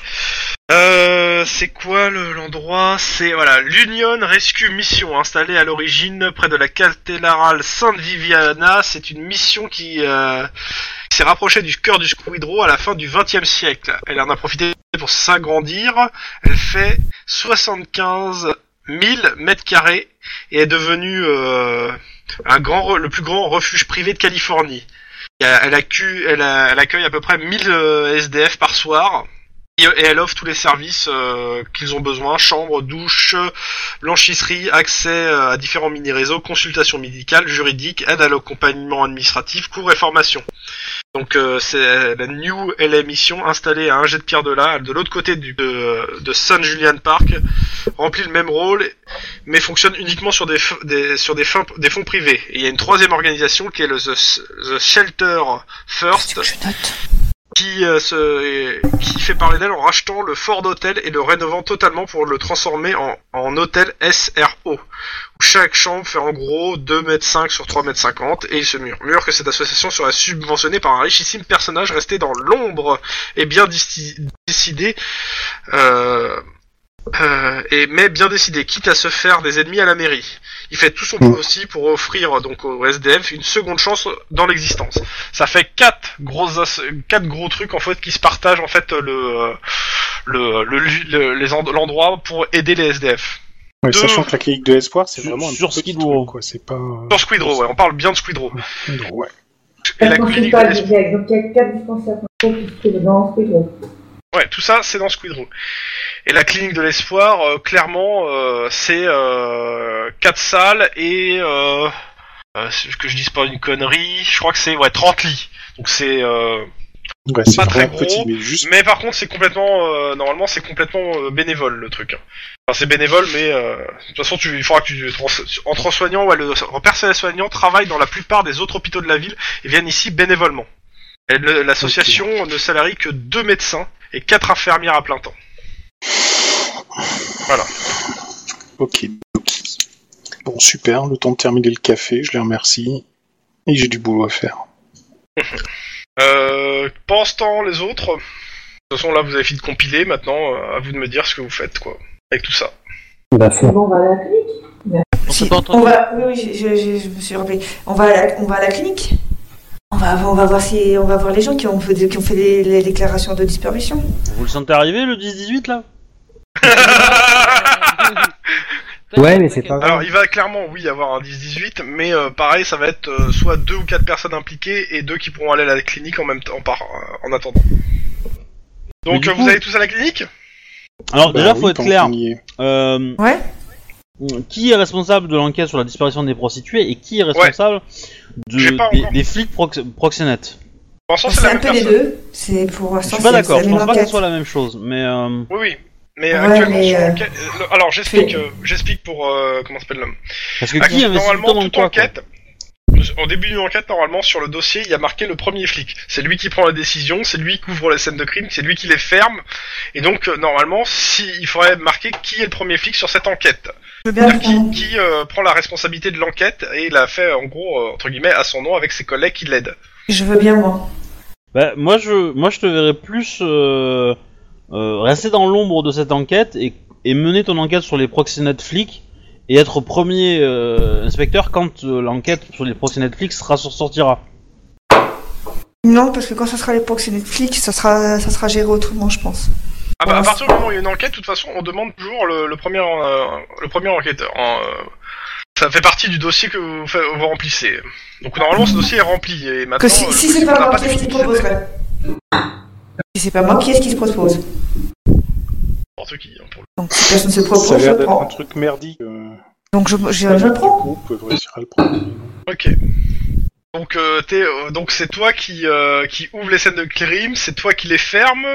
Euh, c'est quoi le- l'endroit C'est voilà, l'Union Rescue Mission installée à l'origine près de la cathédrale Sainte Viviana. C'est une mission qui euh, s'est rapprochée du cœur du Squidro à la fin du XXe siècle. Elle en a profité pour s'agrandir. Elle fait 75 000 mètres carrés et est devenue euh, un grand, re- le plus grand refuge privé de Californie. Il y a- Elle, accu- elle a- elle accueille à peu près 1000 euh, SDF par soir. Et et elle offre tous les services euh, qu'ils ont besoin, chambre, douche, blanchisserie, accès euh, à différents mini-réseaux, consultation médicale, juridique, aide à l'accompagnement administratif, cours et formation. Donc euh, c'est la New LA Mission installée à un jet de pierre de là, de l'autre côté du, de, de San Julian Park, remplit le même rôle mais fonctionne uniquement sur des, f- des- sur des, fins- des fonds privés. Et il y a une troisième organisation qui est le The, The Shelter First,
Je note.
qui, euh, se, qui fait parler d'elle en rachetant le fort d'hôtel et le rénovant totalement pour le transformer en, en hôtel SRO, où chaque chambre fait en gros 2m5 sur 3m50, et il se murmure que cette association sera subventionnée par un richissime personnage resté dans l'ombre et bien disti- décidé... Euh, euh, et mais bien décidé, quitte à se faire des ennemis à la mairie. Il fait tout son
Mm.
possible pour offrir donc au SDF une seconde chance dans l'existence. Ça fait quatre grosses ass- quatre gros trucs en fait qui se partagent en fait le le, le, le- les end- l'endroit pour aider les SDF.
Ouais,
Deux.
Sachant que la clinique de l'espoir, c'est
Sur-
vraiment un
sur
petit
Skid Row.
truc, quoi. C'est pas.
Sur Squidro, ouais, on parle bien de Squidro.
Non, ouais.
Et
Elle
la
n'en fait
clinique
pas
de
des règles. Donc il y a 4 dispensaires qu'on trouve qui se trouvent dans ce groupe.
Ouais, tout ça, c'est dans Squidrow. Et la clinique de l'espoir, euh, clairement, euh, c'est euh, quatre salles et euh, euh, c'est- que je dise pas une connerie, je crois que c'est ouais 30 lits. Donc c'est euh,
Ouais, c'est
Pas très
vraiment
gros,
petit, mais juste.
mais par contre, c'est complètement euh, normalement, c'est complètement euh, bénévole le truc. hein. Enfin, c'est bénévole, mais euh, de toute façon, tu, il faudra que tu trans- entre soignants, ouais, le en personnel soignant travaille dans la plupart des autres hôpitaux de la ville et viennent ici bénévolement. Et le- L'association ne salarie que deux médecins et quatre infirmières à plein temps.
Ok. ok. Bon, super. Le temps de terminer le café, je les remercie. Et j'ai du boulot à faire.
Euh, pendant ce temps, les autres, de toute façon là vous avez fini de compiler, maintenant euh, à vous de me dire ce que vous faites quoi, avec
<laughs>
tout ça.
Bah, faut-
Bon, on va à la clinique.
On
Si,
s'est pas
on
entendu.
va, oui, oui, je, je- je me suis rappelé. On va à la, on va à la clinique. On va, on va voir si, on va voir les gens qui ont, fait- qui ont fait les, les déclarations de disparition.
Vous le sentez arriver le 10-18 là
<laughs>
Ouais, mais c'est pas grave.
Alors il va clairement oui y avoir un 10-18, mais euh, pareil ça va être euh, soit deux ou quatre personnes impliquées et deux qui pourront aller à la clinique en même temps par, euh, en attendant.
Mais
Donc
du
euh, vous
coup-
allez tous à la clinique
Alors
Bah
déjà,
oui,
faut être
tant
clair.
qu'on y est.
Euh,
Ouais.
Qui est responsable de l'enquête sur la disparition des prostituées et qui est responsable de-
J'ai pas
des,
encore.
des flics prox- proxénètes
Pour l'instant,
C'est
la
un
même
peu les
personne.
deux. C'est pour
Je
l'instant.
suis pas
Ah, c'est-
d'accord,
c'est
je
la
pense pas
même
que ce
enquête.
soit la même chose, mais euh,
Oui oui. Mais
Ouais,
actuellement,
mais,
sur
euh,
enquête- euh, alors j'explique, euh, j'explique pour euh, comment s'appelle l'homme.
parce que
Ah,
qui investit le temps
normalement,
dans le
toute
quoi, quoi
enquête, au début d'une enquête, normalement, sur le dossier, il y a marqué le premier flic. C'est lui qui prend la décision, c'est lui qui ouvre les scènes de crime, c'est lui qui les ferme. Et donc, euh, normalement, si, il faudrait marquer qui est le premier flic sur cette enquête.
Je veux bien
C'est-à-dire
comprendre.
qui, qui, euh, prend la responsabilité de l'enquête et la fait, en gros, euh, entre guillemets, à son nom avec ses collègues qui l'aident.
Je veux bien moi.
Bah, moi, je, moi, je te verrais plus euh, euh, rester dans l'ombre de cette enquête et, et mener ton enquête sur les proxénètes flics et être premier euh, inspecteur quand euh, l'enquête sur les proxénètes flics sera sortira.
Non, parce que quand ça sera l'époque, c'est Netflix, ça sera, ça sera géré autrement, je pense.
Ah bah, à
Ouais.
partir du moment où il y a une enquête, de toute façon, on demande toujours le, le premier, euh, le premier enquêteur. hein, euh, ça fait partie du dossier que vous, fa- vous remplissez. Donc normalement, ce dossier est rempli. Et maintenant,
Que si,
euh,
si
le
c'est
flic,
pas
on n'a
moi,
pas
qui est-ce qui
défini.
proposerait Si c'est pas moi, qui est-ce qui se propose
n'importe qui. hein, pour le-
Donc si personne se propose,
Ça a
je
l'air
le
d'être un
prends.
truc merdique. euh,
Donc je, je, je le
du
prends.
coup, on peut réussir à le <laughs> prendre.
Ok. Donc euh, t'es, euh, donc c'est toi qui euh, qui ouvre les scènes de crime, c'est toi qui les ferme,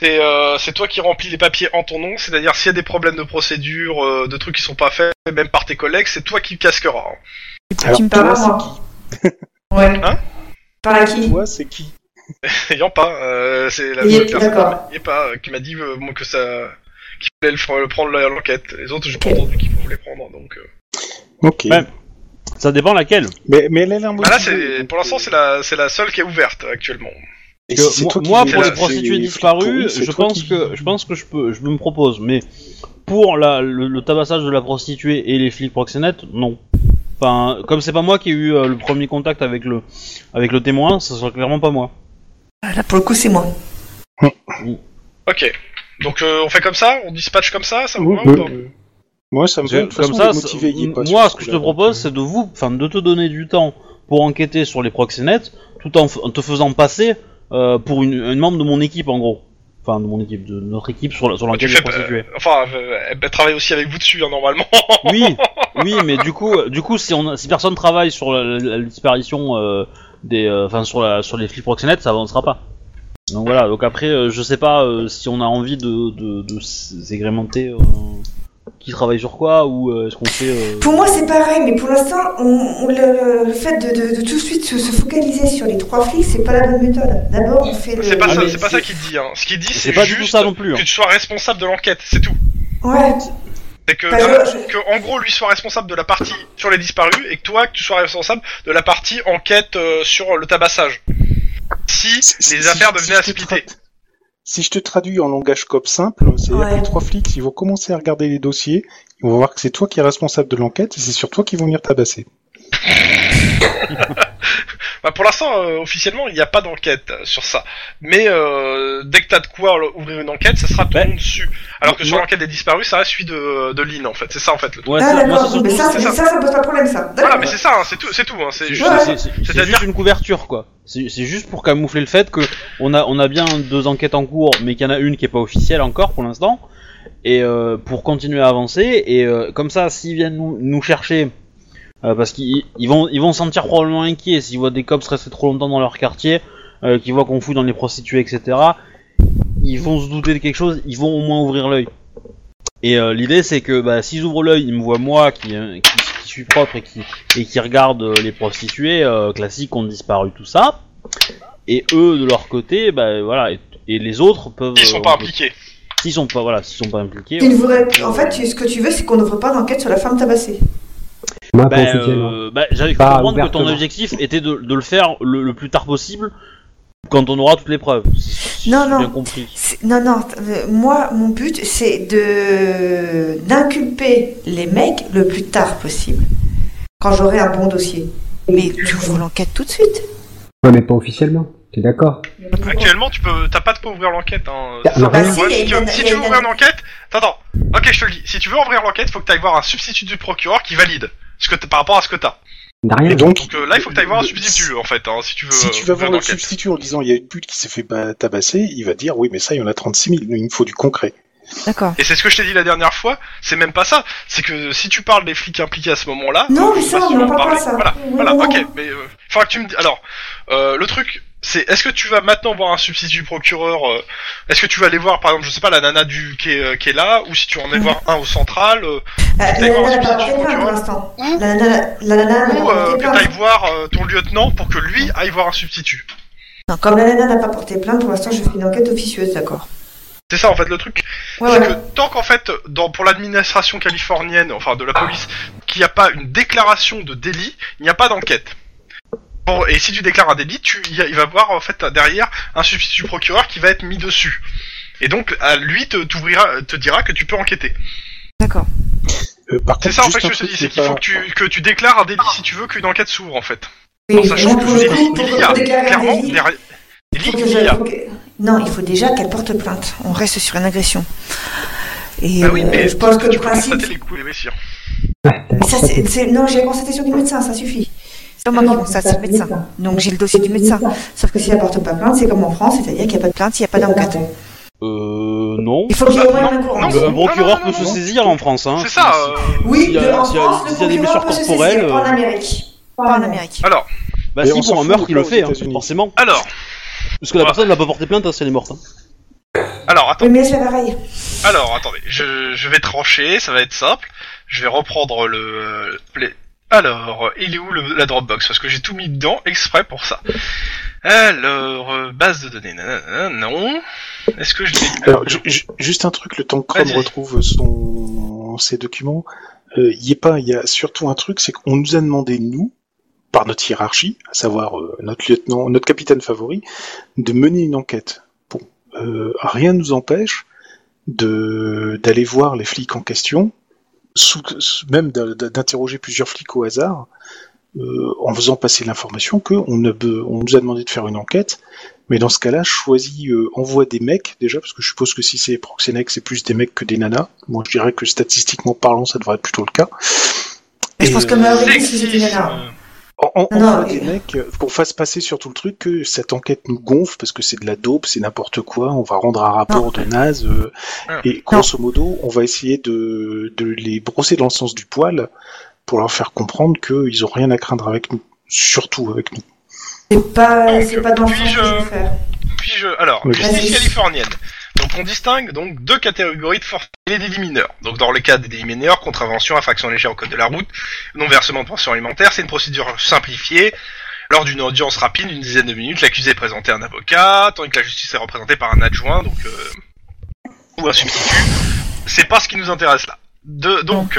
c'est euh, c'est toi qui remplis les papiers en ton nom. C'est-à-dire s'il y a des problèmes de procédure, euh, de trucs qui sont pas faits, même par tes collègues, c'est toi qui casqueras. hein. <laughs>
Alors,
me
toi,
parles à
c'est
moi.
qui
Ouais.
Hein
Par à qui
Toi, c'est qui
Ayant pas, euh, c'est la
Il
seule
est-
personne
d'accord.
qui est pas euh, qui m'a dit euh, bon, que ça qui voulait le, fr- le prendre la- l'enquête. Les autres, j'ai pas
Ok.
entendu qui voulaient les prendre, donc... euh.
Ok.
Ouais. Ça dépend laquelle.
Mais, mais elle a l'air
Bah là,
motivée,
c'est
donc,
pour l'instant,
euh,
c'est la, c'est la seule qui est ouverte actuellement.
et
Que
si c'est
moi,
toi qui
moi,
les-
pour les
c'est
prostituées
les flics
disparues,
pourris, c'est
je
toi
pense
qui-
que je pense que je peux, je me propose, mais pour la, le, le tabassage de la prostituée et les flics proxénètes, non. Enfin, comme c'est pas moi qui ai eu euh, le premier contact avec le avec le témoin, ça sera clairement pas moi.
Là, pour le coup, c'est moi.
Ok. Donc euh, on fait comme ça On dispatche comme ça Ça vous
Oui,
va
oui.
ou pas
Moi, ça me
Parce que
fait
comme ça, ça- moi, ce que je te propose, c'est de vous, enfin, de te donner du temps pour enquêter sur les proxénètes, tout en, f- en te faisant passer euh, pour une, une membre de mon équipe, en gros. Enfin, de mon équipe, de notre équipe sur, la- sur
Bah, Tu
l'enquête
fais-
des prostituées.
Enfin, euh, elle travaille aussi avec vous dessus, hein, normalement.
Oui, oui, mais du coup, euh, du coup, si on, a- si personne travaille sur la, la- la disparition euh, des, euh, enfin, sur la, sur les flics proxénètes, ça avancera pas. Donc voilà. Donc après, euh, je sais pas euh, si on a envie de, de, de s'égrémenter euh, qui travaille sur quoi ou euh, est-ce qu'on fait. euh,
Pour moi, c'est pareil, mais pour l'instant, on- on- le, le fait de, de- de tout de suite se, se focaliser sur les trois flics, c'est pas la bonne méthode. D'abord, on fait le.
C'est pas,
Ah,
ça-
mais
c'est pas
c'est-
ça qu'il dit. Hein. Ce qu'il dit, c'est
C'est pas du tout
juste
ça non plus. hein.
que tu sois responsable de l'enquête, c'est tout.
Ouais.
C'est que,
Bah, je-
euh, que, en gros, lui soit responsable de la partie sur les disparus et que toi, que tu sois responsable de la partie enquête euh, sur le tabassage. Si les affaires devenaient à
si je te
splitter.
tra- Si je te traduis en langage cop simple, c'est
Ouais.
les trois flics, ils vont commencer à regarder les dossiers, ils vont voir que c'est toi qui es responsable de l'enquête, et c'est sur toi qu'ils vont venir tabasser.
Bah, pour l'instant, euh, officiellement, il n'y a pas d'enquête euh, sur ça. Mais euh, dès que t'as de quoi euh, ouvrir une enquête, ça sera tout le
Ouais.
monde dessus. Alors que sur
Moi-
l'enquête des disparus, ça reste celui de, de Lynn, en fait. C'est ça, en fait. le truc.
Ouais,
Ah,
c'est- moi,
d'accord.
c'est surtout-
mais ça,
c'est
c'est-
ça.
ça, ça, pose pas de problème, ça.
Voilà,
D'accord.
mais c'est ça, hein, c'est tout, c'est tout. Hein,
C'est
c'est juste
juste,
ça.
c'est- c'est- c'est
C'est-à-dire-
juste une couverture, quoi. C'est c'est juste pour camoufler le fait que on a, on a bien deux enquêtes en cours, mais qu'il y en a une qui est pas officielle encore pour l'instant, et euh, pour continuer à avancer. Et euh, comme ça, s'ils viennent nous, nous chercher, euh, parce qu'ils ils vont, ils vont se sentir probablement inquiets s'ils voient des cops rester trop longtemps dans leur quartier, euh, qu'ils voient qu'on fouille dans les prostituées, etc. Ils vont se douter de quelque chose, ils vont au moins ouvrir l'œil. Et euh, l'idée c'est que bah, s'ils ouvrent l'œil, ils me voient moi qui, euh, qui, qui suis propre et qui, et qui regardent euh, les prostituées euh, classiques ont disparu, tout ça. Et eux de leur côté, bah voilà, et, et les autres peuvent.
Ils sont
euh,
pas impliqués.
S'ils sont pas, voilà, s'ils sont pas impliqués.
Tu ne
ouais.
voudrais- En fait, tu- ce que tu veux, c'est qu'on n'ouvre pas d'enquête sur la femme tabassée.
Moi,
Bah,
pas officiellement.
euh, bah, j'avais cru
Pas
comprendre que ton
ouvertement.
objectif était de, de le faire le, le plus tard possible quand on aura toutes les preuves. si- si
Non,
j'ai
non.
Bien compris.
C'est- Non, non, t- euh, moi, mon but, c'est de d'inculper les mecs le plus tard possible, quand j'aurai un bon dossier. Mais tu ouvres l'enquête tout de suite.
Ouais, mais pas officiellement. T'es d'accord
Actuellement, tu peux, t'as pas de quoi ouvrir l'enquête. Hein.
Bah,
C'est ça,
bah,
le
si,
problème,
il y
c'est
a
que
une-
si
il y a
tu veux
une-
ouvrir une enquête, attends. Ok, je te le dis. Si tu veux ouvrir l'enquête, faut que t'ailles voir un substitut du procureur qui valide ce que t'as- par rapport à ce que t'as.
T'as rien.
Et donc,
Donc euh, là, il faut que t'ailles voir un
le-
substitut en fait, hein, si tu veux.
si tu
euh,
vas
ouvrir
voir
une
le
enquête.
substitut en disant il y a une pute qui s'est fait ba- tabasser, il va dire oui, mais ça, il y en a 36 000, il me faut du concret.
D'accord.
Et c'est ce que je t'ai dit la dernière fois, c'est même pas ça. C'est que si tu parles des flics impliqués à ce moment-là.
Non, mais
je sais
ça,
pas si
on
tu
en
veux
parle pas,
parler.
ça.
Voilà,
Oui,
voilà,
non, non.
ok, mais. Euh, faudra que tu me dis. Alors, euh, le truc, c'est est-ce que tu vas maintenant voir un substitut du procureur euh, Est-ce que tu vas aller voir, par exemple, je sais pas, la nana du qui est, euh, qui est là, ou si tu en
Mm.
es voir un au central, euh,
Euh,
t'as
la
eu un
nana n'a
substitut,
pas porté plainte
tu vois.
pour l'instant.
Ou-
La nana la nana n'a
ou
pas
euh,
porté
que t'ailles
plainte.
voir euh, ton lieutenant pour que lui aille voir un substitut.
Non,
Comme
comme
la nana n'a pas porté plainte, pour l'instant, je fais une enquête officieuse, d'accord.
C'est ça en fait le truc.
Ouais,
c'est
ouais.
que tant qu'en fait, dans, pour l'administration californienne, enfin de la police, qu'il n'y a pas une déclaration de délit, il n'y a pas d'enquête. Bon, et si tu déclares un délit, tu, il y a- il va voir en fait derrière un substitut procureur qui va être mis dessus. Et donc, à lui te, t'ouvrira- te dira que tu peux enquêter.
D'accord.
Euh, par
C'est
contre,
ça en
juste
fait que
un
je te
truc
dis,
qui
c'est
est
qu'il faut
pas-
que tu, que tu déclares un délit si tu veux qu'une enquête s'ouvre en fait.
Oui,
En sachant
mais
que
pour le coup,
délit,
pour-
il
pour
y a
déclarer un
clairement
délit,
derrière- délit,
faut que
il y
je-
a.
faut que- Non, il faut déjà qu'elle porte plainte. On reste sur une agression. Et
Bah oui,
euh,
mais
je pense que
tu
le
peux constater
principe.
les coups, les messieurs.
Mais ça, c'est- c'est- Non, j'ai la constatation du médecin, ça suffit. C'est pas moi qui constate, c'est le médecin. Donc j'ai le dossier du médecin. Sauf que si elle porte pas plainte, c'est comme en France, c'est-à-dire qu'il n'y a pas de plainte, il n'y a pas d'enquête.
Euh, non.
Il faut qu'il y ait au moins
non,
un courant.
non,
Le
non,
procureur
non,
peut
non,
se
non.
saisir en France. Hein,
C'est ça. euh,
Oui,
s'il ah, y a-
le- en
s'il y a-
France, le
s'il y a des blessures
procureur peut se
corporelles,
saisir, pas en
euh,
Amérique. Pas en Amérique.
Bah
Mais
si
on s'en
pour un
fout
meurtre, il le
aux
fait, hein,
États-Unis.
forcément.
Alors,
Parce que la
Ouais.
personne n'a pas porté plainte hein, si elle est morte. hein.
alors, attends.
Oui, mais c'est pareil.
Alors, attendez, je, je vais trancher, ça va être simple. Je vais reprendre le... play. Alors, il est où le- la Dropbox Parce que j'ai tout mis dedans exprès pour ça. Alors, euh, base de données, nanana, non. Est-ce que je l'ai...
Alors, ju- ju- juste un truc, le temps que Chrome
Vas-y.
retrouve son, ses documents. euh, y est pas. Il y a surtout un truc, c'est qu'on nous a demandé nous, par notre hiérarchie, à savoir euh, notre lieutenant, notre capitaine favori, de mener une enquête. Bon, euh, rien ne nous empêche de d'aller voir les flics en question, sous- sous- même d'in- d'interroger plusieurs flics au hasard, euh, en faisant passer l'information que on, ne be- on nous a demandé de faire une enquête, mais dans ce cas-là, je choisis, euh, envoie des mecs déjà, parce que je suppose que si c'est proxénèque, c'est plus des mecs que des nanas. Moi, je dirais que statistiquement parlant, ça devrait être plutôt le cas.
Mais je
Et,
pense que
euh,
Marie, c'était une nana.
en- en-
Non,
envoie
non, mais-
des mecs euh, qu'on fasse passer sur tout le truc que cette enquête nous gonfle parce que c'est de la dope, c'est n'importe quoi, on va rendre un rapport de naze euh, et grosso modo, on va essayer de, de les brosser dans le sens du poil pour leur faire comprendre qu'ils ont rien à craindre avec nous, surtout avec nous.
C'est pas,
Donc,
c'est pas dans le sens
puis-je- euh,
que je veux faire.
Puis-je... Alors,
Oui.
justice
Vas-y.
californienne. Donc on distingue donc deux catégories de forfaits et des délits mineurs. Donc dans le cas des délits mineurs, contravention, infraction légère au code de la route, non-versement de pension alimentaire, c'est une procédure simplifiée. Lors d'une audience rapide, d'une dizaine de minutes, l'accusé est présenté à un avocat, tandis que la justice est représentée par un adjoint, donc euh, ou un substitut. C'est pas ce qui nous intéresse là. De- donc,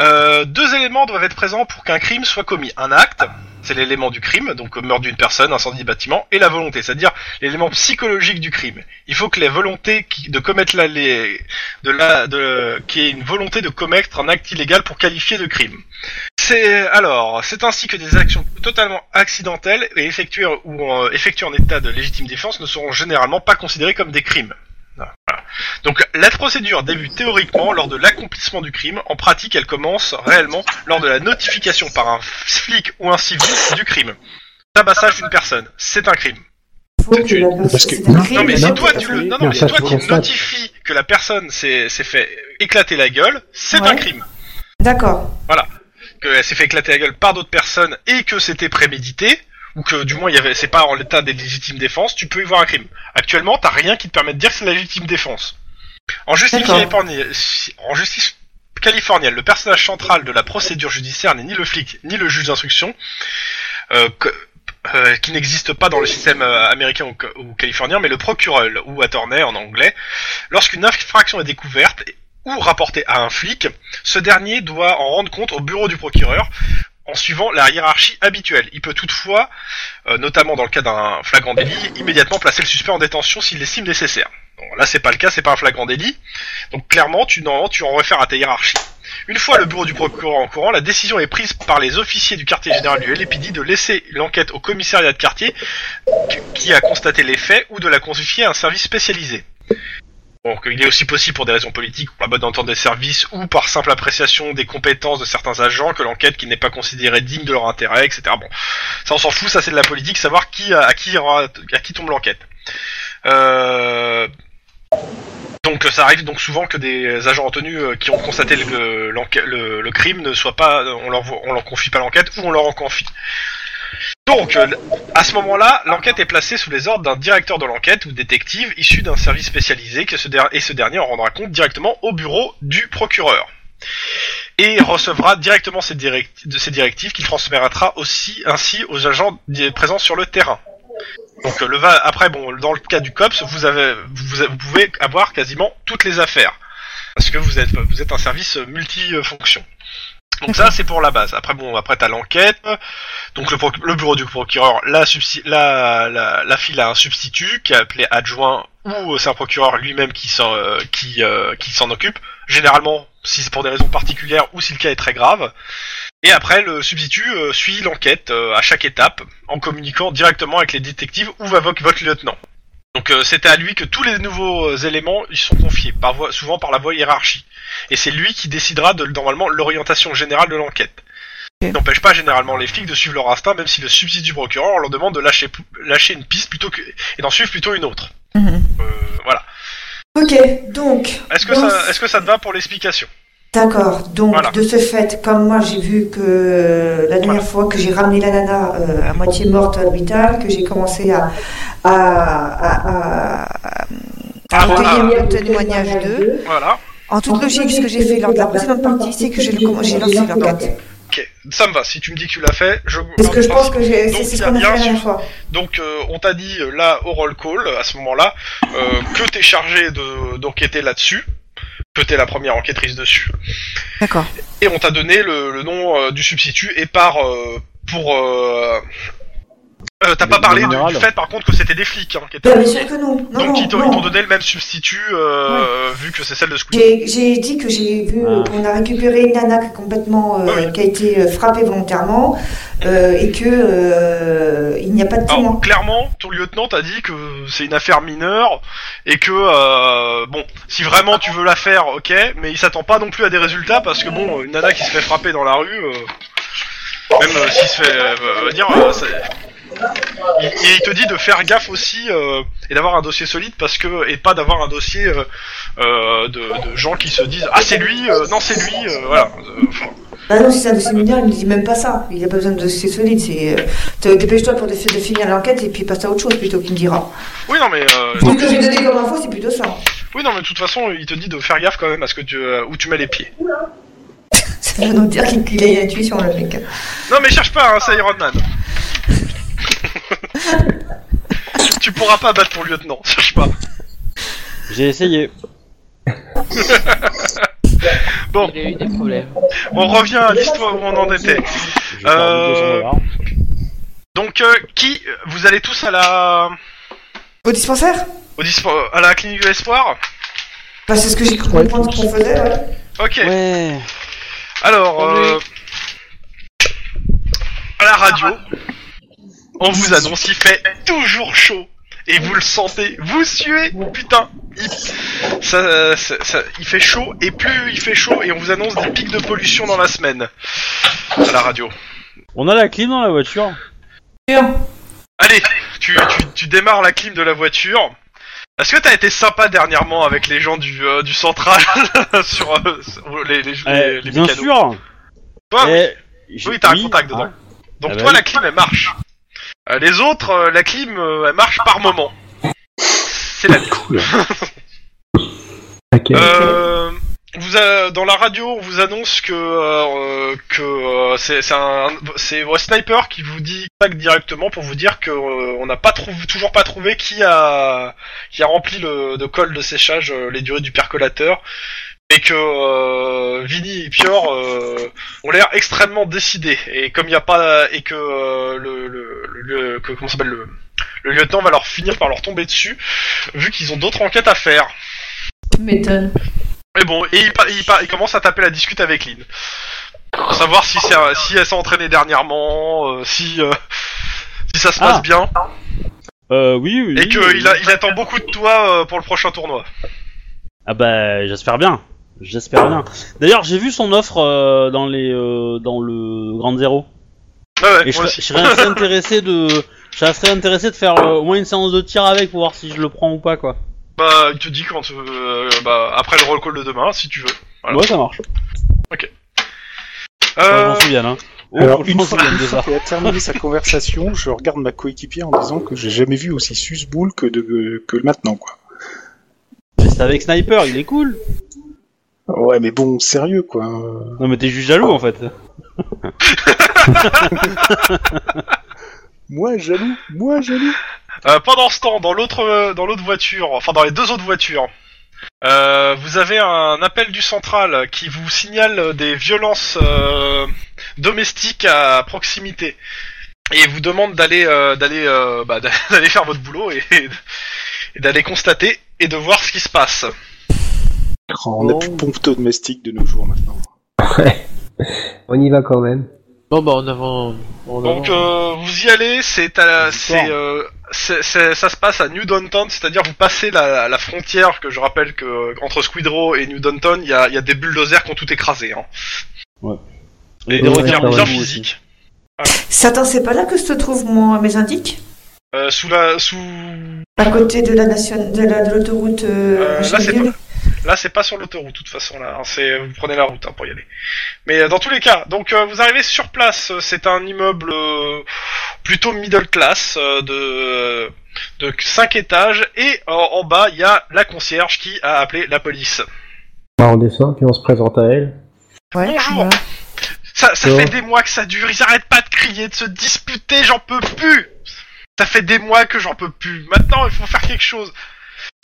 euh, deux éléments doivent être présents pour qu'un crime soit commis. Un acte, c'est l'élément du crime, donc euh, meurtre d'une personne, incendie de bâtiment, et la volonté, c'est-à-dire l'élément psychologique du crime. Il faut que la volonté qui- de commettre la, les, de la, de, qui est une volonté de commettre un acte illégal pour qualifier de crime. C'est alors, c'est ainsi que des actions totalement accidentelles et effectuées ou en, effectuées en état de légitime défense ne seront généralement pas considérées comme des crimes. Voilà. Donc la procédure débute théoriquement lors de l'accomplissement du crime, en pratique elle commence réellement lors de la notification par un flic ou un civil du crime. Tabassage d'une personne, c'est un crime.
Faut que la personne-
parce que-
c'est un crime,
Non mais
non,
si toi
c'est
tu
pas
le,
fait.
non, non, mais
Ça,
toi
je
qui
constate.
notifies que la personne s'est s'est fait éclater la gueule, c'est un
Ouais.
crime.
D'accord.
Qu'elle s'est fait éclater la gueule par d'autres personnes et que c'était prémédité ou que du moins il y avait c'est pas en l'état des légitimes défenses, tu peux y voir un crime. Actuellement, t'as rien qui te permet de dire que c'est la légitime défense. En justice,
D'accord.
californienne, en justice californienne, le personnage central de la procédure judiciaire n'est ni le flic ni le juge d'instruction, euh, que- euh, qui n'existe pas dans le système euh, américain ou, ca- ou californien, mais le procureur ou attorney en anglais. Lorsqu'une infraction est découverte ou rapportée à un flic, ce dernier doit en rendre compte au bureau du procureur en suivant la hiérarchie habituelle. Il peut toutefois, euh, notamment dans le cas d'un flagrant délit, immédiatement placer le suspect en détention s'il l'estime nécessaire. Bon, là, c'est pas le cas, c'est pas un flagrant délit. Donc, clairement, tu, normalement, tu en réfères à ta hiérarchie. Une fois le bureau du procureur en courant, la décision est prise par les officiers du quartier général du LPD de laisser l'enquête au commissariat de quartier qui a constaté les faits ou de la confier à un service spécialisé. Donc, il est aussi possible pour des raisons politiques, pour la bonne entente des services ou par simple appréciation des compétences de certains agents que l'enquête qui n'est pas considérée digne de leur intérêt, etc. Bon, ça on s'en fout, ça c'est de la politique, savoir qui euh, à, à qui aura- à qui tombe l'enquête. Euh, donc ça arrive donc souvent que des agents en tenue euh, qui ont constaté le, le, l'enque- le- le crime ne soient pas, euh, on leur vo- on leur confie pas l'enquête ou on leur en confie. Donc, euh, à ce moment-là, l'enquête est placée sous les ordres d'un directeur de l'enquête ou détective issu d'un service spécialisé que ce der- et ce dernier en rendra compte directement au bureau du procureur. Et recevra directement ses, direct- de ses directives qu'il transmettra aussi ainsi aux agents di- présents sur le terrain. Donc euh, le va après bon dans le cas du cops vous avez vous, vous pouvez avoir quasiment toutes les affaires parce que vous êtes vous êtes un service euh, multifonction. Donc ça c'est pour la base. Après bon après t'as l'enquête donc le, proc- le bureau du procureur la, substi- la, la, la file à un substitut qui est appelé adjoint ou euh, c'est un procureur lui-même qui s'en euh, qui, euh, qui s'en occupe. Généralement si c'est pour des raisons particulières ou si le cas est très grave. Et après le substitut euh, suit l'enquête euh, à chaque étape en communiquant directement avec les détectives ou avec votre lieutenant. Donc euh, c'est à lui que tous les nouveaux euh, éléments ils sont confiés, par voie- souvent par la voie hiérarchie. Et c'est lui qui décidera de normalement l'orientation générale de l'enquête. Il N'empêche pas généralement les flics de suivre leur instinct, même si le substitut du procureur leur demande de lâcher, pou- lâcher une piste plutôt que et d'en suivre plutôt une autre.
Mhm.
Euh, voilà.
Ok, donc.
Est-ce que
dans
ça,
ce-
est-ce que ça te va pour l'explication
D'accord. Donc,
Voilà.
de ce fait, comme moi, j'ai vu que euh, la dernière fois que j'ai ramené la nana euh, à moitié morte à l'hôpital, que j'ai commencé à, à, à, à, à
Ah,
recueillir
voilà.
mon témoignage d'eux,
Voilà.
en toute logique, ce que j'ai fait lors de la précédente partie, c'est que j'ai le- j'ai lancé l'enquête.
Ok. Ça me va. Si tu me dis que tu l'as fait, je.
Parce que je pense
Principe-
que j'ai-
Donc,
c'est c'est
il y
ce
a
qu'on a fait
bien
la dernière
sûr-
fois.
Donc euh, on t'a dit euh, là au roll call à ce moment-là euh, que t'es chargé de d'enquêter là-dessus. que t'es la première enquêtrice dessus.
D'accord.
Et on t'a donné le, le nom euh, du substitut et par euh, pour euh, euh, t'as
Le-
pas parlé
le
de-
général.
du fait par contre que c'était des flics hein, qui étaient
Bah, bien sûr que non. Non,
donc
non,
ils t'ont
non.
ils t'ont donné le même substitut euh, vu que c'est celle de Squid.
J'ai j'ai dit que j'ai vu euh,
Ah.
qu'on a récupéré une nana qui, est complètement, euh, qui a été euh, frappée volontairement euh, et que euh, il n'y a pas de témoin.
Alors Ah, clairement ton lieutenant t'a dit que c'est une affaire mineure et que euh, bon si vraiment tu veux la faire ok mais il s'attend pas non plus à des résultats parce que bon une nana qui se fait frapper dans la rue euh, même euh, s'il se fait euh, dire euh, c'est- Il- Et il te dit de faire gaffe aussi euh, et d'avoir un dossier solide parce que et pas d'avoir un dossier euh, euh, de, de gens qui se disent ah c'est lui euh, non c'est lui euh, voilà Euh, enfin,
Bah non, si c'est un dossier mineur, il ne dit même pas ça. Il n'y a pas besoin de dossier solide. C'est euh, te- dépêche-toi pour de, de finir l'enquête et puis passe à autre chose plutôt qu'il me dira.
oui non mais euh,
Ce que j'ai donné comme info, c'est plutôt ça. <laughs>
oui non mais de toute façon il te dit de faire gaffe quand même à ce que tu euh, où tu mets les pieds
Ça veut donc dire qu'il qu'il a une intuition, le mec.
non mais cherche pas hein, c'est Iron Man tu pourras pas battre ton lieutenant cherche pas
J'ai
<laughs>
essayé.
bon
Il a eu des problèmes.
on revient à l'histoire où on en était Euh,
J'ai perdu 200 dollars.
donc euh, qui vous allez tous à la
Au dispensaire
au dispo- à la clinique de l'espoir
bah, C'est ce que j'ai cru comprendre qu'on faisait. ouais.
ok
Ouais.
Alors, euh, à la radio, on vous annonce il fait toujours chaud. Et vous le sentez, vous suez, putain. Il, ça- ça- ça- il fait chaud, et plus il fait chaud, et on vous annonce des pics de pollution dans la semaine. À la radio.
On a la clim dans la voiture.
Allez, tu, tu- tu démarres la clim de la voiture. Est-ce que t'as été sympa dernièrement avec les gens du, euh, du central <laughs> sur euh, sur les, les, les-
Eh,
les
bien
mécanos
sûr.
Toi, oui.
Eh, j'ai-
Oui, t'as un contact dedans. Donc
Ah
toi,
bah
la clim, elle marche. Euh, les autres, euh, la clim, euh, elle marche par moment.
<laughs>
C'est la vie.
Ok.
Euh, vous, euh, dans la radio, on vous annonce que, euh, que euh, c'est c'est un, c'est votre sniper qui vous dit tac directement pour vous dire que euh, on n'a pas trouvé, toujours pas trouvé qui a, qui a rempli le de colle de séchage euh, les durées du percolateur. Et que euh, Vini et Pior euh, ont l'air extrêmement décidés. Et comme il n'y a pas et que euh, le, le, le, le- que- comment ça s'appelle le, le lieutenant va leur finir par leur tomber dessus, vu qu'ils ont d'autres enquêtes à faire.
Tu m'étonnes.
Mais bon, et il, pa- il, pa- il commence à taper la discute avec Lynn. Pour savoir si, c'est un- si elle s'est entraînée dernièrement, euh, si, euh, si ça se passe
Ah.
bien,
Euh, oui, oui.
et
oui, oui.
qu'il a- il attend beaucoup de toi euh, pour le prochain tournoi.
Ah bah, j'espère bien. J'espère bien. D'ailleurs, j'ai vu son offre euh, dans les euh, dans le Grand Zéro.
Ouais, ouais,
Et je,
moi
serais-
aussi.
je serais assez intéressé de je serais intéressé de faire euh, au moins une séance de tir avec pour voir si je le prends ou pas quoi.
Bah, il te dit quand, euh, bah, après le roll call de demain, si tu veux. Voilà.
Ouais, ça marche. Ouais,
Euh,
je m'en souviens hein. Oh,
Alors,
je
une
m'en
fois,
souviens
une
de
fois
ça.
qu'elle a terminé sa conversation, je regarde ma coéquipière en disant que j'ai jamais vu aussi susboule que, de, que maintenant, quoi.
Mais C'est avec Sniper, il est cool.
Ouais, mais bon, sérieux, quoi.
Non mais t'es juste jaloux en fait.
Moi, jaloux, moi, jaloux.
euh, pendant ce temps, dans l'autre, euh, dans l'autre voiture, enfin dans les deux autres voitures, euh, vous avez un appel du central qui vous signale des violences euh, domestiques à proximité et vous demande d'aller, euh, d'aller, euh, bah, <laughs> d'aller faire votre boulot et, et d'aller constater et de voir ce qui se passe.
On n'a plus de pompteau domestique de nos jours, maintenant.
On y va quand même.
Bon, bah, en avant. En
Donc
avant.
euh, vous y allez, c'est à, c'est, euh, c'est- c'est- ça se passe à New Downtown, c'est-à-dire vous passez la, la frontière que je rappelle que euh, entre Squid Row et New Downtown, il y a, il y a des bulldozers qui ont tout écrasé. Hein.
Les
Des
Ouais,
regards
ouais,
bien
ouais.
physiques.
Satan, c'est pas là que se trouvent mon- mes indices
Euh, sous la, sous
À côté de la nation, de la- de l'autoroute.
Euh,
euh,
là, c'est
Richelieu.
là c'est pas sur l'autoroute de toute façon là, hein, c'est vous prenez la route hein, pour y aller. Mais euh, dans tous les cas, donc euh, vous arrivez sur place, euh, c'est un immeuble euh, plutôt middle class euh, de de 5 étages et euh, en bas il y a la concierge qui a appelé la police.
Bah, on descend, puis on se présente à elle.
Ouais,
bonjour.
voilà.
Ça, ça
Bon.
fait des mois que ça dure, ils arrêtent pas de crier, de se disputer, j'en peux plus Ça fait des mois que j'en peux plus, maintenant il faut faire quelque chose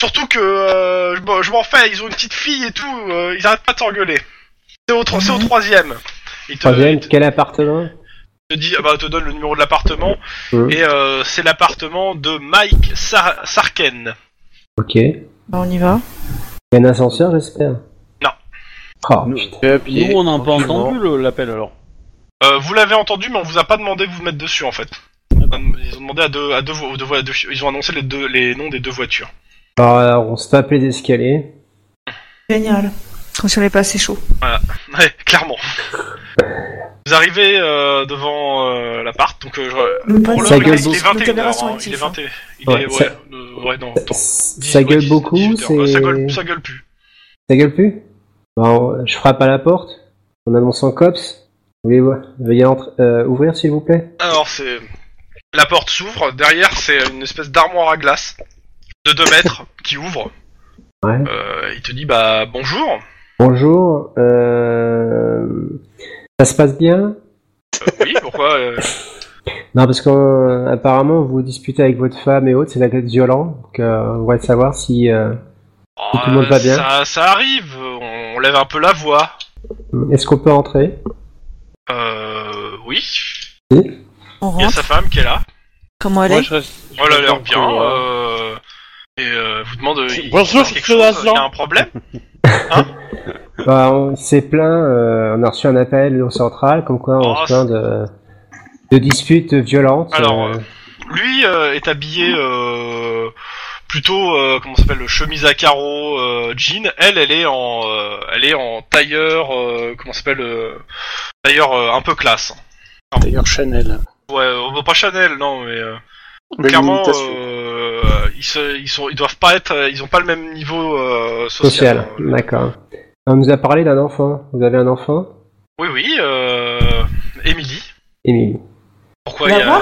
Surtout que euh, je, bon, je m'en fais, ils ont une petite fille et tout, euh, ils arrêtent pas de s'engueuler. C'est au, tro- c'est au troisième. Ils te,
Troisième,
ils te-
quel appartement
te dit, bah, te donne le numéro de l'appartement
Mhm.
et euh, c'est l'appartement de Mike Sar- Sarken.
Ok. Il
Bah, on y va.
y a un ascenseur, j'espère
Non.
Oh,
Nous-
putain.
Je vais appuyer.
Nous, on n'a pas
tranquillement.
entendu le- l'appel alors.
Euh, vous l'avez entendu, mais on vous a pas demandé de vous mettre dessus en fait. Ils ont demandé à deux, à deux, vo- deux vo- à deux- ils ont annoncé les deux, les noms des deux voitures.
Alors, Bah, alors, on se tape les escaliers.
Génial. Comme si on n'est pas assez chaud.
Ouais, clairement. Vous arrivez euh, devant euh, l'appart, donc euh, je-
Le
pour
pote-
Sa
l'heure, il
gueule
est- il est
bouffe.
Les
21
caméras
heures,
sont
hein, il
actives,
est 21 il
Ouais,
est, ouais,
ça-
euh, ouais, non,
Ça,
attends.
ça
18,
gueule
18,
beaucoup
18,
c'est...
ouais, ça gueule, ça gueule plus.
Ça gueule plus Bon, je frappe à la porte en annonçant COPS. Veuillez, veuillez entr- euh, ouvrir, s'il vous plaît.
Alors c'est la porte s'ouvre, derrière c'est une espèce d'armoire à glace de 2 mètres qui ouvre.
Ouais.
Euh, il te dit bah bonjour.
Bonjour. euh, Ça se passe bien
Euh, oui, pourquoi euh,
Non, parce qu'apparemment, apparemment vous disputez avec votre femme et autres, c'est d'acte violent. Donc, euh, on va savoir si. euh, Et tout le monde va bien
Ah, ça, ça arrive, on, on lève un peu la voix.
Est-ce qu'on peut entrer
Euh, oui,
On
il y a
rentre.
sa femme qui est là.
Comment elle
Moi,
est
je reste.
Oh, elle a l'air
j'attends
bien.
que, euh,
euh, Et euh, vous demande. euh, il-
Bonjour,
il se passe quelque
c'est
chose,
l'agent.
Il y a un problème
bah, On s'est plaint, euh, on a reçu un appel au central, comme quoi on
Oh,
se plaint de, de disputes violentes.
Alors,
euh,
Lui euh, est habillé euh, plutôt euh, comment ça s'appelle chemise à carreaux, euh, jean. Elle, elle est en, euh, elle est en tailleur, euh, comment ça s'appelle euh, tailleur euh, un peu classe.
Ah
D'ailleurs, Chanel.
Ouais, euh, pas Chanel, non, mais euh,
Belle
clairement
imitation.
euh, ils, se- ils sont, ils doivent pas être, euh, ils ont pas le même niveau euh, social.
social, d'accord. On nous a parlé d'un enfant. Vous avez un enfant
Oui, oui. Euh, Emily,
Émilie.
pourquoi
La
il y a
voix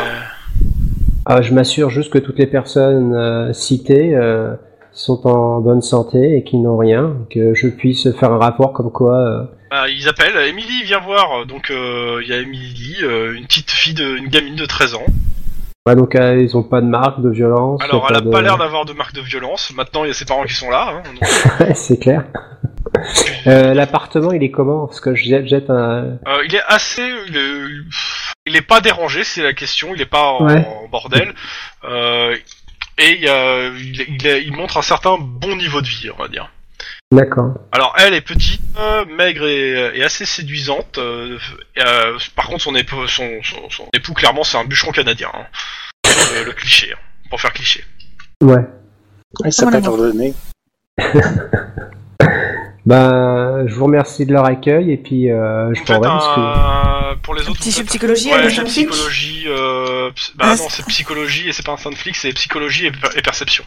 Ah, je m'assure juste que toutes les personnes euh, citées euh, sont en bonne santé et qu'ils n'ont rien, que je puisse faire un rapport comme quoi. euh,
Bah, ils appellent, Emily viens voir, donc euh, il y a Emily, euh, une petite fille, de, une gamine de 13 ans.
ouais, donc euh, ils ont pas de marque de violence.
Alors elle a
de-
pas
<laughs>
l'air d'avoir de marque de violence, maintenant il y a ses parents qui sont là. hein, donc,
Ouais, c'est clair. Euh, L'appartement, il est comment Parce que je jette- jette un.
euh, il est assez... Il est, il est pas dérangé, c'est la question, il est pas en,
Ouais.
en bordel. Euh, et il, y a- il, il est- il montre un certain bon niveau de vie, on va dire.
D'accord.
Alors elle est petite, euh, maigre et, et assez séduisante. euh, euh, par contre son époux, son, son- son époux clairement c'est un bûcheron canadien. hein. Euh, le cliché, hein, pour faire cliché.
Ouais.
Elle s'appelle
Voilà.
ordonnée.
Ben, je vous remercie de leur accueil et puis euh, je
Vous
m'en
faites
vais. parce que-
un... Pour les autres,
Petit
vous
jeu
faites-
psychologie,
Ouais,
elle
j'ai
est psychologie.
psychologie. Euh... ps- Bah
Ah,
non,
c'est-
c'est psychologie et c'est pas un flic, c'est psychologie et, per- et perception.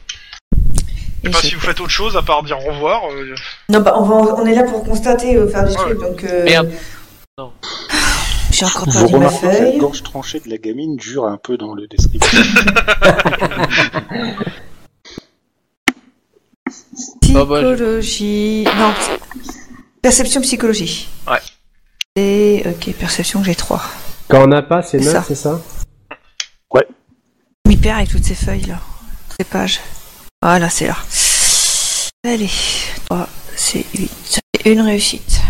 Je sais pas si vous faites autre chose à part dire au revoir. euh,
Non, bah, on, va, on est là pour constater, euh, faire des trucs, donc... euh,
Merde.
J'ai encore
Vous
Vous
perdu ma
remarquerez
remarquez-
que la
feuille.
gorge tranchée de la gamine dure un peu dans le descriptif.
Ah bah, j'ai-
Psychologie. Non. Perception psychologie.
Ouais.
Et ok, perception, j'ai 3.
Quand on n'a pas, c'est
C'est
neuf,
ça.
c'est ça
M'y perd avec toutes ces feuilles là. Ces pages. Voilà, c'est là. Allez, 3, c'est 8. Une réussite.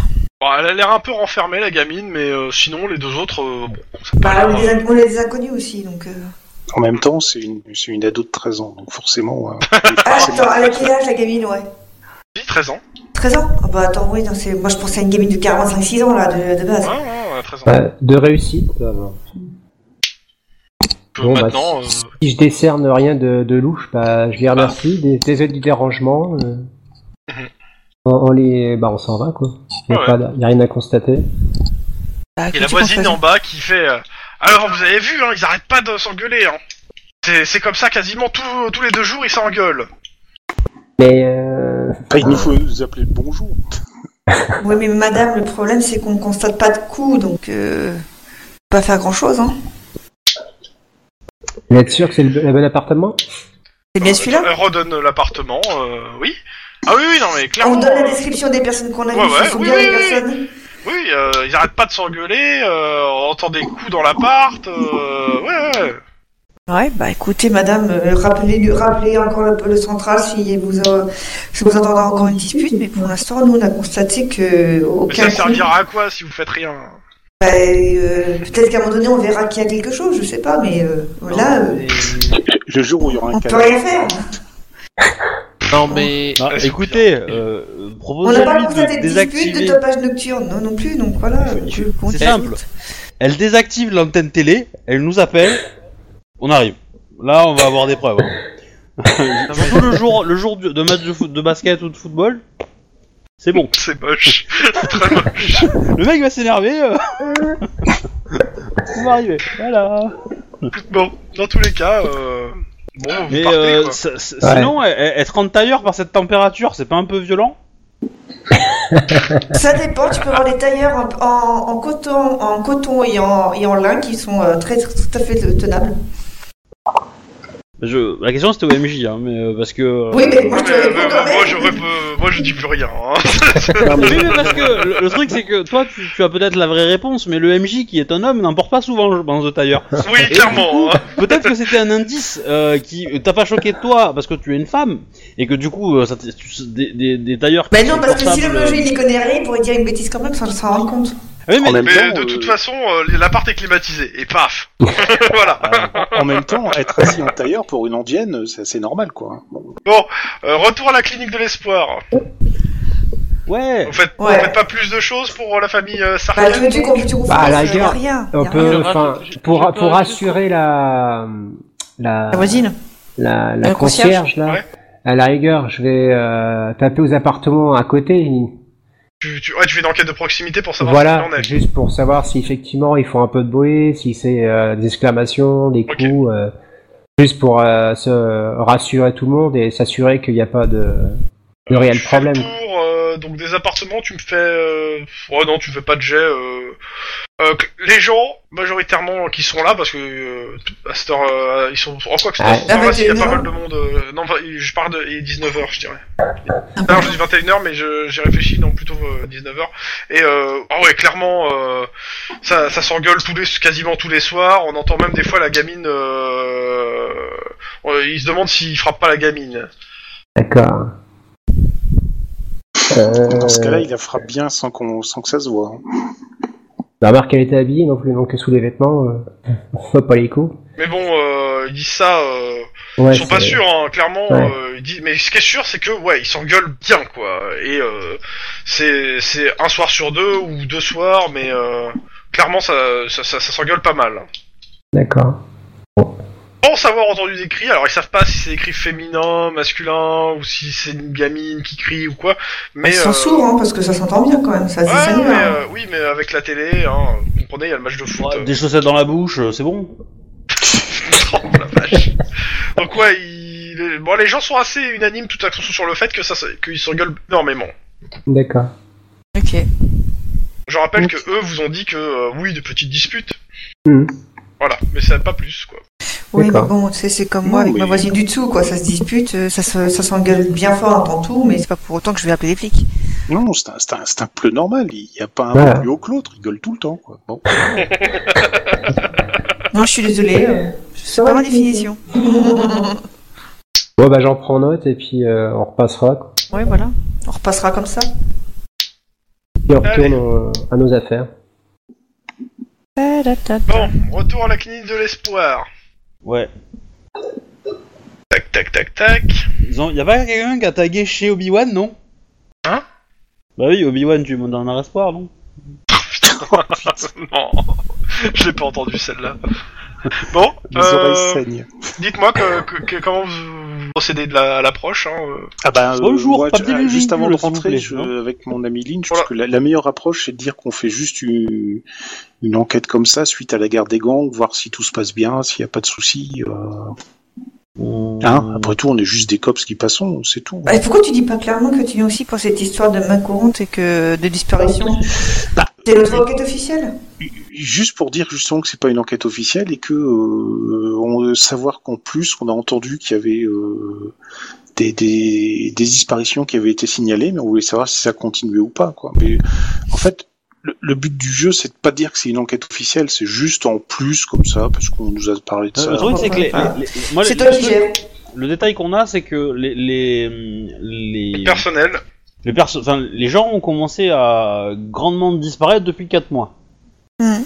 Bon, elle a l'air un peu renfermée la gamine, mais euh, sinon les deux autres, euh, bon, ça a pas
Bah,
l'air,
on,
euh,
les a, on les a connus aussi, donc... euh.
en même temps, c'est une, c'est une ado de 13 ans, donc forcément. euh,
Ah,
forcément-
attends, elle a quel âge, la gamine, ouais
dit 13 ans.
13 ans Ah bah attends, oui, non, c'est... moi je pensais à une gamine de 45-6 ans, là, de, de base.
Ouais, ouais, ouais, 13 ans.
Euh, De réussite. euh,
Peu
Bon, bah,
maintenant,
si-
euh,
si je décerne rien de, de louche, bah, je les remercie.
Ah.
Dés- Désolé du dérangement. euh. on, on les, bah, on s'en va quoi. Il
Mhm. Ah Ouais.
n'y a rien à constater.
Bah,
et la
continue,
voisine
qu'on
en bas qui fait. euh, Alors vous avez vu, hein, ils arrêtent pas de s'engueuler. Hein. C'est c'est comme ça quasiment tous- tous les deux jours ils s'engueulent.
Mais euh,
Bah, il nous faut nous appeler le bonjour.
Hein?
Oui, mais madame, le problème c'est qu'on ne constate pas de coup, donc euh, on peut pas faire grand chose, hein.
vous êtes sûr que c'est le, le bon appartement
C'est
Euh,
bien celui-là
Elle redonne l'appartement, euh, oui. Ah oui, oui, non, mais
On
clairement.
donne la description des personnes qu'on a
Ouais,
vues, ce
ouais,
sont
oui,
bien
oui,
les
oui.
personnes.
Oui, euh, ils arrêtent pas de s'engueuler, euh, on entend des coups dans l'appart, euh, ouais, ouais.
Ouais, bah écoutez,
Écoutez, madame, euh, rappelez, rappelez encore le, le central si vous, euh, si vous entendez encore une dispute, mais pour l'instant, nous, on a constaté que
Mais
aucun
ça
coup-
servira à quoi si vous faites rien
Bah, euh, Peut-être qu'à un moment donné, on verra qu'il y a quelque chose, je sais pas, mais euh, là, euh,
Le jour où il y aura un
on peut rien faire.
Non, mais.
Ah, écoutez, euh, euh,
On n'a pas
proposez-lui
constaté
de
de dispute,
désactiver.
de topage nocturne, non, non plus, donc voilà. je
C'est
continue.
simple. Elle désactive l'antenne télé, elle nous appelle, on arrive. Là, on va avoir des preuves. hein. <laughs> Surtout le jour, le jour du- de match de, foot- de basket ou de football, c'est bon.
C'est moche. <laughs> C'est très moche.
Le mec va s'énerver.
<laughs>
euh. on va arriver. Voilà.
Bon, dans tous les cas, euh... bon, vous
Mais
partez
euh,
quoi.
ça- ça-
Ouais.
sinon, elle- elle- être en tailleur par cette température, c'est pas un peu violent
Ça dépend, tu peux avoir des tailleurs en, en- en coton, en coton et, en, et en lin qui sont euh, très, tout à fait euh, tenables.
Je- La question c'était au MJ, hein, mais euh, parce que. euh,
Oui, mais moi
Ouais,
je te
mais,
réponds
mais,
quand
mais, moi,
même.
je rép- euh, moi je dis plus rien. hein.
<laughs>
Oui, mais parce que le, le truc, c'est que toi, tu, tu as peut-être la vraie réponse, mais le MJ, qui est un homme, n'en porte pas souvent, je pense, de tailleur.
oui,
Et
clairement.
du coup,
hein.
Peut-être que c'était un indice euh, qui t'a pas choqué toi, parce que tu es une femme, et que du coup, euh, ça t- tu- des, des, des tailleurs qui
Ben non,
sont
parce que si le
portables,
jeu
euh,
il y connaît rien, il pourrait dire une bêtise quand même sans s'en rendre compte.
Ah oui, mais-
En même
Mais
temps,
de
euh,
toute façon, euh, l'appart est climatisé. Et
<laughs>
paf. voilà.
en même temps, être assis en tailleur pour une indienne, c'est assez normal, quoi. Bon.
Euh, retour à la clinique de l'espoir.
Ouais,
Vous faites, vous
Ouais.
faites pas plus de choses pour euh, la famille euh,
Bah,
Sarkozy
tu veux du computer ou
Bah, à la
France, y a
rigueur,
rien.
On
y a
peut,
rien.
enfin,
Je- je
pour,
peux
pour
juste-
assurer la, la,
la voisine.
la, la
La concierge.
concierge, là,
Ouais.
à la rigueur, je vais euh, taper aux appartements à côté.
tu, tu- ouais, tu fais une enquête de proximité pour savoir ce
Voilà,
qu'il en est.
juste pour savoir si effectivement ils font un peu de bruit, si c'est euh, des exclamations, des
Ok.
coups, euh, juste pour euh, se rassurer tout le monde et s'assurer qu'il n'y a pas de, de réel
Tu fais le
problème.
tour, euh, donc des appartements, tu me fais. euh, Oh non, tu me fais pas de jet. euh, euh, que- les gens majoritairement qui sont là, parce que euh, à cette heure, euh, ils sont. En quoi que ce
Ouais.
soit, là,
Ah,
s'il y a
21
pas
heures.
mal de monde. euh, Non, enfin, je parle de il est 19h, je dirais. Alors je dis 21h, mais je- j'ai réfléchi, non, plutôt 19h. Et euh, ah ouais, clairement, euh, ça, ça s'engueule tous les, quasiment tous les soirs. On entend même des fois la gamine. Euh, euh, il se demande s'il frappe pas la gamine.
D'accord. Euh,
Dans ce cas-là, il la frappe bien sans, qu'on sans que ça se voit. hein.
bah, remarque qu'elle était habillée non plus, donc sous les vêtements, euh, <laughs> on voit pas les coups.
Mais bon, euh, ils disent ça. Euh,
Ouais,
ils sont pas
c'est-
sûrs, hein, clairement.
Ouais.
euh, ils disent... Mais ce qui est sûr, c'est que ouais, ils s'engueulent bien, quoi. Et euh, c'est c'est un soir sur deux ou deux soirs, mais euh, clairement, ça, ça, ça, ça s'engueule pas mal.
D'accord.
pensent avoir entendu des cris, alors ils savent pas si c'est des cris féminins, masculins, ou si c'est une gamine qui crie ou quoi, mais...
Ils
euh,
sont sourds, hein, parce que ça s'entend bien quand même, ça hein.
ouais,
s'atténue.
mais, euh, oui, mais avec la télé, hein, vous comprenez, il y a le match de foot.
des chaussettes dans la bouche, euh, c'est bon.
euh, oh, la vache. Donc ouais, il- les- bon, les gens sont assez unanimes tout à coup sur le fait que ça, se- qu'ils s'engueulent énormément.
D'accord.
Ok.
Je
Mm.
rappelle que eux vous ont dit que, euh, oui, de petites disputes.
Mhm.
Voilà, mais ça pas plus, quoi.
Oui, mais
D'accord.
bon, tu sais, c'est comme moi
Non,
avec ma
mais-
voisine du dessous, quoi. Ça se dispute, euh, ça se- ça s'engueule bien fort, on entend tout, mais
C'est pas pour autant que je vais appeler les flics.
Non, c'est un, c'est un, c'est un peu normal. Il n'y a pas un
Voilà.
plus haut que l'autre. Il gueule tout le temps, quoi. Bon.
non, je suis désolée. euh, je
C'est pas
saurais
ma
définir.
définition.
Bon, bah j'en prends note et puis euh, on repassera. quoi.
Ouais, voilà.
On repassera comme ça.
Puis on
Allez.
retourne euh, à nos affaires.
Bon, retour à la clinique de l'espoir.
Ouais.
Tac, tac, tac, tac.
Ils ont... Y a pas quelqu'un qui a tagué chez Obi-Wan, non
Hein
Bah oui, Obi-Wan, tu es dans un espoir, non
non, <laughs> je l'ai pas entendu celle-là. Bon,
Les oreilles
euh,
saignent.
dites-moi que, que- que- comment vous procédez de la- à l'approche. Hein. euh.
Ah bah,
Bonjour,
moi,
papier
ah,
de
juste
June,
avant de
s'il vous
rentrer,
plaît,
je-
hein.
avec mon ami Lynch,
Voilà.
parce que la, la meilleure approche, c'est de dire qu'on fait juste une, une enquête comme ça, suite à la guerre des gangs, voir si tout se passe bien, s'il n'y a pas de soucis. euh,
Mmh.
hein. Après tout, on est juste des cops qui passons, c'est tout.
Bah, pourquoi tu dis pas clairement que tu viens aussi pour cette histoire de main courante
C'est que de disparition.
Bah,
C'est notre enquête officielle
Juste pour dire justement que c'est pas une enquête officielle et que euh, on, savoir qu'en plus, on a entendu qu'il y avait euh, des, des, des disparitions qui avaient été signalées, mais on voulait savoir si ça continuait ou pas. Quoi. Mais en fait, le, le but du jeu, c'est de pas dire que c'est une enquête officielle, c'est juste en plus comme ça, parce qu'on nous a parlé de
Euh,
ça.
le truc, c'est que les- les- les- moi,
C'est
les-
toi
le-
qui gères.
Le détail qu'on a, c'est que les les les,
Personnel.
les, perso- enfin, les gens ont commencé à grandement disparaître depuis 4 mois.
Hmm.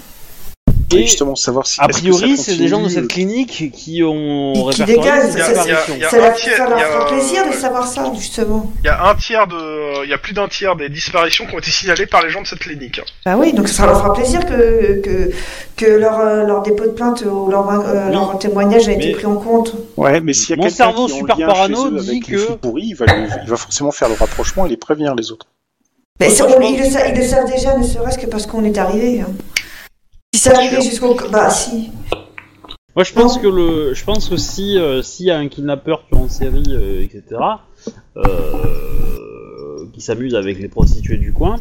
Et
Et
justement, savoir si.
a
est-ce que ça
priori, c'est des gens de
continue,
cette clinique qui ont
Qui- qui
répertorié
dégagent,
des
ça- ça-
disparitions.
Il y a
Ça, leur-
un tiers-
ça
il y a
leur
un-
fera plaisir de savoir ça, justement.
Il y a un tiers de, il y a plus d'un tiers des disparitions qui ont été signalées par les gens de cette clinique.
Bah oui, donc ça leur fera plaisir que, que, que leur, euh, leur dépôt de plainte ou leur, euh,
Oui.
leur témoignage a été
Mais-
pris en compte.
euh, Ouais, mais s'il y a
Mon
quelqu'un
cerveau
qui est en
super
lien
parano
chez eux
dit
avec les
que-
flics pourris, il va, lui- il va forcément faire le rapprochement et les prévenir les autres.
Mais
Moi,
ça,
je
on-
pense-
ils, le sa- ils le savent déjà, ne serait-ce que parce qu'on est arrivé. hein. Si c'est arrivé jusqu'au. Bah si.
Moi, je pense que le, je pense que si euh, s'il y a un kidnappeur tueur en série, euh, etc., euh, qui s'amuse avec les prostituées du coin,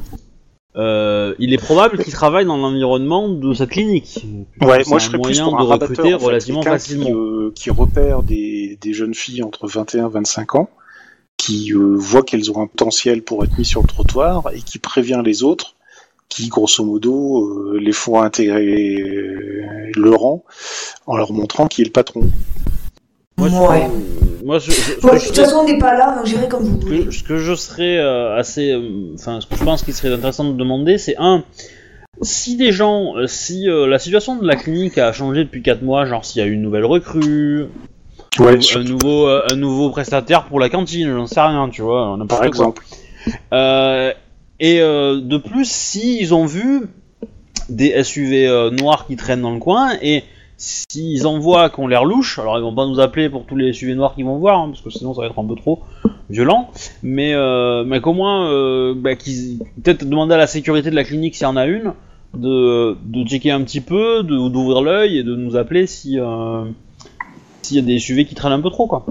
euh, il est probable qu'il travaille dans l'environnement de cette clinique.
Ouais,
C'est
moi
un
je serais plus
moyen
pour un
de recruter
rabatteur, en fait,
relativement
quelqu'un
facilement.
Qui, euh, qui repère des, des jeunes filles entre 21 et 25 ans, qui euh, voit qu'elles ont un potentiel pour être mises sur le trottoir et qui prévient les autres, qui grosso modo euh, les font intégrer euh, le rang en leur montrant qui est le patron.
Moi, je-
Ouais.
moi, je- je- ce
Bon,
que
de
je
toute
serais-
façon, on n'est pas là, hein. donc gérez comme vous
ce
voulez.
que- ce que je serais euh, assez, euh, enfin, ce que je pense qu'il serait intéressant de demander, c'est un, si des gens, euh, si euh, la situation de la clinique a changé depuis 4 mois, genre s'il y a eu une nouvelle recrue,
Ouais,
un nouveau, euh, un nouveau prestataire pour la cantine, j'en sais rien, tu vois, n'importe
par
quoi.
exemple.
Euh, et euh, de plus, si ils ont vu des SUV euh, noirs qui traînent dans le coin, et s'ils en voient qu'on l'air louche, alors ils vont pas nous appeler pour tous les SUV noirs qu'ils vont voir, hein, parce que sinon ça va être un peu trop violent, mais, euh, mais qu'au moins, euh, bah, qu'ils- peut-être demander à la sécurité de la clinique s'il y en a une, de, de checker un petit peu, de- d'ouvrir l'œil et de nous appeler si... euh, s'il y a des SUV qui traînent un peu trop, quoi.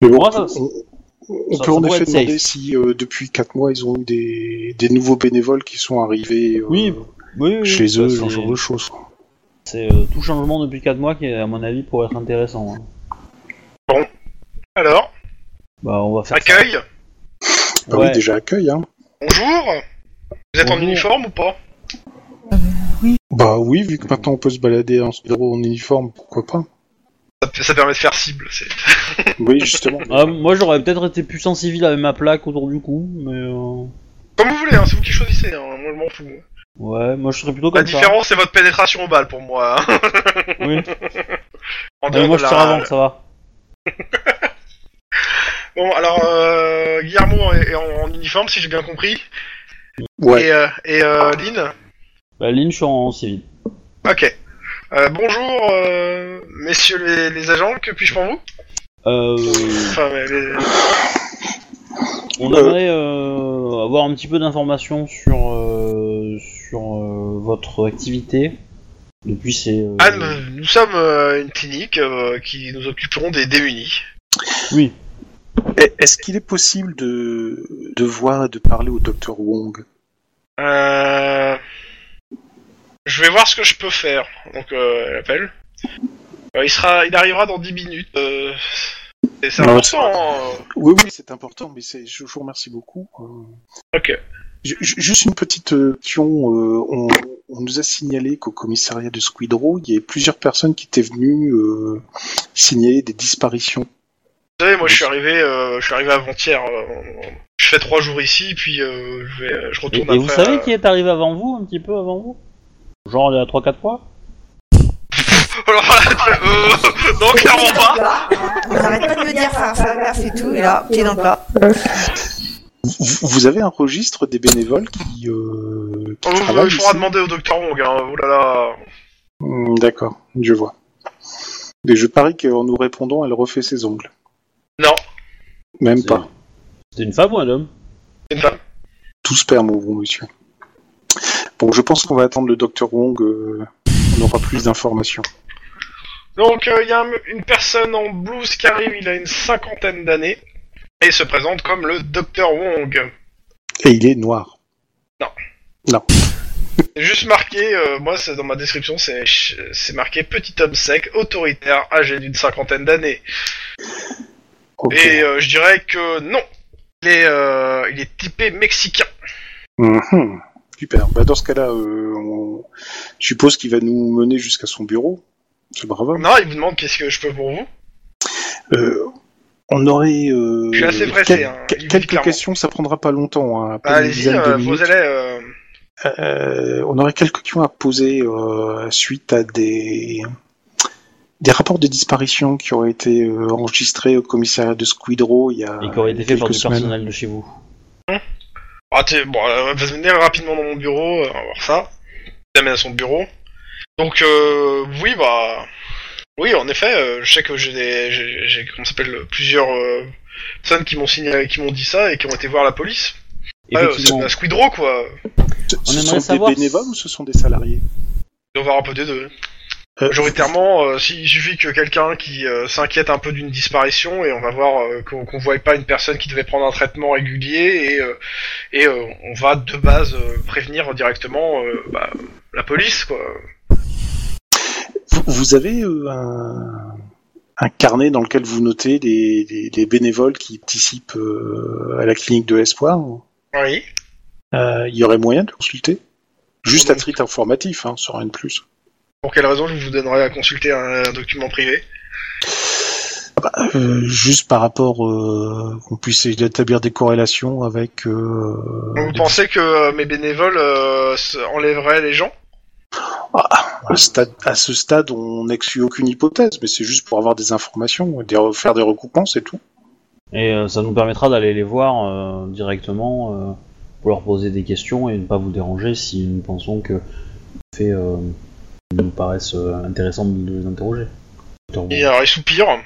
Mais bon,
Moi, ça-
on, on
ça-
peut
ça
en
doit
effet
être safe.
demander si euh, depuis 4 mois ils ont eu des, des nouveaux bénévoles qui sont arrivés euh,
Oui, Oui, oui,
chez
ça,
eux,
c'est-
ce genre de choses. quoi.
C'est euh, tout changement depuis 4 mois qui, est, à mon avis, pourrait être intéressant. hein.
Alors,
Bah, on va faire ça.
accueil.
Bah
Ouais.
oui, déjà accueil, hein.
Bonjour. Vous êtes en
Bonjour.
uniforme ou pas
Bah oui, vu que maintenant on peut se balader en speedro en uniforme, pourquoi pas
ça, p- ça permet de faire cible. c'est-
Oui, <laughs> justement.
Ah, moi, j'aurais peut-être été plus civil avec ma plaque autour du cou, mais euh,
Comme vous voulez, hein, c'est vous qui choisissez. hein, moi, je m'en fous.
ouais, moi je serais plutôt comme
La
ça.
différence, c'est votre pénétration au bal pour moi. hein. <laughs>
Oui.
En
Mais
dehors
Bah, moi,
de
je
la-
tire avant, ça va.
Bon, alors, euh, Guillermo est est en, en uniforme, si j'ai bien compris.
Ouais.
Et, euh, et euh, Lynn
Bah, Lynn, je suis en civil.
Ok. Euh, bonjour, euh, messieurs les, les agents, que puis-je pour vous
Euh,
Enfin, mais les-
on
Euh.
aimerait euh, avoir un petit peu d'informations sur euh, sur euh, votre activité. Depuis c'est. euh,
Anne, nous sommes euh, une clinique euh, qui nous occuperons des démunis.
Oui.
Est- Est-ce qu'il est possible de, de voir et de parler au docteur Wong
Euh... Je vais voir ce que je peux faire. Donc, euh, elle appelle. Euh, il, sera... il arrivera dans 10 minutes. Euh... C'est c'est
Non,
important. hein.
Oui, oui, c'est important, mais c'est- je vous remercie beaucoup. Euh,
Ok.
ju- ju- Juste une petite euh, pion. euh, on, on nous a signalé qu'au commissariat de Squidrow, il y avait plusieurs personnes qui étaient venues euh, signaler des disparitions.
Vous savez, moi, je suis arrivé, euh, je suis arrivé avant-hier. euh, Je fais trois jours ici, puis euh, je, vais, je
Et,
retourne
et
après.
vous savez
euh, <laughs>
qui est arrivé avant vous, un petit peu avant vous Genre il y a 3-4 fois
Alors là, euh, non, clairement pas.
On n'arrête pas de me dire faire faire gaffe et tout, et là, pied dans le plat.
Vous, vous avez un registre des bénévoles qui, euh,
Ah bah,
qui
Oh, vous-
travaillent
il faudra
ici
demander au docteur Wong. Hein. Oh là là.
Hmm, D'accord, je vois. Mais je parie qu'en nous répondant, elle refait ses ongles.
Non.
Même
C'est-
pas.
C'est une femme ou un homme
C'est une femme.
Tout sperme au bon monsieur. Bon, je pense qu'on va attendre le docteur Wong. euh, on aura plus d'informations.
Donc, euh, il y a un- une personne en blouse qui arrive. Il a une cinquantaine d'années et se présente comme le docteur Wong.
Et il est noir.
C'est juste marqué, euh, moi c'est dans ma description, c'est c'est marqué petit homme sec, autoritaire, âgé d'une cinquantaine d'années.
Ok.
Et euh, je dirais que non, il est, euh, il est typé mexicain.
Mhm. Super. Bah, dans ce cas-là, euh, on- je suppose qu'il va nous mener jusqu'à son bureau, ce brave hein. homme.
Non, il vous demande qu'est-ce que je peux pour vous.
Euh, on aurait. euh,
Je suis assez pressé, hein. Il vous dit
quelques
clairement.
questions, ça prendra pas longtemps. hein, à peine
Bah,
une
Allez-y,
dizaine de
euh,
minutes.
posez-les. euh,
Euh, on aurait quelques questions à poser euh, suite à des des rapports de disparition qui auraient été euh, enregistrés au commissariat de Squidrow il y a
Et qui aurait été fait par
quelques
du
semaines.
personnel de chez vous.
Ah, t'es- bon, euh, vas-y, venez rapidement dans mon bureau, euh, on va voir ça. Je l'amène à son bureau. Donc, euh, oui, bah. Oui, en effet, euh, je sais que j'ai des. J'ai, j'ai- comment ça s'appelle Plusieurs euh, personnes qui m'ont signalé, qui m'ont dit ça et qui ont été voir la police. Ah, euh, c'est
Effectivement.
un squidro, quoi.
Ce, ce
On aimerait
sont
savoir
des bénévoles ou ce sont des salariés
Il doit y avoir un peu des deux.
Euh,
Majoritairement, euh, s'il suffit que quelqu'un qui euh, s'inquiète un peu d'une disparition et on va voir euh, qu'on qu'on voit pas une personne qui devait prendre un traitement régulier et, euh, et euh, on va de base euh, prévenir directement euh, bah, la police quoi.
Vous, vous avez euh, un, un carnet dans lequel vous notez les, les- les bénévoles qui participent euh, à la clinique de l'espoir
Oui.
Euh, Il y aurait moyen de consulter Juste à
Non.
titre informatif, hein, sans rien de plus.
Pour quelle raison je vous donnerai à consulter un, un document privé
Euh, juste par rapport euh, qu'on puisse établir des corrélations avec. euh,
Vous pensez que euh, mes bénévoles euh, se- enlèveraient les gens
à, stade- à ce stade, on n'exclut aucune hypothèse, mais c'est juste pour avoir des informations, des, faire des recoupements, c'est tout.
Et euh, ça nous permettra d'aller les voir euh, directement euh, pour leur poser des questions et ne pas vous déranger si nous pensons que les faits euh, nous paraissent euh, intéressants de les interroger. Docteur
Et euh, alors ils soupirent.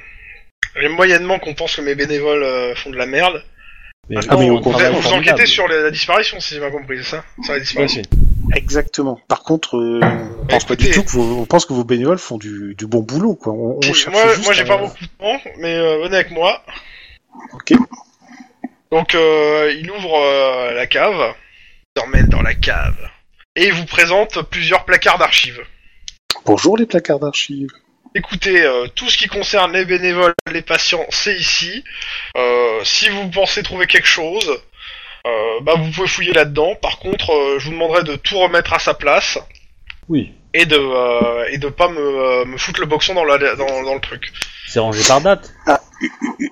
Et moyennement qu'on pense que mes bénévoles euh, font de la merde.
Bourg.
Ah, mais
ils font
au
un
Vous,
travail
vous
formidable.
enquêtez sur la, la disparition, si j'ai bien compris, c'est ça Sur la
Tout à
disparition.
fait.
Exactement. Par contre, euh, on pense pas du
écoutez-
tout que vos, on pense que vos bénévoles font du, du bon boulot, quoi. On, on
Puis,
cherche
moi,
juste
moi j'ai
à-
pas beaucoup de temps, mais euh, venez avec moi.
Ok.
Donc euh, il ouvre euh, la cave, il emmène dans la cave, et il vous présente plusieurs placards d'archives.
Bonjour les placards d'archives.
Écoutez, euh, tout ce qui concerne les bénévoles, les patients, c'est ici. Euh, si vous pensez trouver quelque chose, euh, bah, vous pouvez fouiller là-dedans. Par contre, euh, je vous demanderai de tout remettre à sa place
Oui,
et de euh, et de pas me, euh, me foutre le boxon dans, la, dans, dans le truc.
c'est rangé par date.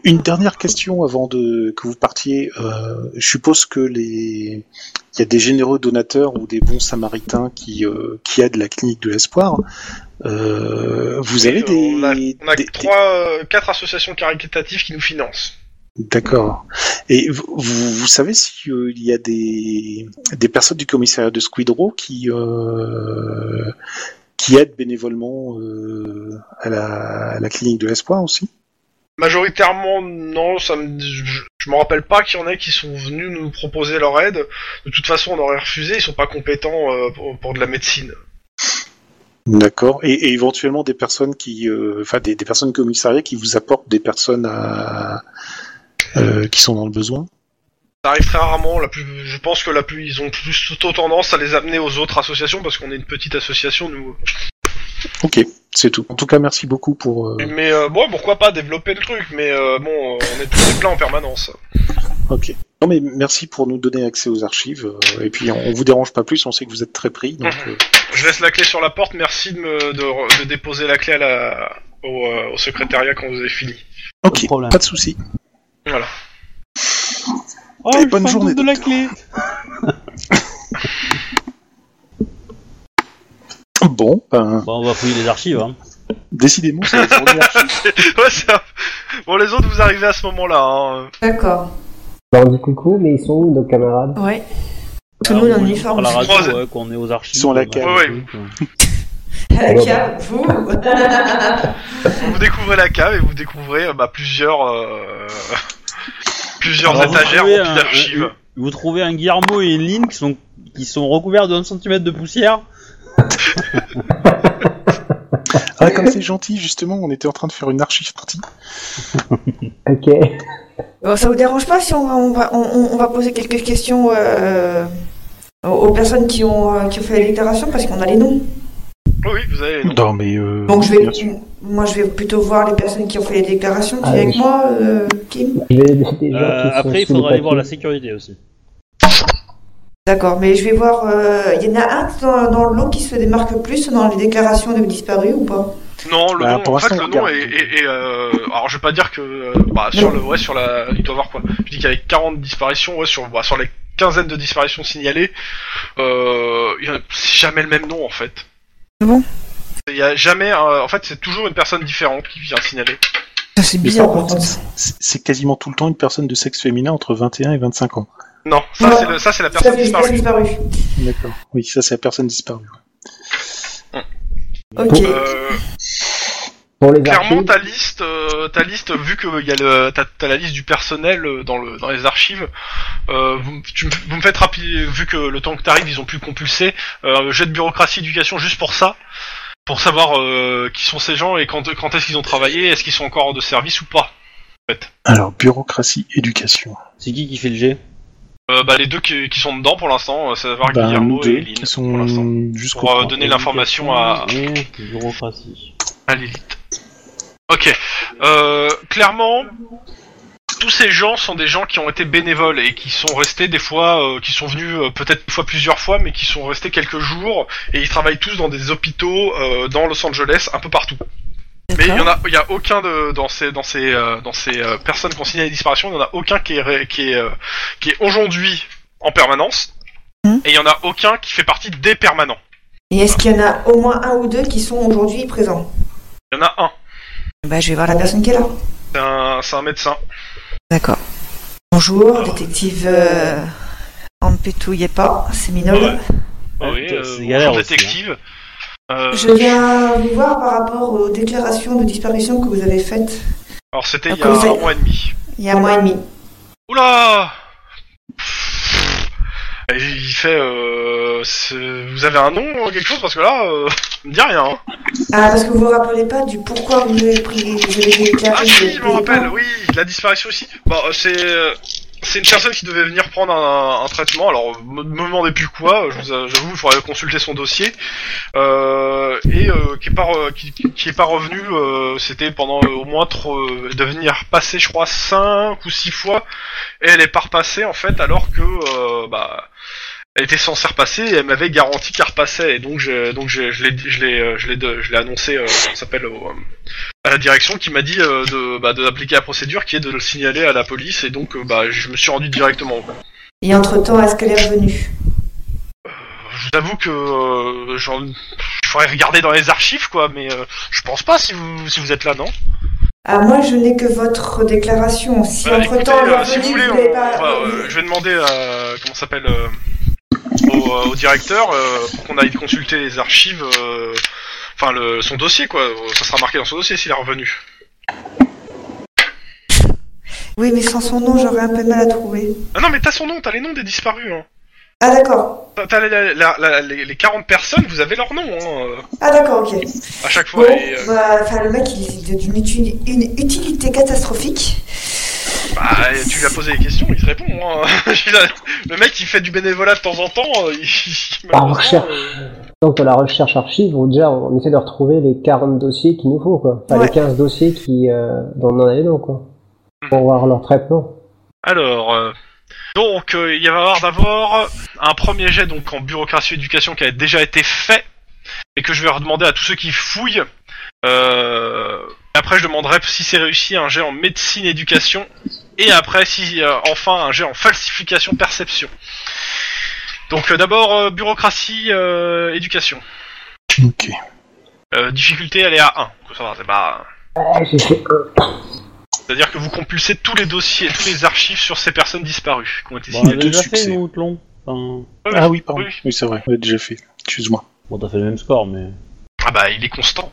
Une dernière question avant de que vous partiez. Euh, je suppose que les il y a des généreux donateurs ou des bons samaritains qui euh, qui aident la clinique de l'espoir. Euh, vous avez
Euh,
des,
on a, on a
des- des-
trois, euh, quatre associations caritatives qui nous financent.
D'accord. Et vous, vous vous savez s'il y a des, des personnes du commissariat de Squidrow qui, euh, qui aident bénévolement euh, à, la, à la clinique de l'espoir aussi
Majoritairement, non, ça me, je, je me rappelle pas qu'il y en ait qui sont venus nous proposer leur aide. De toute façon, on aurait refusé, ils sont pas compétents euh, pour, pour de la médecine.
D'accord. Et, et éventuellement des personnes qui, euh, enfin des, des personnes commissariat qui vous apportent des personnes à, euh, qui sont dans le besoin.
Ça arrive très rarement, la plus, je pense que la plus, ils ont plus plutôt tendance à les amener aux autres associations parce qu'on est une petite association, nous.
Ok, c'est tout. En tout cas, merci beaucoup pour. euh,
Mais euh, bon, pourquoi pas développer le truc, mais euh, bon, euh, on est tous plein en permanence.
Ok. Non mais merci pour nous donner accès aux archives. euh, et puis on, on vous dérange pas plus. On sait que vous êtes très pris. Donc, euh,
Je laisse la clé sur la porte, merci de, me, de, re- de déposer la clé à la, au, euh, au secrétariat quand vous avez fini. <laughs>
Pas de
ok.
problème.
Pas de souci.
Voilà.
Oh,
Et je bonne sens journée,
de
de
la
la
clé.
Bon, ben,
Bon, Bah, on va fouiller les archives. Hein.
décidément,
<laughs>
c'est la journée archive.
Ouais, ça- Bon, les autres, vous arrivez à ce moment-là. Hein.
D'accord.
Bah, on dit coucou, mais ils sont où nos camarades
Ouais.
Tout le monde
Ah,
en
on-
uniforme.
à la radio,
Croisez.
ouais, qu'on est aux archives.
Ils sont à la
qu'on a
cave.
un
Ouais, ouais.
truc, euh.
À la cave, vous
Vous découvrez la cave et vous découvrez euh, bah, plusieurs euh, <laughs> plusieurs
Alors, vous
étagères
trouvez
remplies
un-
d'archives.
un- Vous trouvez un Guillermo et une Lynn qui sont, qui sont recouverts de 1 cm de poussière.
Ah, comme c'est gentil, justement, on était en train de faire une archive partie.
Ok.
Bon, Ça vous dérange pas si on va, on va, on- on- on va poser quelques questions euh, aux- aux personnes qui ont, euh, qui ont fait la déclaration parce qu'on a les noms.
Oh oui, vous avez les noms.
Non, mais. Euh,
Donc je vais,
bien sûr.
moi je vais plutôt voir les personnes qui ont fait les déclarations. Tu
Ah
es avec
oui.
moi, euh, Kim
Je vais aider des gens
Euh,
qui sont
après, il
sous les
faudra aller voir la
papiers.
sécurité aussi.
D'accord, mais je vais voir. euh, Il y en a un dans, dans le lot qui se démarque plus dans les déclarations de disparus ou pas
Non, le
Bah,
nom,
pour
en fait,
l'instant,
le nom
regarde.
est. est- est, euh, alors, je vais pas dire que. euh, bah, sur le. Ouais, sur la. Il doit avoir quoi Je dis qu'avec 40 disparitions, ouais, sur, bah, sur les quinzaines de disparitions signalées, euh, il y a- c'est jamais le même nom, en fait.
Ah
Bon.
Il y a jamais. un- en fait, c'est toujours une personne différente qui vient signaler.
Ça, C'est
Mais
bizarre
par
par
contre,
contre.
C'est c'est quasiment tout le temps une personne de sexe féminin entre 21 et 25 ans.
Non, ça,
Non.
c'est le- ça, c'est la
Ça,
personne
c'est personne
disparue.
disparue.
D'accord. Oui, ça c'est la personne disparue.
Ok.
Euh,
Pour les
Clairement,
archives,
ta liste, euh, ta liste, vu que il y a le, t'as, t'as la liste du personnel euh, dans le, dans les archives. euh, vous, me- tu, me- vous me faites rapide, vu que le temps que t'arrives, ils ont pu compulser. Euh, jet de bureaucratie, éducation, juste pour ça, pour savoir euh, qui sont ces gens et quand, quand est-ce qu'ils ont travaillé, est-ce qu'ils sont encore de service ou pas.
Alors, bureaucratie, éducation.
C'est qui qui fait le G
Euh, bah, les deux qui, qui sont dedans pour l'instant, euh, savoir
Ben, nous
Guillermo
deux
et Lynn
qui
pour l'instant.
sont jusqu'au
Pour, euh,
Ah,
point.
donner l'information à-
Et bureaucratie.
à l'élite. Ok. Euh, clairement, tous ces gens sont des gens qui ont été bénévoles et qui sont restés des fois, euh, qui sont venus euh, peut-être fois plusieurs fois, mais qui sont restés quelques jours et ils travaillent tous dans des hôpitaux euh, dans Los Angeles, un peu partout. Mais il y en a, il y a aucun de dans ces dans ces euh, dans ces euh, personnes qui ont signé les disparitions, il y en a aucun qui est ré- qui est euh, qui est aujourd'hui en permanence.
Mhm.
Et il y en a aucun qui fait partie des permanents.
Et est-ce qu'il y en a au moins un ou deux qui sont aujourd'hui présents
Il y en a un.
Bah, je vais voir
Par
la
la
personne.
personne qui est là.
C'est un, c'est un médecin.
D'accord.
Bonjour, détective. euh,
En me pétouillez pas.
Ah, c'est Minol.
Ah oui,
c'est
euh,
galère
bonjour,
aussi,
détective. Euh,
Je viens vous voir par rapport aux déclarations de disparition que vous avez faites
Alors c'était il y a
Ah,
un
conseil.
mois et demi.
il y a un mois et demi.
Oula Pfff. Et Il fait... Euh, ce- vous avez un nom, quelque chose Parce que là, euh, ça me dit rien. hein.
Ah, parce que vous vous rappelez pas du pourquoi vous avez pris. Vous avez déclaré.
Ah
les-
si, je me
les
rappelle,
dépenses
oui, la disparition aussi. Bon, euh, c'est... euh, C'est une personne qui devait venir prendre un, un traitement, alors me, me demandez plus quoi, euh, je vous a- j'avoue, il faudrait consulter son dossier, euh, et euh, qui est pas, re- qui, qui- qui est pas revenu, euh, c'était pendant euh, au moins trop, euh, de venir passer, je crois, cinq ou six fois, et elle est pas repassée en fait, alors que euh, bah, elle était censée repasser, et elle m'avait garanti qu'elle repassait, et donc je, donc je, je l'ai, dit- je l'ai, euh, je l'ai, de- je l'ai annoncé, euh, ça s'appelle au, euh, à la direction qui m'a dit euh, de, bah, de d'appliquer la procédure, qui est de le signaler à la police, et donc euh, bah, je me suis rendu directement.
Et entre-temps, est-ce qu'elle est revenue
Je vous avoue que euh, j'en- je faudrait regarder dans les archives quoi, mais euh, je pense pas si vous si vous êtes là non.
Ah, moi, je n'ai que votre déclaration. Si
Bah,
entre-temps,
écoutez,
elle est
euh, si vous
revenue,
voulez,
vous n'avez
on-
pas.
on va, euh, je vais demander à comment ça s'appelle euh, au, euh, au directeur euh, pour qu'on aille consulter les archives, euh, enfin le son dossier quoi. Ça sera marqué dans son dossier s'il est revenu.
Oui, mais sans son nom, j'aurais un peu de mal à trouver.
Ah non mais t'as son nom, t'as les noms des disparus. Hein.
Ah, d'accord.
T'as- T'as la- la- la- les, les 40 personnes, vous avez leur nom hein, euh,
Ah, d'accord, ok.
à chaque fois.
Bon,
et, euh,
bah, enfin, le mec, il est d'une uti- une utilité catastrophique.
bah, tu lui as posé des questions, il te répond. hein. <laughs> Il a- le mec il fait du bénévolat de temps en temps. euh, il- <laughs> il-
par
malheureusement, euh.
recherche. Donc, pour la recherche archive, on, déjà, on essaie de retrouver les 40 dossiers qu'il nous faut, quoi. Enfin,
Ouais.
les 15 dossiers qui, euh, dont on en a les noms, quoi. Pour voir leur traitement.
Alors, euh, donc euh, il va y avoir d'abord un premier jet donc en bureaucratie éducation qui a déjà été fait et que je vais redemander à tous ceux qui fouillent. Euh, après, je demanderai si c'est réussi un jet en médecine éducation et après si euh, enfin un jet en falsification perception. Donc euh, d'abord euh, bureaucratie euh, éducation.
Ok.
Euh, difficulté elle est à 1. Donc, ça va, c'est pas-
Ah, j'ai fait un.
C'est-à-dire que vous compulsez tous les dossiers, tous les archives sur ces personnes disparues qui ont été
Bon, on
Il y a
a
deux
Bah, déjà fait,
succès.
nous, Tlon. Enfin,
Ouais,
Ah oui, pardon.
oui.
Oui, c'est vrai. On l'a déjà fait. Excuse-moi.
bon, t'as fait le même score, mais.
Ah bah il est constant.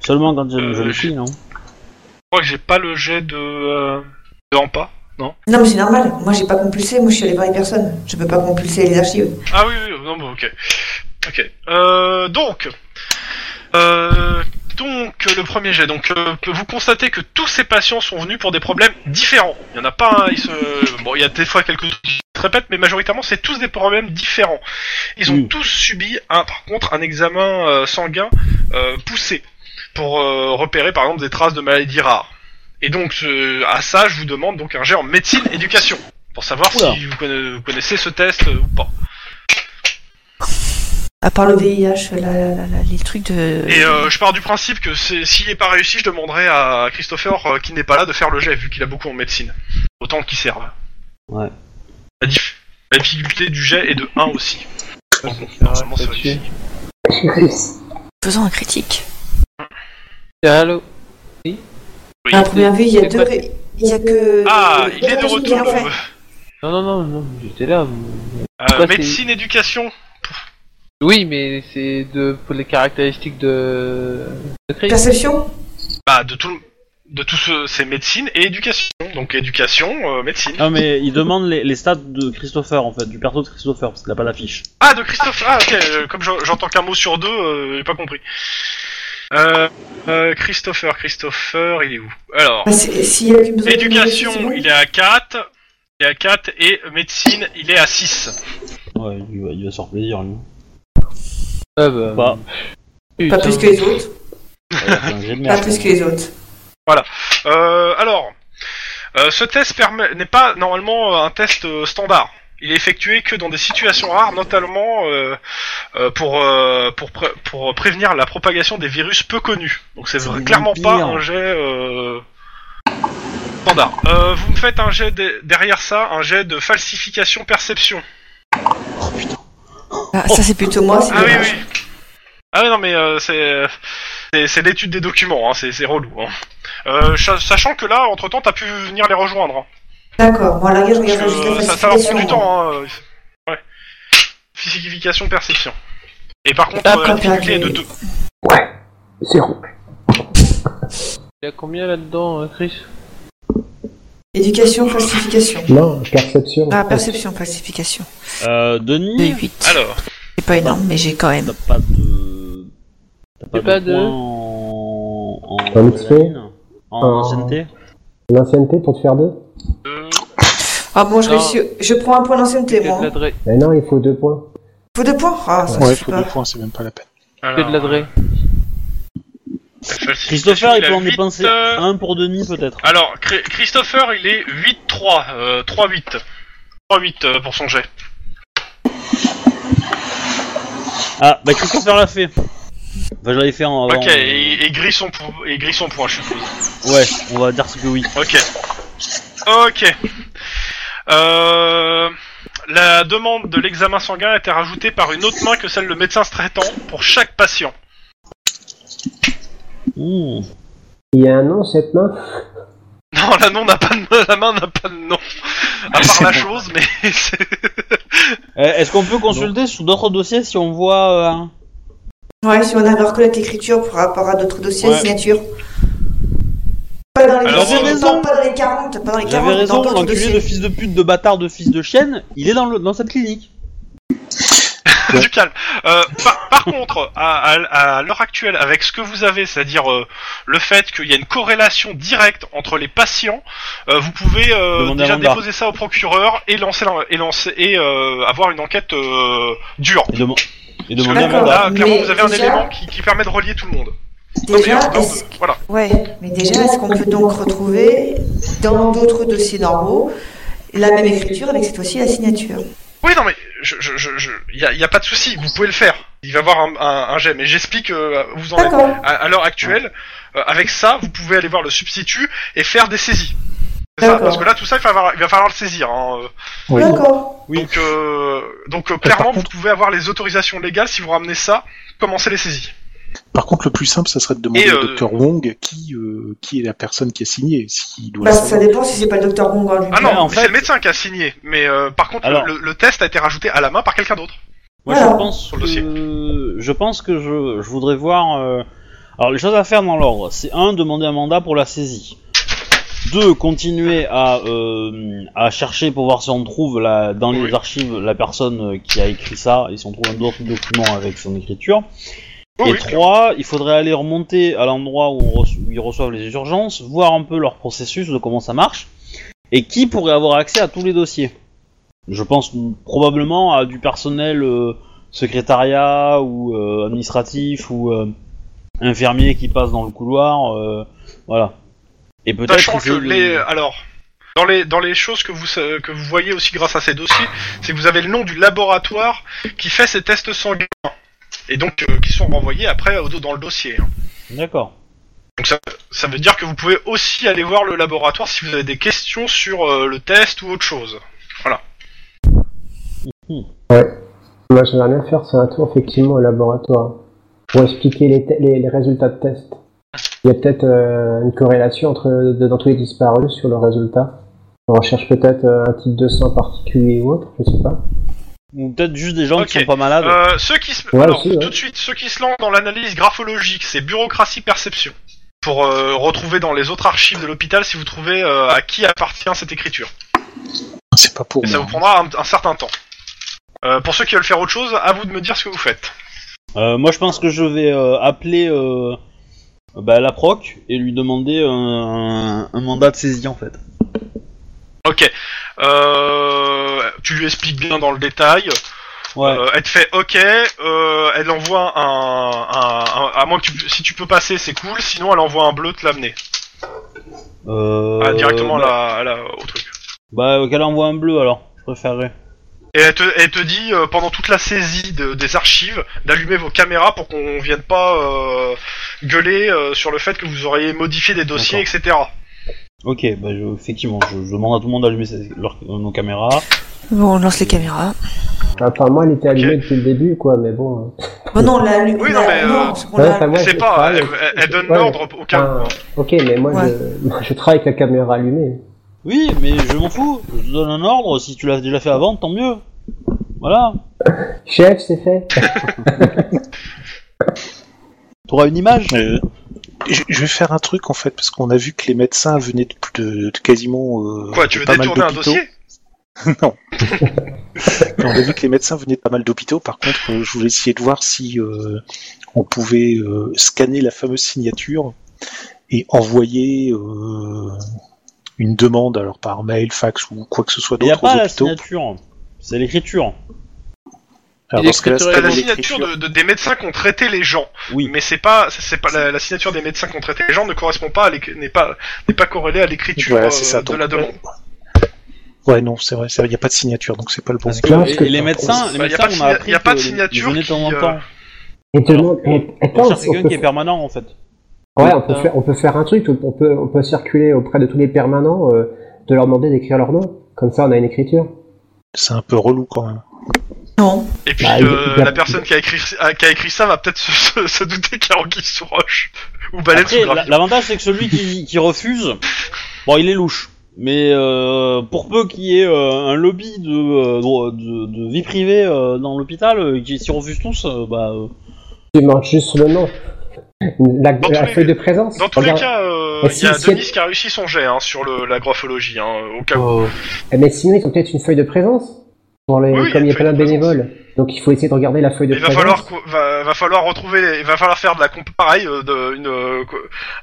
Seulement quand j'ai une
Euh,
jeune
je-
fille, non
Je crois que j'ai pas le jet de, euh, de Hampa.
Non, mais c'est normal. Moi, j'ai pas compulsé. Moi, je suis allée voir les personnes. Je peux pas compulser les archives.
Ah oui, oui, oui, non, bon, ok. Ok. Euh, donc, euh, donc euh, le premier jet. Donc, euh, vous constatez que tous ces patients sont venus pour des problèmes différents. Il y en a pas. un, ils se... Bon, il y a des fois quelques qui se répètent, mais majoritairement, c'est tous des problèmes différents. Ils ont
Mm.
tous subi, un, par contre, un examen euh, sanguin euh, poussé pour euh, repérer, par exemple, des traces de maladies rares. Et donc, ce- à ça, je vous demande donc un jet en médecine-éducation, pour savoir
Oula.
si vous conna- vous connaissez ce test euh, ou pas.
À part le VIH,
Là,
là.
là, là, là, les trucs de.
Et euh, je pars du principe que c'est- s'il n'est pas réussi, je demanderai à Christopher, euh, qui n'est pas là, de faire le jet, vu qu'il a beaucoup en médecine. Autant qu'il serve.
Ouais.
La, dif- la difficulté du jet est de 1 aussi. Donc, normalement, ça réussit.
Faisant un critique.
Allô
Oui.
À la première vue, il y a
C'est
deux.
pas-
ré- Il y a que.
Ah,
deux
il est de
régimes qui
retour.
l'ont fait.
Non, non, non, non, j'étais là.
Euh,
Pourquoi c'est-
médecine, éducation.
Oui, mais c'est de... pour les caractéristiques de. de Chris.
Perception
Bah, de tout, le- de tout ce, c'est médecine et éducation. Donc éducation, euh, médecine.
Non, mais il demande les, les stats de Christopher en fait, du perso de Christopher, parce qu'il a pas l'affiche.
Ah, de Christopher. Ah, ok. euh, Comme j'en- j'entends qu'un mot sur deux, euh, j'ai pas compris. Euh, euh, Christopher, Christopher, il est où Alors.
Bah, c'est- S'il y a qu'une besoin de-
Éducation, il est à 4. Il est à 4 et médecine, il est à 6.
Ouais, il va, il va se faire plaisir lui.
Ah bah, <laughs>
Pas,
Pas
putain.
plus que les autres.
un jet de
Pas
merde.
plus que les autres.
Euh, alors, euh, ce test permet- n'est pas normalement euh, un test euh, standard. Il est effectué que dans des situations rares, notamment euh, euh, pour, euh, pour, pré- pour prévenir la propagation des virus peu connus. Donc c'est
C'est
vra-
des
clairement pas
vampires.
un jet euh, standard. Euh, vous me faites un jet de- derrière ça, un jet de falsification perception.
Ah, ça, c'est plutôt
Plutôt moi, c'est
Ah oui,
dommage.
oui. Ah oui, non, mais euh, c'est c'est- c'est l'étude des documents, hein, c'est c'est relou. hein. Euh, cha- sachant que là, entre temps, t'as pu venir les rejoindre. hein.
D'accord, bon, là, je
Parce que,
regarde juste
euh,
la
ça, ça leur prend du
falsification.
temps. Hein. euh, Ouais. Physification, perception. Et par contre,
Ah,
euh, la
quand t'as
difficulté est de
les-
deux.
Ouais, zéro.
Il y a combien là-dedans, euh, Chris
hein.
Éducation, falsification.
Non, perception.
Ah, perception, falsification.
Euh, Denis,
J'ai 8.
Alors,
C'est pas énorme, mais j'ai quand même.
t'as pas de. T'as
J'ai pas de-
points en. En.
En médecine
En
En-
ancienneté
L'ancienneté pour te faire deux
deux.
Ah bon, je,
Non.
réussis- je prends un point d'ancienneté,
C'est de
moi.
la dré.
Mais non, il faut deux points.
Faut deux points Ah, ça
Ouais,
suffit
faut
pas.
deux points, c'est même pas la peine.
C'est de la dré.
falsification,
Christopher, il peut en
a huit,
dépenser
euh,
un pour Denis peut-être.
Alors, Cri- Christopher, il est 8-3. euh, 3-8. 3-8 euh, pour son jet.
Ah, bah Christopher l'a fait. Enfin, je l'avais fait en. avant.
ok, et, et gris son po- et gris son point, je suppose.
Ouais, on va dire ce que oui.
Ok. Ok. Euh, la demande de l'examen sanguin a été rajoutée par une autre main que celle de médecin traitant pour chaque patient. <laughs>
Mmh.
Il y a un nom, cette main
Non, la, nom n'a pas de- la main n'a pas de nom. À part la chose, mais <laughs> c'est-
Euh, Est-ce qu'on peut consulter sous d'autres dossiers si on voit. euh, un-
Ouais, si on a leur collecte écriture par rapport à d'autres dossiers,
Ouais.
signatures. Pas dans les
Alors,
40,
vous avez raison.
pas dans les 40, pas dans les
J'avais
40,
raison,
dans d'autres
l'enculé de
dossiers.
fils de pute, de bâtard, de fils de chienne, il est dans, le, dans cette clinique.
du calme. Euh, par, par contre, à, à- à l'heure actuelle, avec ce que vous avez, c'est-à-dire euh, le fait qu'il y a une corrélation directe entre les patients, euh, vous pouvez euh,
Demandez un
déjà
mandat.
déposer ça au procureur et lancer la- et lancer et euh, avoir une enquête euh, dure.
Et, demand- et
Parce que
demander un
D'accord.
mandat.
Là, Ah, clairement,
Mais
vous avez un
déjà-
élément qui, qui permet de relier tout le monde.
Déjà,
Mais en dehors de-
est-ce-
Voilà.
Ouais.
mais déjà, est-ce qu'on peut donc retrouver dans d'autres dossiers normaux la même écriture avec cette fois-ci la signature
Oui, non, mais je, je, je, je- y, a, y a pas de souci. Vous pouvez le faire. Il va y avoir un, un, un jet, mais j'explique. euh, vous en êtes.
D'accord.
À, à l'heure actuelle, euh, avec ça, vous pouvez aller voir le substitut et faire des saisies. C'est ça,
D'accord.
parce que là, tout ça, il va falloir, il va falloir le saisir. hein, euh.
Oui.
Ah, D'accord.
Donc, euh, donc euh, clairement, vous pouvez avoir les autorisations légales si vous ramenez ça. Commencez les saisies.
Par contre, le plus simple, ça serait de demander
Et,
au
euh,
docteur Wong qui, euh, qui est la personne qui a signé, s'il doit
Bah,
le
ça
savoir.
dépend si c'est pas le docteur Wong en lui
Ah non,
en
mais
fait-
c'est le médecin qui a signé. Mais euh, par contre,
Alors-
le, le test a été rajouté à la main par quelqu'un d'autre.
Moi,
Voilà.
je pense
Sur le dossier.
que je pense que je, je voudrais voir. euh, Alors, les choses à faire dans l'ordre, c'est un, demander un mandat pour la saisie. Deux, continuer à, euh, à chercher pour voir si on trouve la, dans les
Oui.
archives la personne euh, qui a écrit ça et si on trouve d'autres documents avec son écriture. et
Oui, Oh oui.
trois, il faudrait aller remonter à l'endroit où, on reço- où ils reçoivent les urgences, voir un peu leur processus de comment ça marche, et qui pourrait avoir accès à tous les dossiers. Je pense mm, probablement à du personnel euh, secrétariat ou euh, administratif ou euh, infirmier qui passe dans le couloir, euh, voilà. Et peut-être
Sachant que
essayer de-
les, alors, dans les dans les choses que vous sa- que vous voyez aussi grâce à ces dossiers, c'est que vous avez le nom du laboratoire qui fait ces tests sanguins et donc euh, qui sont renvoyés après au- dans le dossier. hein.
D'accord.
Donc ça, ça veut dire que vous pouvez aussi aller voir le laboratoire si vous avez des questions sur euh, le test ou autre chose.
Ouais. Moi, je vais rien faire, c'est un tour effectivement au laboratoire pour expliquer les, te- les, les résultats de test. Il y a peut-être euh, une corrélation entre de- dans tous les disparus sur le résultat. On recherche peut-être euh, un type de sang particulier ou autre, je sais pas.
Ou peut-être juste des gens
Ok.
qui sont pas malades.
Euh, ceux qui se...
Ouais,
alors,
aussi, ouais.
tout de suite, ceux qui se lancent dans l'analyse graphologique, c'est bureaucratie perception. Pour euh, retrouver dans les autres archives de l'hôpital si vous trouvez euh, à qui appartient cette écriture.
C'est pas pour
Et ça
moi.
vous prendra un, un certain temps. Euh, pour ceux qui veulent faire autre chose, à vous de me dire ce que vous faites.
Euh, moi, je pense que je vais euh, appeler euh, bah, la proc et lui demander euh, un, un mandat de saisie en fait.
Ok. Euh, tu lui expliques bien dans le détail.
Ouais.
Euh, elle te fait OK. euh, elle envoie un, un- un- à moins que tu, si tu peux passer, c'est cool. Sinon, elle envoie un bleu te l'amener
Euh,
Ah, directement à
bah,
la- à la- au truc.
Bah, euh, qu'elle envoie un bleu alors. Je préférerais.
Et elle te, elle te dit euh, pendant toute la saisie de- des archives d'allumer vos caméras pour qu'on vienne pas euh, gueuler euh, sur le fait que vous auriez modifié des dossiers, etc.
Ok, bah je- effectivement, je, je demande à tout le monde d'allumer ses- leur- euh, nos caméras.
Bon, on lance les caméras.
Enfin, moi, elle était allumée depuis le début, quoi, mais bon. euh,
Oh non, la lumière.
Oui, non, mais, euh,
on l'a-
ouais, enfin, moi,
c'est
je-
pas,
ouais,
elle, elle- elle donne
ouais.
l'ordre au cas où.
Enfin, ok, mais moi,
Ouais.
je, <laughs> moi, je travaille avec la caméra allumée.
Oui, mais je m'en fous. Je te donne un ordre. Si tu l'as déjà fait avant, tant mieux. Voilà.
Chef, c'est fait.
T'auras une image.
Euh, je je vais faire un truc en fait parce qu'on a vu que les médecins venaient de, de- de quasiment euh,
Quoi, tu
de
veux
pas mal
détourner un
d'hôpitaux.
dossier
Non. on a vu que les médecins venaient de pas mal d'hôpitaux. Par contre, euh, je voulais essayer de voir si euh, on pouvait euh, scanner la fameuse signature et envoyer euh, une demande, alors par mail, fax ou quoi que ce soit
Il n'y a
d'autre
pas
aux
la
hôpitaux.
signature. C'est l'écriture.
Alors, dans ce cas-là,
T'as la
scanner
signature de, de- des médecins qui ont traité les gens,
Oui.
mais c'est pas, c'est- c'est pas la, la signature des médecins qui ont traité les gens ne correspond pas, à l'éc- n'est pas, n'est pas corrélée à l'écriture
Voilà,
euh,
c'est ça,
de
donc,
la demande.
Ouais, non, c'est vrai, il n'y a pas de signature, donc c'est pas le bon.
Parce que,
Parce que-
et les médecins, les
Bah, y a
médecins,
pas de
on a
signa-
appris
y a pas de
que les-
signature
ils venaient de temps en
qui, euh,
temps.
Et tout le monde.
Alors,
et- attends,
On cherche
on
quelqu'un
peut-
qui est permanent en fait.
Ouais, on peut, faire, on peut faire un truc, on peut, on peut circuler auprès de tous les permanents, euh, de leur demander d'écrire leur nom. Comme ça, on a une écriture.
C'est un peu relou quand même.
Non.
Et puis
Bah,
euh,
il y a-
la personne qui a écrit, ah, qui a écrit ça va peut-être se, se- se douter qu'il y a Anguille sous roche ou baleine
Après,
sous
la-
gravillon.
l'avantage c'est que celui qui, qui refuse, bon, il est louche. Mais euh, pour peu qu'il y ait euh, un lobby de, euh, dro- de, de vie privée euh, dans l'hôpital, euh, qui s'y refusent tous, euh, bah. euh,
Tu marches juste sur le nom. La,
Dans
la
tous les-
feuille de présence.
Dans tous
Regarde-
les cas, euh,
Bah,
il y a
si- si-
Denis qui a réussi son jet hein, sur le, la graphologie, hein, au cas où.
Eh, Mais sinon, ils ont peut-être une feuille de présence. Dans les,
Oui, oui,
comme il y a
une feuille
plein de
de présence.
bénévoles. Donc il faut essayer de regarder la feuille de
Il va
présence.
falloir, co- va, va falloir retrouver, les- il va falloir faire de la comp pareil, euh, de, une, euh, co-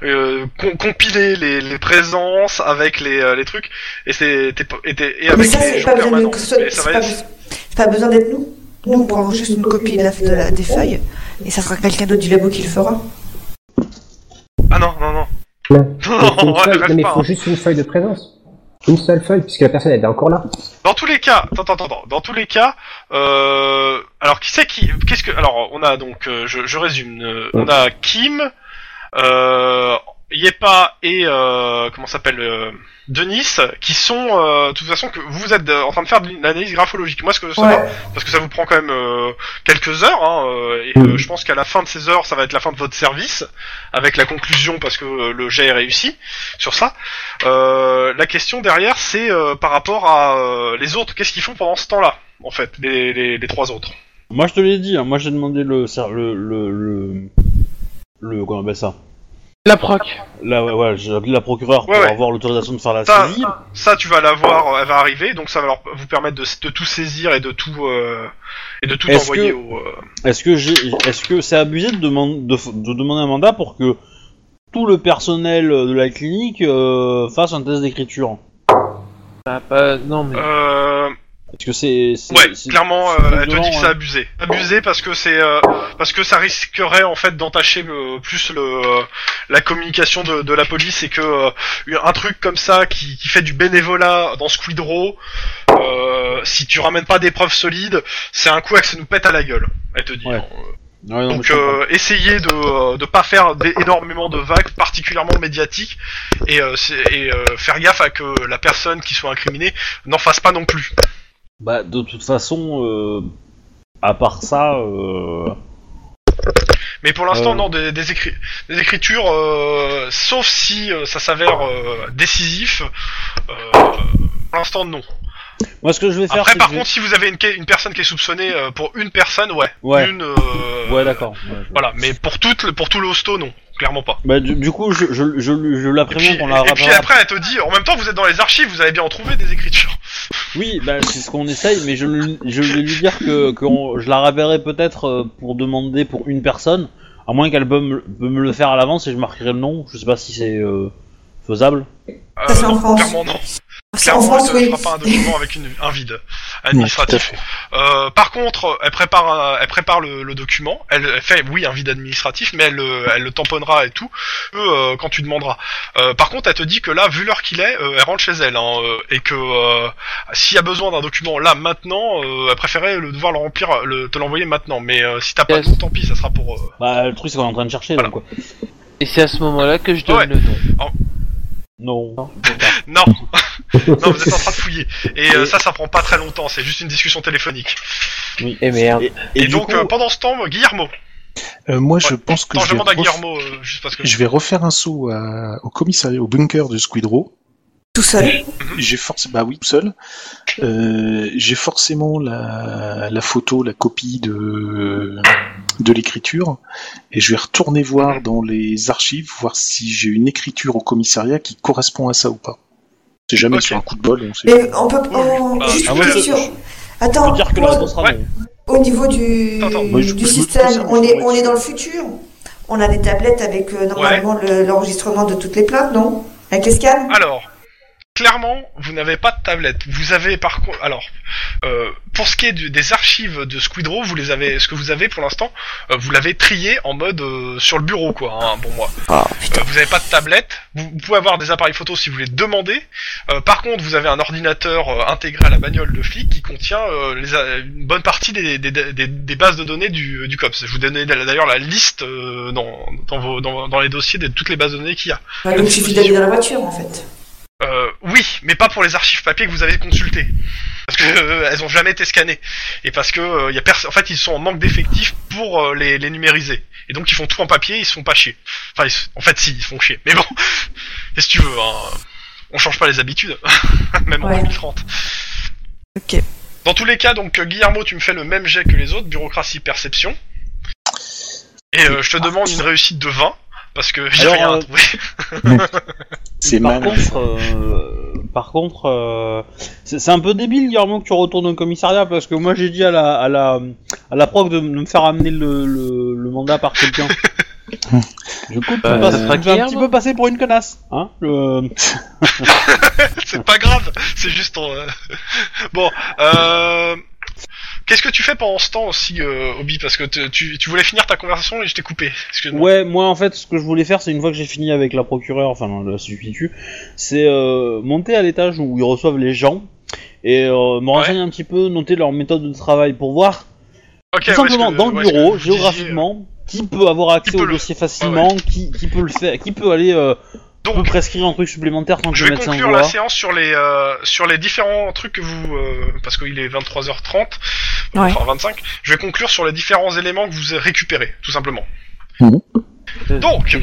euh, com- compiler les, les présences avec les, euh, les trucs et c'est t'es pas- et, t'es- et
Mais
avec
ça,
les
c'est
gens
pas besoin de
permanents.
que ce-
Mais ça
c'est
va
pas,
être-
c'est pas besoin d'être nous. Nous, on prend juste une copie de la- de la- des feuilles et ça sera quelqu'un d'autre du labo qui le fera.
Ah non non <laughs> non.
Non. Mais faut une
Non, elle
feuille- non,
rêve
mais il
pas,
faut
hein.
juste une feuille de présence. Une seule feuille, puisque la personne elle est encore là.
Dans tous les cas, attends, attends, attends, dans tous les cas, euh, alors qui c'est qui, qu'est-ce que, alors on a donc, euh, je, je résume, euh, on a Kim, euh, Yepa et euh, comment ça s'appelle euh, Denis, qui sont, euh, de toute façon que vous êtes euh, en train de faire de l'analyse graphologique. Moi, ce que je veux savoir, parce que ça vous prend quand même euh, quelques heures, hein, euh, et euh, je pense qu'à la fin de ces heures, ça va être la fin de votre service, avec la conclusion parce que euh, le jet est réussi sur ça. Euh, la question derrière, c'est euh, par rapport à euh, les autres, qu'est-ce qu'ils font pendant ce temps-là, en fait, les, les, les trois autres.
Moi je te l'ai dit, hein, moi j'ai demandé le, ser- le, le, le, le- Comment on appelle ça
La proc.
Là, ouais, ouais, j'ai appelé la procureure
Ouais,
pour
ouais.
avoir l'autorisation de faire la
Ça-
saisie.
Ça, tu vas la voir, elle va arriver, donc ça va leur, vous permettre de, de tout saisir et de tout euh, et de tout
Est-ce
envoyer
que-
au. euh,
Est-ce que j'ai, est-ce que c'est abusé de, demande- de, f- de demander un mandat pour que tout le personnel de la clinique euh, fasse un test d'écriture
Bah, pas... Non, mais.
euh,
Parce que c'est. c'est-
Ouais,
c'est-
clairement,
c'est
euh, elle te
violent,
dit que c'est
hein.
abusé. Abusé parce que c'est euh, parce que ça risquerait en fait d'entacher euh, plus le euh, la communication de, de la police et que euh, un truc comme ça qui, qui fait du bénévolat dans Squid Row, euh, si tu ramènes pas des preuves solides, c'est un coup à que ça nous pète à la gueule. Elle te dit.
Ouais.
hein.
Ouais, non, mais
Donc
je comprends.
euh, essayez de de pas faire d- énormément de vagues, particulièrement médiatiques, et, euh, c'est- et euh, faire gaffe à que la personne qui soit incriminée n'en fasse pas non plus.
Bah, de toute façon, euh, à part ça, euh,
Mais pour l'instant,
Euh.
non, des, des, écri- des écritures, euh, sauf si euh, ça s'avère euh, décisif, euh, pour l'instant, non.
moi ce que je vais faire,
Après,
c'est.
par
que je vais-
contre, si vous avez une, ca- une personne qui est soupçonnée euh, pour une personne, ouais.
Ouais.
Une, euh,
Ouais, d'accord. ouais.
Voilà, mais pour, toute, le- pour tout l'hosto, non, clairement pas.
Bah, du, du coup, je, je, je, je la
Et
préviens
puis,
qu'on la
et puis
rappellera-
après, elle te dit, en même temps, vous êtes dans les archives, vous avez bien en trouvé des écritures.
Oui, bah, c'est ce qu'on essaye, mais je, lui- je vais lui dire que, que on- je la rappellerai peut-être euh, pour demander pour une personne, à moins qu'elle peut me, peut me le faire à l'avance et je marquerai le nom. Je sais pas si c'est euh, faisable.
Euh,
Ça, c'est en
non,
France.
clairement, non.
C'est en
Clairement, elle
France,
te
oui.
fera pas un document avec une, un vide
tout à
administratif.
fait.
Euh, par contre, elle prépare, un- elle prépare le, le document. Elle, elle fait, oui, un vide administratif, mais elle, le- elle le tamponnera et tout euh, quand tu demanderas. Euh, par contre, elle te dit que là, vu l'heure qu'il est, euh, elle rentre chez elle hein, euh, et que euh, s'il y a besoin d'un document là maintenant, euh, elle préférait le devoir le remplir, le, te l'envoyer maintenant. Mais euh, si t'as pas
Yes.
de nom, tant pis, ça sera pour. euh,
Bah, le truc c'est qu'on est en train de chercher, donc quoi.
Et c'est à ce moment-là que je donne
Ouais.
le nom.
Non.
Non, non,
<laughs>
vous êtes en train de fouiller. Et euh, ça, ça prend pas très longtemps. C'est juste une discussion téléphonique.
Eh
Et merde.
Et,
du
donc,
coup-
euh, pendant ce temps, Guillermo.
Euh, moi, je
Ouais.
pense que
Attends,
je,
je
vais
demande à
ref-
Guillermo, euh, juste parce que.
je vais refaire un saut à- au commissariat, au bunker de Squidrow.
Tout
<laughs>
seul.
J'ai forcément, bah oui, tout seul. Euh, J'ai forcément la... la photo, la copie de de l'écriture, et je vais retourner voir dans les archives voir si j'ai une écriture au commissariat qui correspond à ça ou pas. C'est jamais
Ok.
sur un coup de bol, on sait.
Mais on peut.
Oui,
on-
bah,
juste
ah
une
ouais, je-
question.
je-
Attends,
Faut dire que la
moi,
réponse sera
Ouais.
non.
au niveau du,
Attends,
moi, je-
du
je me
système,
concentre
on
sur
est,
les
on est
choses.
dans le futur. On a des tablettes avec euh, normalement le- l'enregistrement de toutes les plaintes, non Avec les scans
Alors, clairement, vous n'avez pas de tablette. Vous avez par contre, alors, euh, pour ce qui est du- des archives de Squidrow, vous les avez, ce que vous avez pour l'instant, euh, vous l'avez trié en mode euh, sur le bureau, quoi. Hein, pour moi,
Oh,
Euh, vous n'avez pas de tablette. Vous, vous pouvez avoir des appareils photos si vous les demandez. Euh, par contre, vous avez un ordinateur euh, intégré à la bagnole de flic qui contient euh, les a- une bonne partie des, des, des- des bases de données du, du COPS. Je vous donnais d'ailleurs la liste euh, dans, dans, vos, dans, dans les dossiers de toutes les bases de données qu'il y a.
Bah, donc, Il suffit d'aller dans la voiture, en fait.
Euh, oui, mais pas pour les archives papier que vous avez consultées. Parce que euh, elles ont jamais été scannées. Et parce que euh, y a perso- en fait ils sont en manque d'effectifs pour euh, les, les numériser. Et donc ils font tout en papier, ils se font pas chier. Enfin ils se- en fait si, ils se font chier. Mais bon, <laughs> qu'est-ce que tu veux, hein on change pas les habitudes, <laughs> même en
Ouais.
2030.
Ok.
Dans tous les cas, donc euh, Guillermo, tu me fais le même jet que les autres, bureaucratie, perception. Et euh, je te demande une réussite de 20, parce que <laughs> j'ai
Alors,
rien à
euh,
trouver.
C'est
Par
mal.
contre, euh, par contre, euh, c'est c'est un peu débile, Guillermo, que tu retournes au commissariat parce que moi j'ai dit à la à la à la proc de, m- de me faire amener le, le, le mandat
<laughs>
par quelqu'un. Je coupe,
Bah,
parce
ça
que
sera
je vais un
Guillermo.
petit peu passer pour une connasse, hein. le-
C'est pas grave, c'est juste ton. euh, <laughs> Bon, euh... qu'est-ce que tu fais pendant ce temps aussi, euh, Obi Parce que te- tu, tu voulais finir ta conversation et je t'ai coupé. Excuse-moi.
Ouais, moi en fait, ce que je voulais faire, c'est une fois que j'ai fini avec la procureure, enfin la substitut, c'est euh, monter à l'étage où ils reçoivent les gens et euh, me renseigner un petit peu, noter leur méthode de travail pour voir
Ok,
Tout
ouais,
simplement
est-ce que-
dans le
ouais, est-ce que euh,
bureau,
vous disiez,
géographiquement, qui peut avoir accès
qui peut
au
le-
dossier facilement, Qui, qui peut le faire, qui peut aller euh,
euh,
peut
Donc,
prescrire un truc supplémentaire quand
je
le
vais
médecin
conclure
voit.
la séance sur les euh, sur les différents trucs que vous euh, parce qu'il est 23h30,
Ouais.
enfin 25. Je vais conclure sur les différents éléments que vous récupérez, tout simplement. Donc,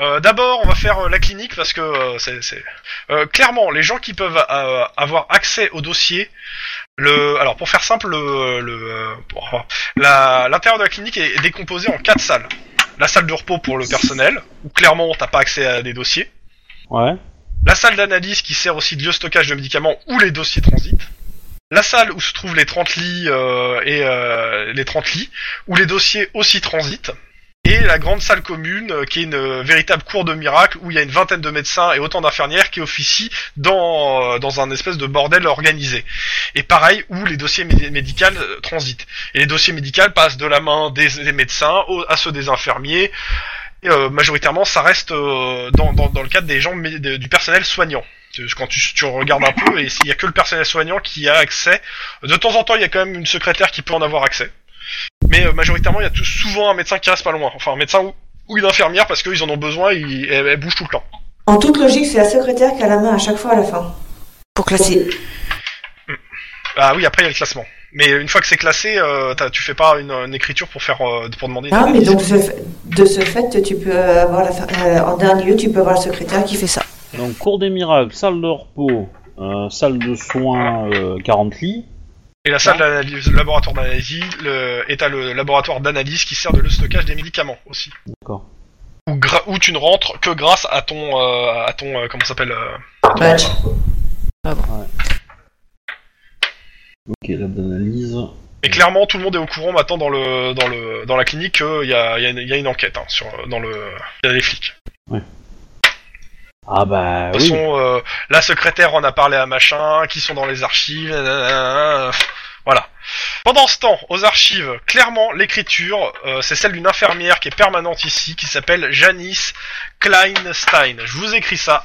Euh, D'abord, on va faire euh, la clinique parce que euh, c'est c'est- Euh, clairement les gens qui peuvent euh, avoir accès au dossier. Le, alors pour faire simple, le, le, euh, pour- la- l'intérieur de la clinique est décomposé en quatre salles. La salle de repos pour le personnel, où clairement t'as pas accès à des dossiers.
Ouais.
La salle d'analyse qui sert aussi de lieu de stockage de médicaments où les dossiers transitent. La salle où se trouvent les 30 lits euh, et euh, les 30 lits où les dossiers aussi transitent. et la grande salle commune, euh, qui est une euh, véritable cour de miracle où il y a une vingtaine de médecins et autant d'infirmières qui officient dans, euh, dans un espèce de bordel organisé. Et pareil, où les dossiers médi- médicaux euh, transitent. Et les dossiers médicaux passent de la main des, des médecins au- à ceux des infirmiers. Et, euh, majoritairement, ça reste euh, dans, dans, dans le cadre des gens mé- de- du personnel soignant. Tu- Quand tu, tu regardes un peu, et il n'y a que le personnel soignant qui a accès. De temps en temps, il y a quand même une secrétaire qui peut en avoir accès. Mais euh, majoritairement, il y a tout, souvent un médecin qui reste pas loin. Enfin, un médecin ou, ou une infirmière parce qu'ils en ont besoin, ils, elles, elles bougent tout le temps.
En toute logique, c'est la secrétaire qui a la main à chaque fois à la fin.
Pour classer.
Ah oui, après il y a le classement. Mais une fois que c'est classé, euh, t'as- tu fais pas une, une écriture pour faire euh, pour demander. une
Ah, mais
analyse.
donc ce fait- de ce fait, tu peux avoir la, euh, en dernier lieu, tu peux avoir la secrétaire qui
Qui
fait.
fait ça
Donc, cours des miracles, salle de repos, euh, salle de soins, euh, 40 lits.
Et la salle d'analyse, le laboratoire d'analyse, le, et t'as le laboratoire d'analyse qui sert de le stockage des médicaments aussi.
D'accord.
Ou gra- où tu ne rentres que grâce à ton euh, à ton euh, comment ça s'appelle euh, à ton-
Badge.
Ok, lab d'analyse.
Mais clairement, tout le monde est au courant maintenant dans le dans le dans la clinique qu'il y a, il y a une- il y a une enquête hein, sur dans le il y a des flics.
Ah bah
De toute
oui.
façon, euh, la secrétaire en a parlé à machin, qui sont dans les archives, nanana, voilà. Pendant ce temps, aux archives, clairement, l'écriture, euh, c'est celle d'une infirmière qui est permanente ici, qui s'appelle Janice Kleinstein. Je vous écris ça.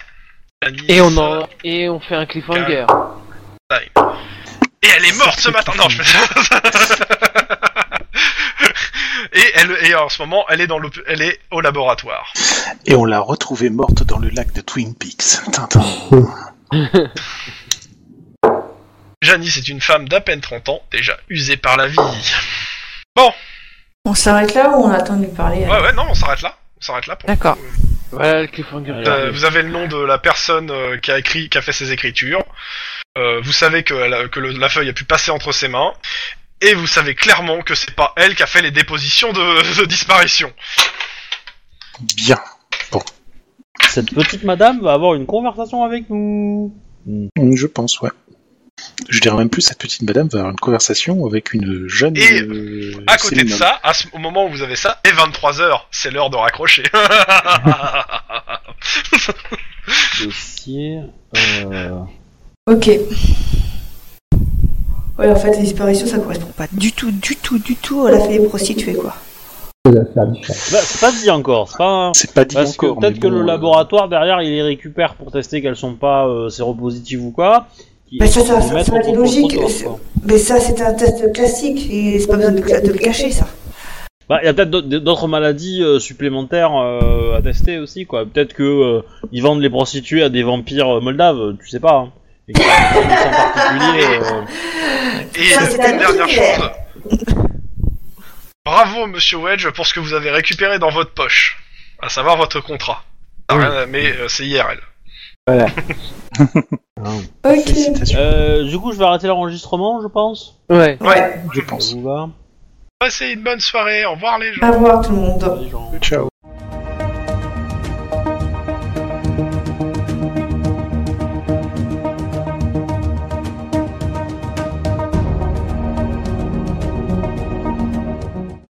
Janice,
Et on en... et on fait un cliffhanger.
et elle est morte ce matin. Non, je <laughs> et elle et en ce moment, elle est dans le, elle est au laboratoire.
Et on l'a retrouvée morte dans le lac de Twin Peaks. Tintin.
Janice est une femme d'à peine 30 ans, déjà usée par la vie.
On s'arrête là ou on attend de lui parler
Ouais, ouais, non, on s'arrête là. On s'arrête là pour le
D'accord.
coup.
Voilà le cliffhanger.
Alors,
Euh, vous avez le nom de la personne euh, qui a écrit, qui a fait ses écritures. Euh, vous savez que, elle a- que le- la feuille a pu passer entre ses mains. Et vous savez clairement que c'est pas elle qui a fait les dépositions de, <laughs> de disparition.
Bien.
Cette petite madame va avoir une conversation avec nous.
Mm, Je pense, ouais. Je dirais même plus, cette petite madame va avoir une conversation avec une jeune.
Et,
euh,
À côté de
Céline.
ça, à ce- au moment où vous avez ça, et 23h, c'est l'heure de raccrocher. <laughs>
Dossier. Euh...
Ok. Ouais, en fait, les disparitions, ça correspond.
Ah, Pas du tout, du tout, du tout
On
à la
l'a fait les prostituées, quoi.
Chose à faire différente.
Bah, c'est pas dit encore. C'est pas.
C'est pas dit
Parce que
encore.
peut-être
mais
que
bon,
le
euh,
laboratoire derrière il les récupère pour tester qu'elles sont pas euh, séropositives ou quoi. Qui-
Mais ça, ça-
qui
ça-
mettent
ça,
au
c'est logique.
contre-trottoir,
C'est-
quoi.
Mais ça, c'est un test classique et c'est pas besoin de, le cla- de le cacher, ça.
Bah, il y a peut-être d'autres- d'autres maladies euh, supplémentaires euh, à tester aussi, quoi. Peut-être que euh, ils vendent les prostituées à des vampires euh, moldaves, tu sais pas. hein. Et que, en particulier, euh,
Et
Ça, c'est
une
un
dernière
univers.
chose. Bravo, monsieur Wedge, pour ce que vous avez récupéré dans votre poche. À savoir votre contrat. Ah,
Oui.
rien, Mais euh, c'est IRL.
Ok.
félicitations,
euh, du coup, je vais arrêter l'enregistrement, je pense.
Ouais.
Ouais.
je pense.
Ça vous va
Passez une bonne soirée. Au revoir, les gens.
Au revoir, tout le monde.
Les gens.
Ciao.